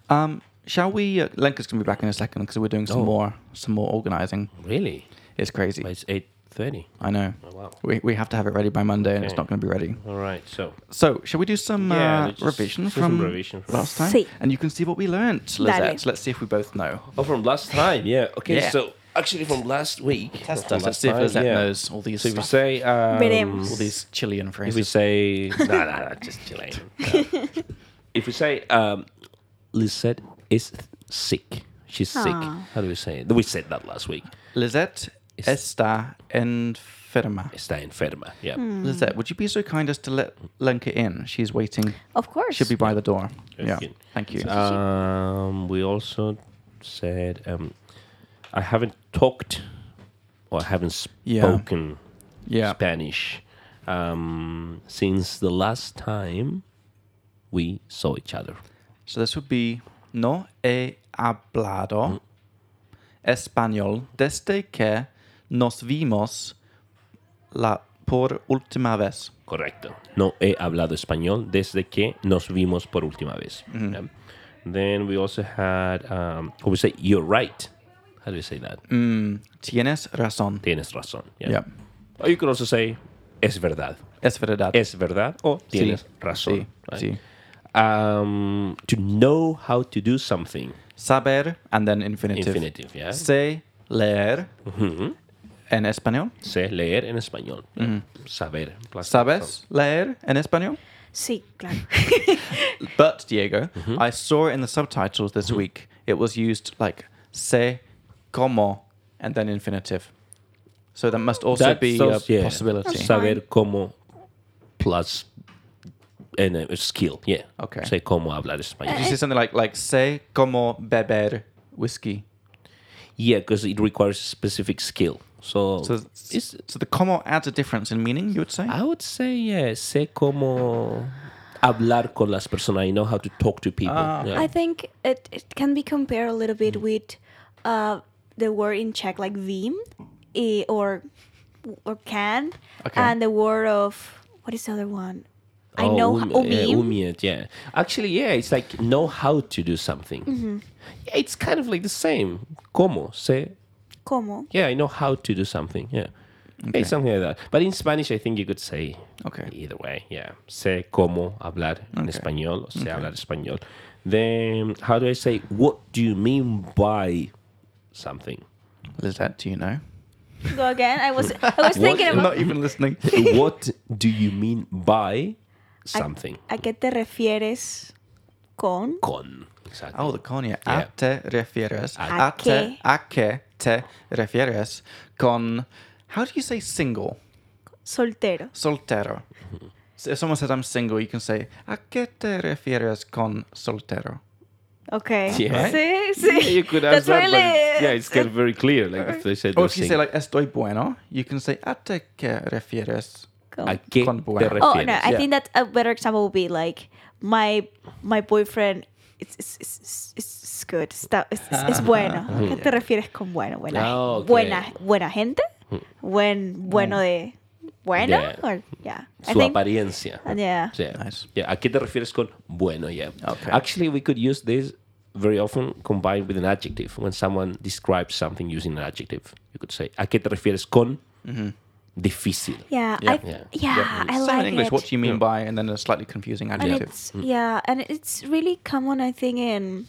Speaker 1: Um, shall we? Uh, Lenka's gonna be back in a second because we're doing some
Speaker 3: Oh.
Speaker 1: more, some more organizing.
Speaker 3: Really?
Speaker 1: It's crazy.
Speaker 3: But it's 8.30.
Speaker 1: I know.
Speaker 3: Oh, wow.
Speaker 1: We, we have to have it ready by Monday, and it's
Speaker 3: Okay.
Speaker 1: not gonna be ready.
Speaker 3: All right, so.
Speaker 1: So, shall we do some
Speaker 3: Yeah,
Speaker 1: uh,
Speaker 3: let's just
Speaker 1: revision
Speaker 3: do
Speaker 1: from
Speaker 3: some revision.
Speaker 1: last time?
Speaker 2: Sí.
Speaker 1: And you can see what we learnt,
Speaker 2: Dale.
Speaker 1: Lizette. Let's see if we both know.
Speaker 3: Oh, from last time, yeah. Okay,
Speaker 1: Yeah.
Speaker 3: so actually from last week.
Speaker 1: Test
Speaker 3: from
Speaker 1: us,
Speaker 3: last
Speaker 1: let's see if
Speaker 3: time,
Speaker 1: Lizette knows all these
Speaker 3: So if we
Speaker 1: stuff.
Speaker 3: say... Um,
Speaker 2: Veremos.
Speaker 1: All these Chilean
Speaker 3: If we
Speaker 1: phrases.
Speaker 3: say... no, no, no, just Chilean. No. if we say, um, Lisette is th- sick. She's
Speaker 2: Aw.
Speaker 3: sick. How do we say it? We said that last week.
Speaker 1: Lizette está enferma.
Speaker 3: Está enferma, yeah.
Speaker 1: Lizette, would you be so kind as to let Lenka in? She's waiting.
Speaker 2: Of course.
Speaker 1: Should be by the door.
Speaker 3: Yes. uh,
Speaker 1: Yeah. Thank you.
Speaker 3: Um, we also said um, I haven't talked or I haven't
Speaker 1: Yeah.
Speaker 3: spoken
Speaker 1: yeah.
Speaker 3: Spanish um, since the last time we saw each other.
Speaker 1: So this would be no he
Speaker 3: Hmm.
Speaker 1: hablado español desde que nos vimos la por última vez.
Speaker 3: Correcto. No he hablado español desde que nos vimos por última vez. Yeah. Then we also had, um, we say, you're right. How do you say that?
Speaker 1: Mm. Tienes razón.
Speaker 3: Tienes razón. Yeah.
Speaker 1: Yeah.
Speaker 3: Or you could also say, es verdad.
Speaker 1: Es verdad.
Speaker 3: Es verdad o tienes
Speaker 1: Sí.
Speaker 3: razón. right?
Speaker 1: sí.
Speaker 3: um, to know how to do something.
Speaker 1: Saber and then infinitive.
Speaker 3: Infinitive, yeah.
Speaker 1: Sé leer en español.
Speaker 3: Sé leer en español. Saber. plus-
Speaker 1: ¿Sabes leer en español?
Speaker 2: Sí, claro.
Speaker 1: But Diego,
Speaker 3: Mm-hmm.
Speaker 1: I saw it in the subtitles this week. It was used like se como and then infinitive. So that must also
Speaker 3: That
Speaker 1: be
Speaker 3: sounds-
Speaker 1: a
Speaker 3: yeah.
Speaker 1: possibility.
Speaker 2: So-
Speaker 3: Saber cómo plus and a skill, yeah.
Speaker 1: Okay.
Speaker 3: Sé cómo hablar español.
Speaker 2: Eh.
Speaker 1: you say something like like se como beber whiskey.
Speaker 3: Yeah, because it requires specific skill. So,
Speaker 1: So
Speaker 3: it's,
Speaker 1: so the como adds a difference in meaning, you would say?
Speaker 3: I would say, yeah, sé cómo hablar con las personas. I know how to talk to people.
Speaker 1: Ah.
Speaker 3: yeah.
Speaker 2: I think it, it can be compared a little bit
Speaker 3: Mm.
Speaker 2: with uh, the word in Czech like vím eh, or or can
Speaker 1: Okay.
Speaker 2: and the word of what is the other one? I know
Speaker 3: um,
Speaker 2: how- umiem.
Speaker 3: Yeah, umiem, yeah. Actually, yeah, it's like know how to do something.
Speaker 2: Mm-hmm.
Speaker 3: Yeah, it's kind of like the same. Como se.
Speaker 2: ¿Cómo?
Speaker 3: Yeah, I know how to do something. Yeah. Okay. something like that. But in Spanish, I think you could say
Speaker 1: Okay.
Speaker 3: either way. Yeah. Sé cómo hablar en
Speaker 1: Okay.
Speaker 3: español. o Sé hablar español. Then, how do I say, what do you mean by something?
Speaker 1: Lizette, do you know?
Speaker 2: Go again. I was, I was thinking
Speaker 3: What?
Speaker 2: about
Speaker 1: Not even listening.
Speaker 3: what do you mean by something?
Speaker 2: a qué te refieres con.
Speaker 3: Con. Exactly.
Speaker 1: Oh, the con, yeah.
Speaker 3: Yeah.
Speaker 1: A te refieres.
Speaker 2: A
Speaker 1: A
Speaker 2: qué.
Speaker 1: te, a que te refieres con. How do you say single?
Speaker 2: Soltero.
Speaker 1: Soltero. So if someone says I'm single, you can say A que te refieres con soltero?
Speaker 2: Okay.
Speaker 3: Yeah. Right?
Speaker 2: Sí, sí.
Speaker 3: Yeah, you could
Speaker 2: That's
Speaker 3: ask that,
Speaker 2: really,
Speaker 3: but yeah, it's kind of very clear. Like if they said,
Speaker 1: Or
Speaker 3: those
Speaker 1: Oh, if you say like
Speaker 3: things.
Speaker 1: estoy bueno, you can say A te que refieres?
Speaker 2: como-
Speaker 3: ¿a qué
Speaker 1: con
Speaker 3: te
Speaker 1: bueno.
Speaker 2: Oh no,
Speaker 3: refieres?
Speaker 2: I
Speaker 1: Yeah.
Speaker 2: think that a better example would be like my my boyfriend. It's it's it's, it's, it's good. Está, es, es, es bueno. ¿A qué te refieres con bueno? Buena,
Speaker 3: Ah, ok. Hmm.
Speaker 2: buena, buena gente. Buen bueno de bueno.
Speaker 3: Yeah.
Speaker 2: Or, yeah. I
Speaker 3: Su
Speaker 2: think. uh,
Speaker 3: apariencia.
Speaker 2: Yeah.
Speaker 3: Yeah.
Speaker 1: Nice.
Speaker 3: Yeah. ¿A qué te refieres con bueno? Yeah.
Speaker 1: Okay.
Speaker 3: Actually, we could use this very often combined with an adjective. When someone describes something using an adjective, you could say, ¿a qué te refieres con difícil?
Speaker 2: Yeah.
Speaker 1: Yeah.
Speaker 2: I,
Speaker 3: Yeah.
Speaker 2: yeah. I
Speaker 1: so Mm-hmm.
Speaker 2: like
Speaker 1: in English,
Speaker 2: it.
Speaker 1: what do you mean by, and then a slightly confusing
Speaker 2: and
Speaker 1: adjective.
Speaker 2: it's yeah and it's really common i think in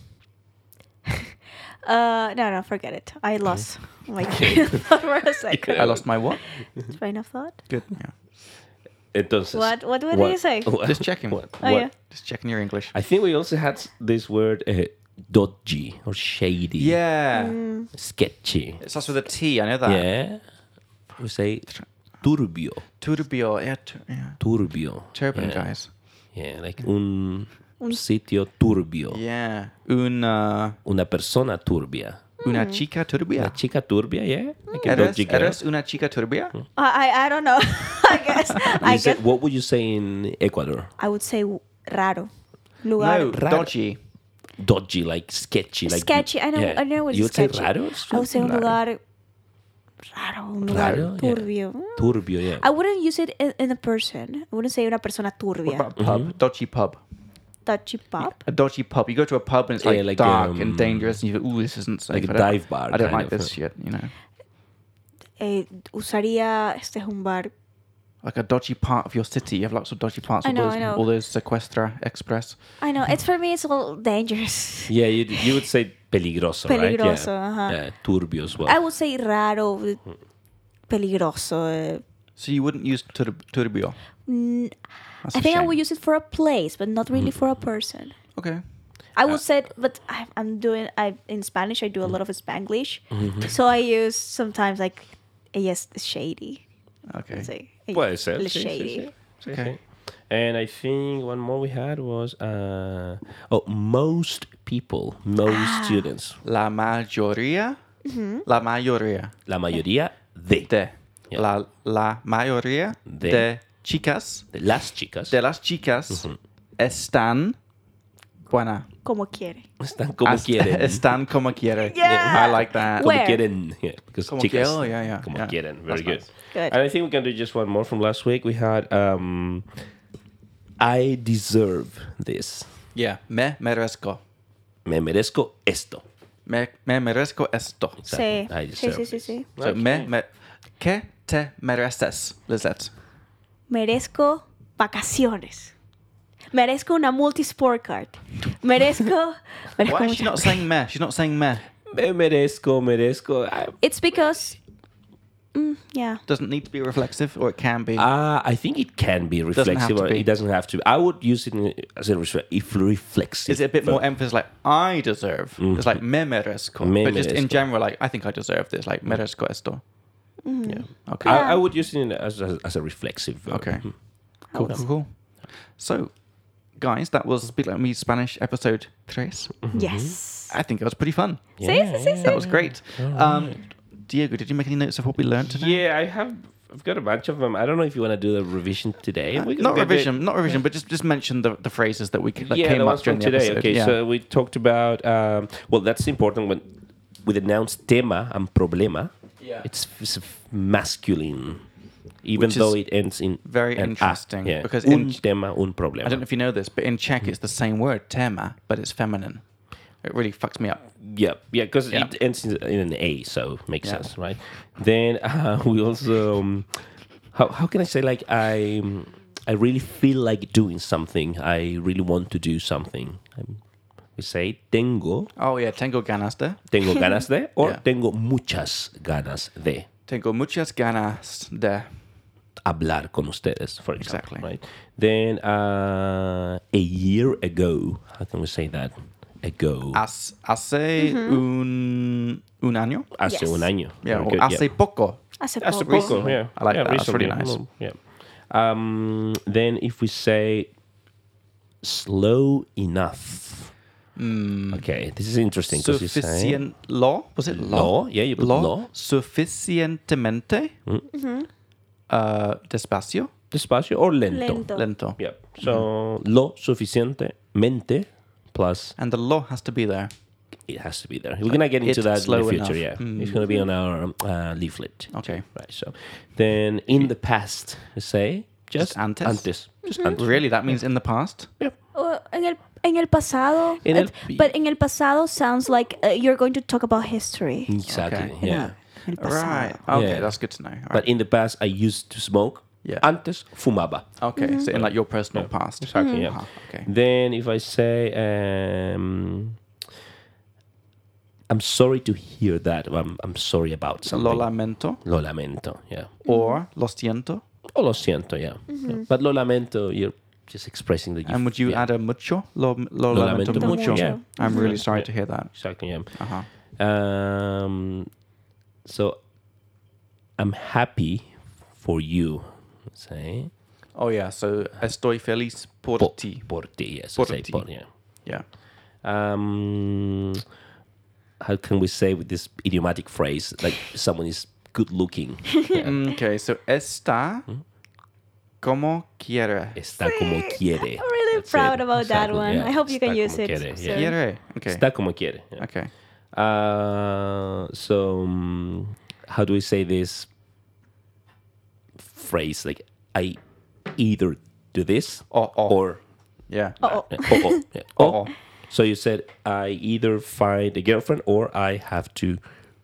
Speaker 2: uh no no forget it i
Speaker 3: Hmm.
Speaker 2: lost my thought for a second
Speaker 1: I lost my what?
Speaker 2: train of thought
Speaker 1: Good. Yeah.
Speaker 3: Entonces,
Speaker 2: What- what would you say?
Speaker 1: Just checking.
Speaker 3: What,
Speaker 2: Oh,
Speaker 3: what-
Speaker 2: yeah.
Speaker 1: Just checking your English.
Speaker 3: I think we also had s- this word uh, dodgy or shady.
Speaker 1: yeah.
Speaker 2: Mm. Hmm.
Speaker 3: Sketchy.
Speaker 1: It starts with a T. I know that.
Speaker 3: Yeah. We say turbio.
Speaker 1: Turbio. Yeah. Tur- yeah.
Speaker 3: Turbio.
Speaker 1: Turbulent
Speaker 3: yeah.
Speaker 1: guys.
Speaker 3: Yeah, like un, sitio turbio.
Speaker 1: Yeah. Una
Speaker 3: Una persona turbia.
Speaker 1: una
Speaker 2: Hmm.
Speaker 1: chica turbia.
Speaker 3: Una chica turbia, yeah? Like a
Speaker 1: Eres,
Speaker 3: dodgy girl.
Speaker 1: eres una chica turbia?
Speaker 3: Hmm.
Speaker 2: i i, I don't know i guess i
Speaker 3: You say-
Speaker 2: guess
Speaker 3: what would you say in Ecuador?
Speaker 2: i would say w- raro lugar
Speaker 1: No,
Speaker 3: Raro.
Speaker 1: dodgy.
Speaker 3: Dodgy, like sketchy. Like
Speaker 2: sketchy i know
Speaker 3: yeah.
Speaker 2: i know what
Speaker 3: you
Speaker 2: it's
Speaker 3: would
Speaker 2: sketchy
Speaker 3: say raro?
Speaker 2: i would say un lugar raro un lugar
Speaker 3: Raro, yeah.
Speaker 2: turbio Mm.
Speaker 3: Turbio, yeah.
Speaker 2: i wouldn't use it in, in a person i wouldn't say una persona
Speaker 1: What
Speaker 2: turbia
Speaker 1: about
Speaker 3: Mm-hmm.
Speaker 1: pub? Dodgy pub.
Speaker 2: touchy pop
Speaker 1: A dodgy pub. You go to a pub and it's
Speaker 3: Yeah,
Speaker 1: like,
Speaker 3: like,
Speaker 1: dark
Speaker 3: um,
Speaker 1: and dangerous, and you go, "Ooh, this isn't safe."
Speaker 3: like a
Speaker 1: I don't-
Speaker 3: dive bar
Speaker 1: I don't
Speaker 3: kind
Speaker 1: like
Speaker 3: of,
Speaker 1: this
Speaker 3: uh,
Speaker 1: shit. You know,
Speaker 2: eh, usaría este es un bar
Speaker 1: like a dodgy part of your city. You have lots of dodgy parts.
Speaker 2: I
Speaker 1: all
Speaker 2: know,
Speaker 1: those,
Speaker 2: I know.
Speaker 1: All those sequestra express.
Speaker 2: I know. It's for me. It's a little dangerous.
Speaker 3: Yeah, you, you would say peligroso, right? Yeah.
Speaker 2: Peligroso, uh-huh.
Speaker 3: Yeah, turbio as well.
Speaker 2: I would say raro, eh, peligroso. eh.
Speaker 1: So you wouldn't use tur- turbio.
Speaker 2: N-
Speaker 1: That's
Speaker 2: I
Speaker 1: a
Speaker 2: think I
Speaker 1: shame.
Speaker 2: would use it for a place, but not really for a person.
Speaker 1: Okay.
Speaker 2: I
Speaker 3: Uh,
Speaker 2: would say, but I, I'm doing. I in Spanish. I do a lot of Spanglish,
Speaker 3: Mm-hmm.
Speaker 2: so I use sometimes like yes, shady.
Speaker 1: Okay.
Speaker 2: Say,
Speaker 3: Puede ser.
Speaker 2: "El
Speaker 3: sí, sí,
Speaker 2: shady.
Speaker 3: sí. Sí,
Speaker 1: Okay.
Speaker 3: sí. And I think one more we had was uh, oh most people, most
Speaker 2: Ah.
Speaker 3: students,
Speaker 1: La mayoría.
Speaker 2: Mm-hmm.
Speaker 1: La mayoría
Speaker 3: la mayoría de,
Speaker 1: de
Speaker 3: Yeah.
Speaker 1: la la mayoría
Speaker 3: De.
Speaker 1: de, chicas
Speaker 3: de las chicas
Speaker 1: de las chicas están buena.
Speaker 2: Como quiere.
Speaker 3: están como
Speaker 1: As-
Speaker 3: quieren,
Speaker 1: Están como quieren.
Speaker 2: Yeah.
Speaker 1: I like that.
Speaker 3: como
Speaker 2: Where?
Speaker 3: quieren, yeah, because
Speaker 1: Como
Speaker 3: chicas,
Speaker 1: quiero, yeah, yeah,
Speaker 3: como
Speaker 1: yeah.
Speaker 3: quieren,
Speaker 1: That's
Speaker 3: very good.
Speaker 1: nice.
Speaker 2: Good.
Speaker 3: And I think we can do just one more from last week. We had um, I deserve this.
Speaker 1: Yeah. Me merezco.
Speaker 3: Me merezco esto.
Speaker 1: Me, me merezco esto.
Speaker 2: Sí.
Speaker 3: I
Speaker 2: Sí,
Speaker 3: deserve
Speaker 2: sí, sí,
Speaker 3: this.
Speaker 2: sí.
Speaker 1: So me, me, ¿Qué te mereces, Lizette?
Speaker 2: merezco vacaciones. Merezco una multi-sport card. Merezco. merezco
Speaker 1: Why is she
Speaker 2: mucha-
Speaker 1: not saying me? She's not saying me.
Speaker 3: Me merezco, merezco. I,
Speaker 2: It's because. Mm, yeah.
Speaker 1: Doesn't need to be reflexive, or it can be.
Speaker 3: Uh, I think it can be
Speaker 1: have
Speaker 3: reflexive.
Speaker 1: to
Speaker 3: or
Speaker 1: be.
Speaker 3: It doesn't have to. I would use it in, as a refle- if reflexive.
Speaker 1: is it a bit
Speaker 3: but Mm-hmm.
Speaker 1: more emphasis like I deserve? It's like me merezco.
Speaker 3: Me
Speaker 1: but just in
Speaker 3: merezco.
Speaker 1: general, like I think I deserve this. Like merezco esto. Yeah. Okay.
Speaker 3: I, I would use it in, as, as, as a reflexive. Mm-hmm. verb.
Speaker 1: okay. Cool, cool, cool. So, guys, that was Speak Like Me Spanish episode tres.
Speaker 3: Mm-hmm.
Speaker 2: Yes.
Speaker 1: I think it was pretty fun.
Speaker 2: Sí, sí, sí, sí.
Speaker 1: That was great. Um, Diego, did you make any notes of what we learned today?
Speaker 3: Yeah, I have. I've got a bunch of them. I don't know if you want to do the revision today. We can
Speaker 1: Uh, Not
Speaker 3: do it-
Speaker 1: revision, not revision, but just just mention the, the phrases that we c- that
Speaker 3: yeah,
Speaker 1: came
Speaker 3: the
Speaker 1: up
Speaker 3: ones
Speaker 1: during
Speaker 3: from
Speaker 1: the
Speaker 3: today.
Speaker 1: episode.
Speaker 3: okay,
Speaker 1: yeah.
Speaker 3: so we talked about. Um, well, that's important when with the nouns tema and problema.
Speaker 1: Yeah.
Speaker 3: It's, it's a masculine even
Speaker 1: Which
Speaker 3: though
Speaker 1: is
Speaker 3: it ends in
Speaker 1: very
Speaker 3: an a,
Speaker 1: interesting,
Speaker 3: yeah.
Speaker 1: because
Speaker 3: un
Speaker 1: in-
Speaker 3: tema, un problema.
Speaker 1: I don't know if you know this, but in Czech
Speaker 3: Mm-hmm.
Speaker 1: it's the same word, tema, but it's feminine. It really fucks me up.
Speaker 3: Yeah, yeah, because
Speaker 1: Yeah.
Speaker 3: it ends in, in an A, so makes
Speaker 1: Yeah.
Speaker 3: sense, right? Then uh, we also, um, how how can I say like I um, I really feel like doing something. I really want to do something. Um, we say tengo
Speaker 1: Oh yeah, tengo ganas de,
Speaker 3: tengo ganas de or
Speaker 1: Yeah.
Speaker 3: tengo muchas ganas de
Speaker 1: tengo muchas ganas de.
Speaker 3: hablar con ustedes, for example,
Speaker 1: Exactly.
Speaker 3: right? Then uh, a year ago, how can we say that? Ago,
Speaker 1: Hace, hace un un año.
Speaker 3: hace
Speaker 2: Yes.
Speaker 3: un año.
Speaker 1: Yeah,
Speaker 3: Very
Speaker 1: or
Speaker 3: good,
Speaker 1: hace poco.
Speaker 2: Hace
Speaker 3: That's
Speaker 2: poco.
Speaker 3: a prequel,
Speaker 1: Recently.
Speaker 3: yeah.
Speaker 1: I like
Speaker 3: yeah,
Speaker 1: that. That's really
Speaker 3: recently. Mm, Yeah. Um, then if we say slow enough.
Speaker 1: Mm.
Speaker 3: Okay, this is interesting because you say
Speaker 1: Suficient law was it law?
Speaker 3: Law, yeah, you put
Speaker 1: law.
Speaker 3: law.
Speaker 1: Suficientemente.
Speaker 3: Mm.
Speaker 1: Uh, despacio.
Speaker 3: despacio or lento.
Speaker 2: Lento.
Speaker 1: Lento.
Speaker 3: Yeah. So lo suficientemente plus
Speaker 1: And the law has to be there.
Speaker 3: it has to be there. We're gonna get into
Speaker 1: Uh, It's
Speaker 3: that in the
Speaker 1: slow
Speaker 3: future. Yeah,
Speaker 1: enough. Mm.
Speaker 3: it's gonna be on our um, uh, leaflet.
Speaker 1: Okay.
Speaker 3: Right. So then in the past we say just,
Speaker 1: Just antes? Mm-hmm.
Speaker 3: antes. Just antes.
Speaker 1: Really, that means in the past.
Speaker 3: Yeah.
Speaker 2: O Oh, en el en el pasado.
Speaker 3: En el-
Speaker 2: it- but en el pasado sounds like uh, you're going to talk about history.
Speaker 3: Mm. Exactly.
Speaker 1: Okay.
Speaker 3: Yeah.
Speaker 2: En el pasado.
Speaker 1: Right. Okay,
Speaker 3: Yeah.
Speaker 1: that's good to know. All
Speaker 3: But
Speaker 1: right.
Speaker 3: in the past, I used to smoke.
Speaker 1: Yeah.
Speaker 3: Antes fumaba.
Speaker 1: okay, so in like your personal past.
Speaker 3: Exactly. Yeah.
Speaker 1: Ah, okay.
Speaker 3: Then if I say, um, I'm sorry to hear that. or I'm, I'm sorry about something.
Speaker 1: Lo lamento
Speaker 3: Lo lamento. Yeah.
Speaker 1: or lo siento.
Speaker 3: O lo siento. Yeah. Yeah. But lo lamento, you're just expressing that.
Speaker 1: And would you
Speaker 3: yeah.
Speaker 1: add a mucho? Lo, lo,
Speaker 3: Lo
Speaker 1: lamento,
Speaker 3: lamento
Speaker 1: mucho.
Speaker 2: mucho.
Speaker 3: Yeah.
Speaker 1: I'm really sorry to hear that.
Speaker 3: Exactly. Yeah.
Speaker 1: Uh-huh.
Speaker 3: Um, so I'm happy for you. Say
Speaker 1: Oh yeah, so estoy feliz por
Speaker 3: por
Speaker 1: ti.
Speaker 3: Por ti. Yes.
Speaker 1: Por
Speaker 3: say
Speaker 1: ti.
Speaker 3: por. Yeah.
Speaker 1: Yeah.
Speaker 3: um, how can we say with this idiomatic phrase like someone is good looking Yeah.
Speaker 1: Mm,
Speaker 3: Hmm?
Speaker 1: Okay, so está como quiere.
Speaker 3: está como quiere
Speaker 2: I'm really
Speaker 3: That's
Speaker 2: proud
Speaker 3: it.
Speaker 2: about that
Speaker 3: Exactly,
Speaker 2: one.
Speaker 3: yeah.
Speaker 2: I hope you can
Speaker 3: Está
Speaker 2: use
Speaker 3: como
Speaker 2: it.
Speaker 3: quiere, yeah.
Speaker 2: soon.
Speaker 1: Quiere. Okay.
Speaker 3: está como quiere yeah.
Speaker 1: Okay.
Speaker 3: uh, so um, how do we say this phrase like I either do this
Speaker 1: Oh, oh.
Speaker 3: or
Speaker 1: Yeah.
Speaker 2: Oh, oh.
Speaker 3: Yeah. Oh, oh. Yeah. Oh.
Speaker 1: Oh.
Speaker 3: So you said I either find a girlfriend or I have to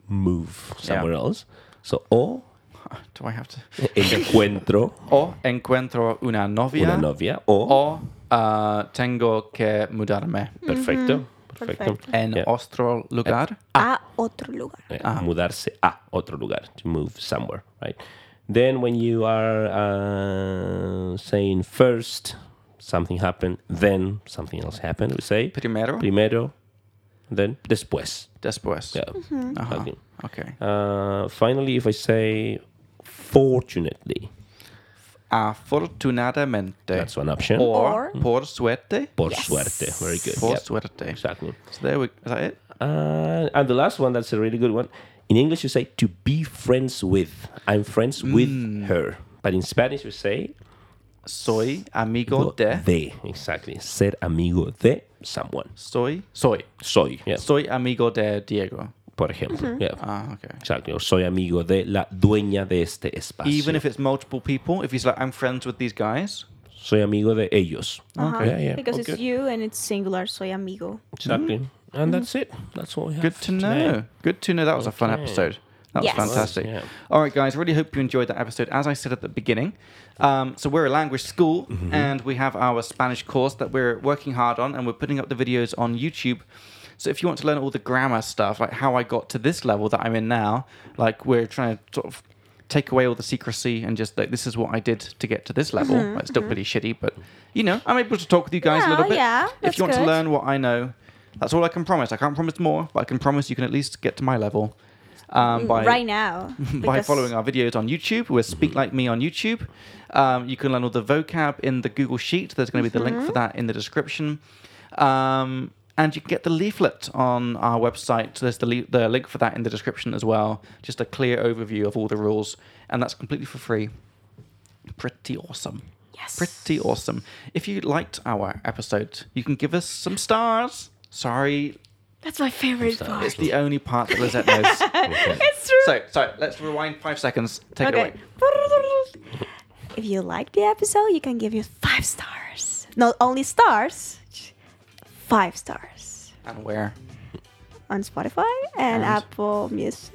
Speaker 3: move somewhere else. So o
Speaker 1: Do I have to?
Speaker 3: encuentro
Speaker 1: O encuentro una novia.
Speaker 3: una novia o
Speaker 1: O ah, tengo que mudarme
Speaker 3: perfecto, perfecto.
Speaker 2: Perfecto.
Speaker 1: en
Speaker 3: Yeah.
Speaker 1: otro lugar.
Speaker 2: A otro lugar.
Speaker 3: Yeah, eh, Mudarse a otro lugar to move somewhere, right? Then when you are uh, saying first something happened, then something else happened, we say
Speaker 1: Primero.
Speaker 3: primero, then después.
Speaker 1: Después.
Speaker 3: Yeah. Okay.
Speaker 1: Uh-huh. Okay.
Speaker 3: Uh, finally, if I say fortunately,
Speaker 1: Afortunadamente.
Speaker 3: that's one option.
Speaker 1: Or,
Speaker 2: Or-
Speaker 1: por suerte.
Speaker 3: por suerte. Very good.
Speaker 1: Oh, Por
Speaker 3: Yep,
Speaker 1: suerte.
Speaker 3: Exactly.
Speaker 1: So there we. Is that it?
Speaker 3: Uh, and the last one, that's a really good one. In English, you say to be friends with. I'm friends with
Speaker 1: Mm.
Speaker 3: her. But in Spanish, you say
Speaker 1: Soy amigo de.
Speaker 3: de. Exactly. Ser amigo de someone.
Speaker 1: Soy. Soy.
Speaker 3: Soy. Yeah.
Speaker 1: Soy amigo de Diego.
Speaker 3: Por ejemplo. Yeah.
Speaker 1: Ah, okay.
Speaker 3: Exactly. Or soy amigo de la dueña de este espacio.
Speaker 1: Even if it's multiple people, if he's like, I'm friends with these guys.
Speaker 3: soy amigo de ellos.
Speaker 2: Uh-huh.
Speaker 3: Yeah, yeah.
Speaker 2: Because
Speaker 3: Okay.
Speaker 2: it's you and it's singular. Soy amigo.
Speaker 3: Exactly. Mm-hmm. And that's it. That's all we have.
Speaker 1: Good to know.
Speaker 3: today.
Speaker 1: Good to know. That was a fun
Speaker 3: Okay.
Speaker 1: episode. That was
Speaker 2: Yes.
Speaker 1: fantastic.
Speaker 3: Yeah.
Speaker 1: All right, guys. Really hope you enjoyed that episode. As I said at the beginning, um, so we're a language school and we have our Spanish course that we're working hard on and we're putting up the videos on YouTube. So if you want to learn all the grammar stuff, like how I got to this level that I'm in now, like we're trying to sort of take away all the secrecy and just like this is what I did to get to this level. Like, it's still pretty shitty, but you know, I'm able to talk with you guys a
Speaker 2: No,
Speaker 1: little bit.
Speaker 2: Mm-hmm, yeah,
Speaker 1: if
Speaker 2: that's
Speaker 1: you want to
Speaker 2: good.
Speaker 1: learn learn what I know. That's all I can promise. I can't promise more, but I can promise you can at least get to my level um, by
Speaker 2: Mm, right now.
Speaker 1: by
Speaker 2: because-
Speaker 1: following our videos on YouTube. We're Speak Like Me on YouTube. Um, you can learn all the vocab in the Google Sheet. There's going to be the
Speaker 2: Mm-hmm.
Speaker 1: link for that in the description. Um, and you can get the leaflet on our website. There's the, le- the link for that in the description as well. Just a clear overview of all the rules. And that's completely for free. Pretty awesome.
Speaker 2: Yes.
Speaker 1: Pretty awesome. If you liked our episode, you can give us some stars. Sorry,
Speaker 2: That's my favorite
Speaker 3: Sorry.
Speaker 2: part.
Speaker 1: it's the only part that Lizette knows.
Speaker 2: It's true.
Speaker 1: so, sorry, let's rewind five seconds. Take it away.
Speaker 2: okay. If you like the episode, you can give it five stars. Not only stars, five stars
Speaker 1: And where?
Speaker 2: on Spotify and,
Speaker 1: And-
Speaker 2: Apple Music.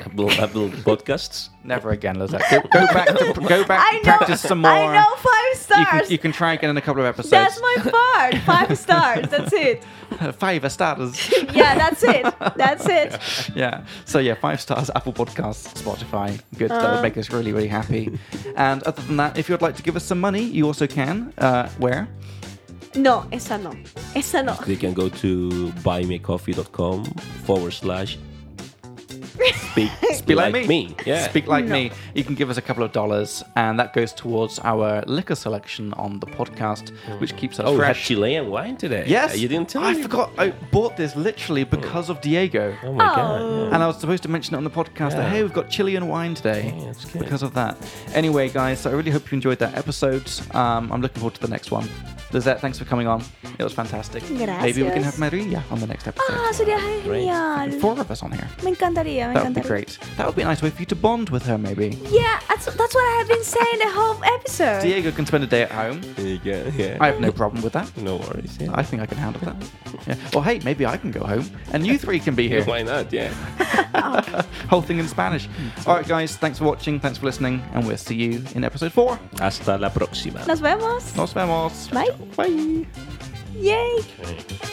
Speaker 3: Apple, Apple Podcasts.
Speaker 1: Never again, Lizette. Go, go back. To, go back.
Speaker 2: I
Speaker 1: and
Speaker 2: know.
Speaker 1: Practice some more.
Speaker 2: I know five
Speaker 1: You can,
Speaker 2: stars.
Speaker 1: you can try again in a couple of episodes.
Speaker 2: That's my part. Five stars. That's it.
Speaker 1: five stars.
Speaker 2: Yeah, that's it. That's it.
Speaker 1: yeah. So yeah, five stars, Apple Podcasts, Spotify. Good. that
Speaker 2: Uh-huh.
Speaker 1: would make us really, really happy. And other than that, if you'd like to give us some money, you also can. Uh, where?
Speaker 2: No, esa no. Esa no.
Speaker 3: They can go to buymeacoffee.com forward slash speak,
Speaker 1: Be like, me.
Speaker 3: Yeah.
Speaker 1: Speak like me. You can give us a couple of dollars, and that goes towards our liquor selection on the podcast, which keeps us
Speaker 3: oh, we had
Speaker 1: fresh.
Speaker 3: Chilean wine today.
Speaker 1: Yes.
Speaker 3: Uh, You didn't tell
Speaker 1: I
Speaker 3: me.
Speaker 1: forgot. I bought this literally because of Diego.
Speaker 3: Oh my
Speaker 2: Oh.
Speaker 3: god.
Speaker 1: And I was supposed to mention it on the podcast that
Speaker 3: Yeah.
Speaker 1: hey, we've got Chilean wine today
Speaker 3: Yeah, that's good.
Speaker 1: because of that. Anyway, guys, so I really hope you enjoyed that episode. Um, I'm looking forward to the next one. Lizette, thanks for coming on. It was fantastic. Maybe we can have
Speaker 2: Gracias.
Speaker 1: Maria on the next episode.
Speaker 2: Ah, sería genial.
Speaker 1: Four of us on here.
Speaker 2: Me encantaría, me
Speaker 1: That would be
Speaker 2: encantaría.
Speaker 1: great. That would be a nice way for you to bond with her, maybe.
Speaker 2: Yeah, that's, that's what I have been saying the whole episode.
Speaker 1: Diego can spend a day at home.
Speaker 3: There you go. Yeah.
Speaker 1: I have no problem with that.
Speaker 3: no worries. Yeah.
Speaker 1: I think I can handle that. Yeah. Or hey, maybe I can go home and you three can be here.
Speaker 3: Why not? Yeah.
Speaker 1: Whole thing in Spanish. All right, guys, thanks for watching. Thanks for listening. And we'll see you in episode four.
Speaker 3: Hasta la próxima.
Speaker 2: Nos vemos.
Speaker 1: Nos vemos.
Speaker 2: Bye.
Speaker 1: Bye.
Speaker 2: Yay.
Speaker 3: Okay.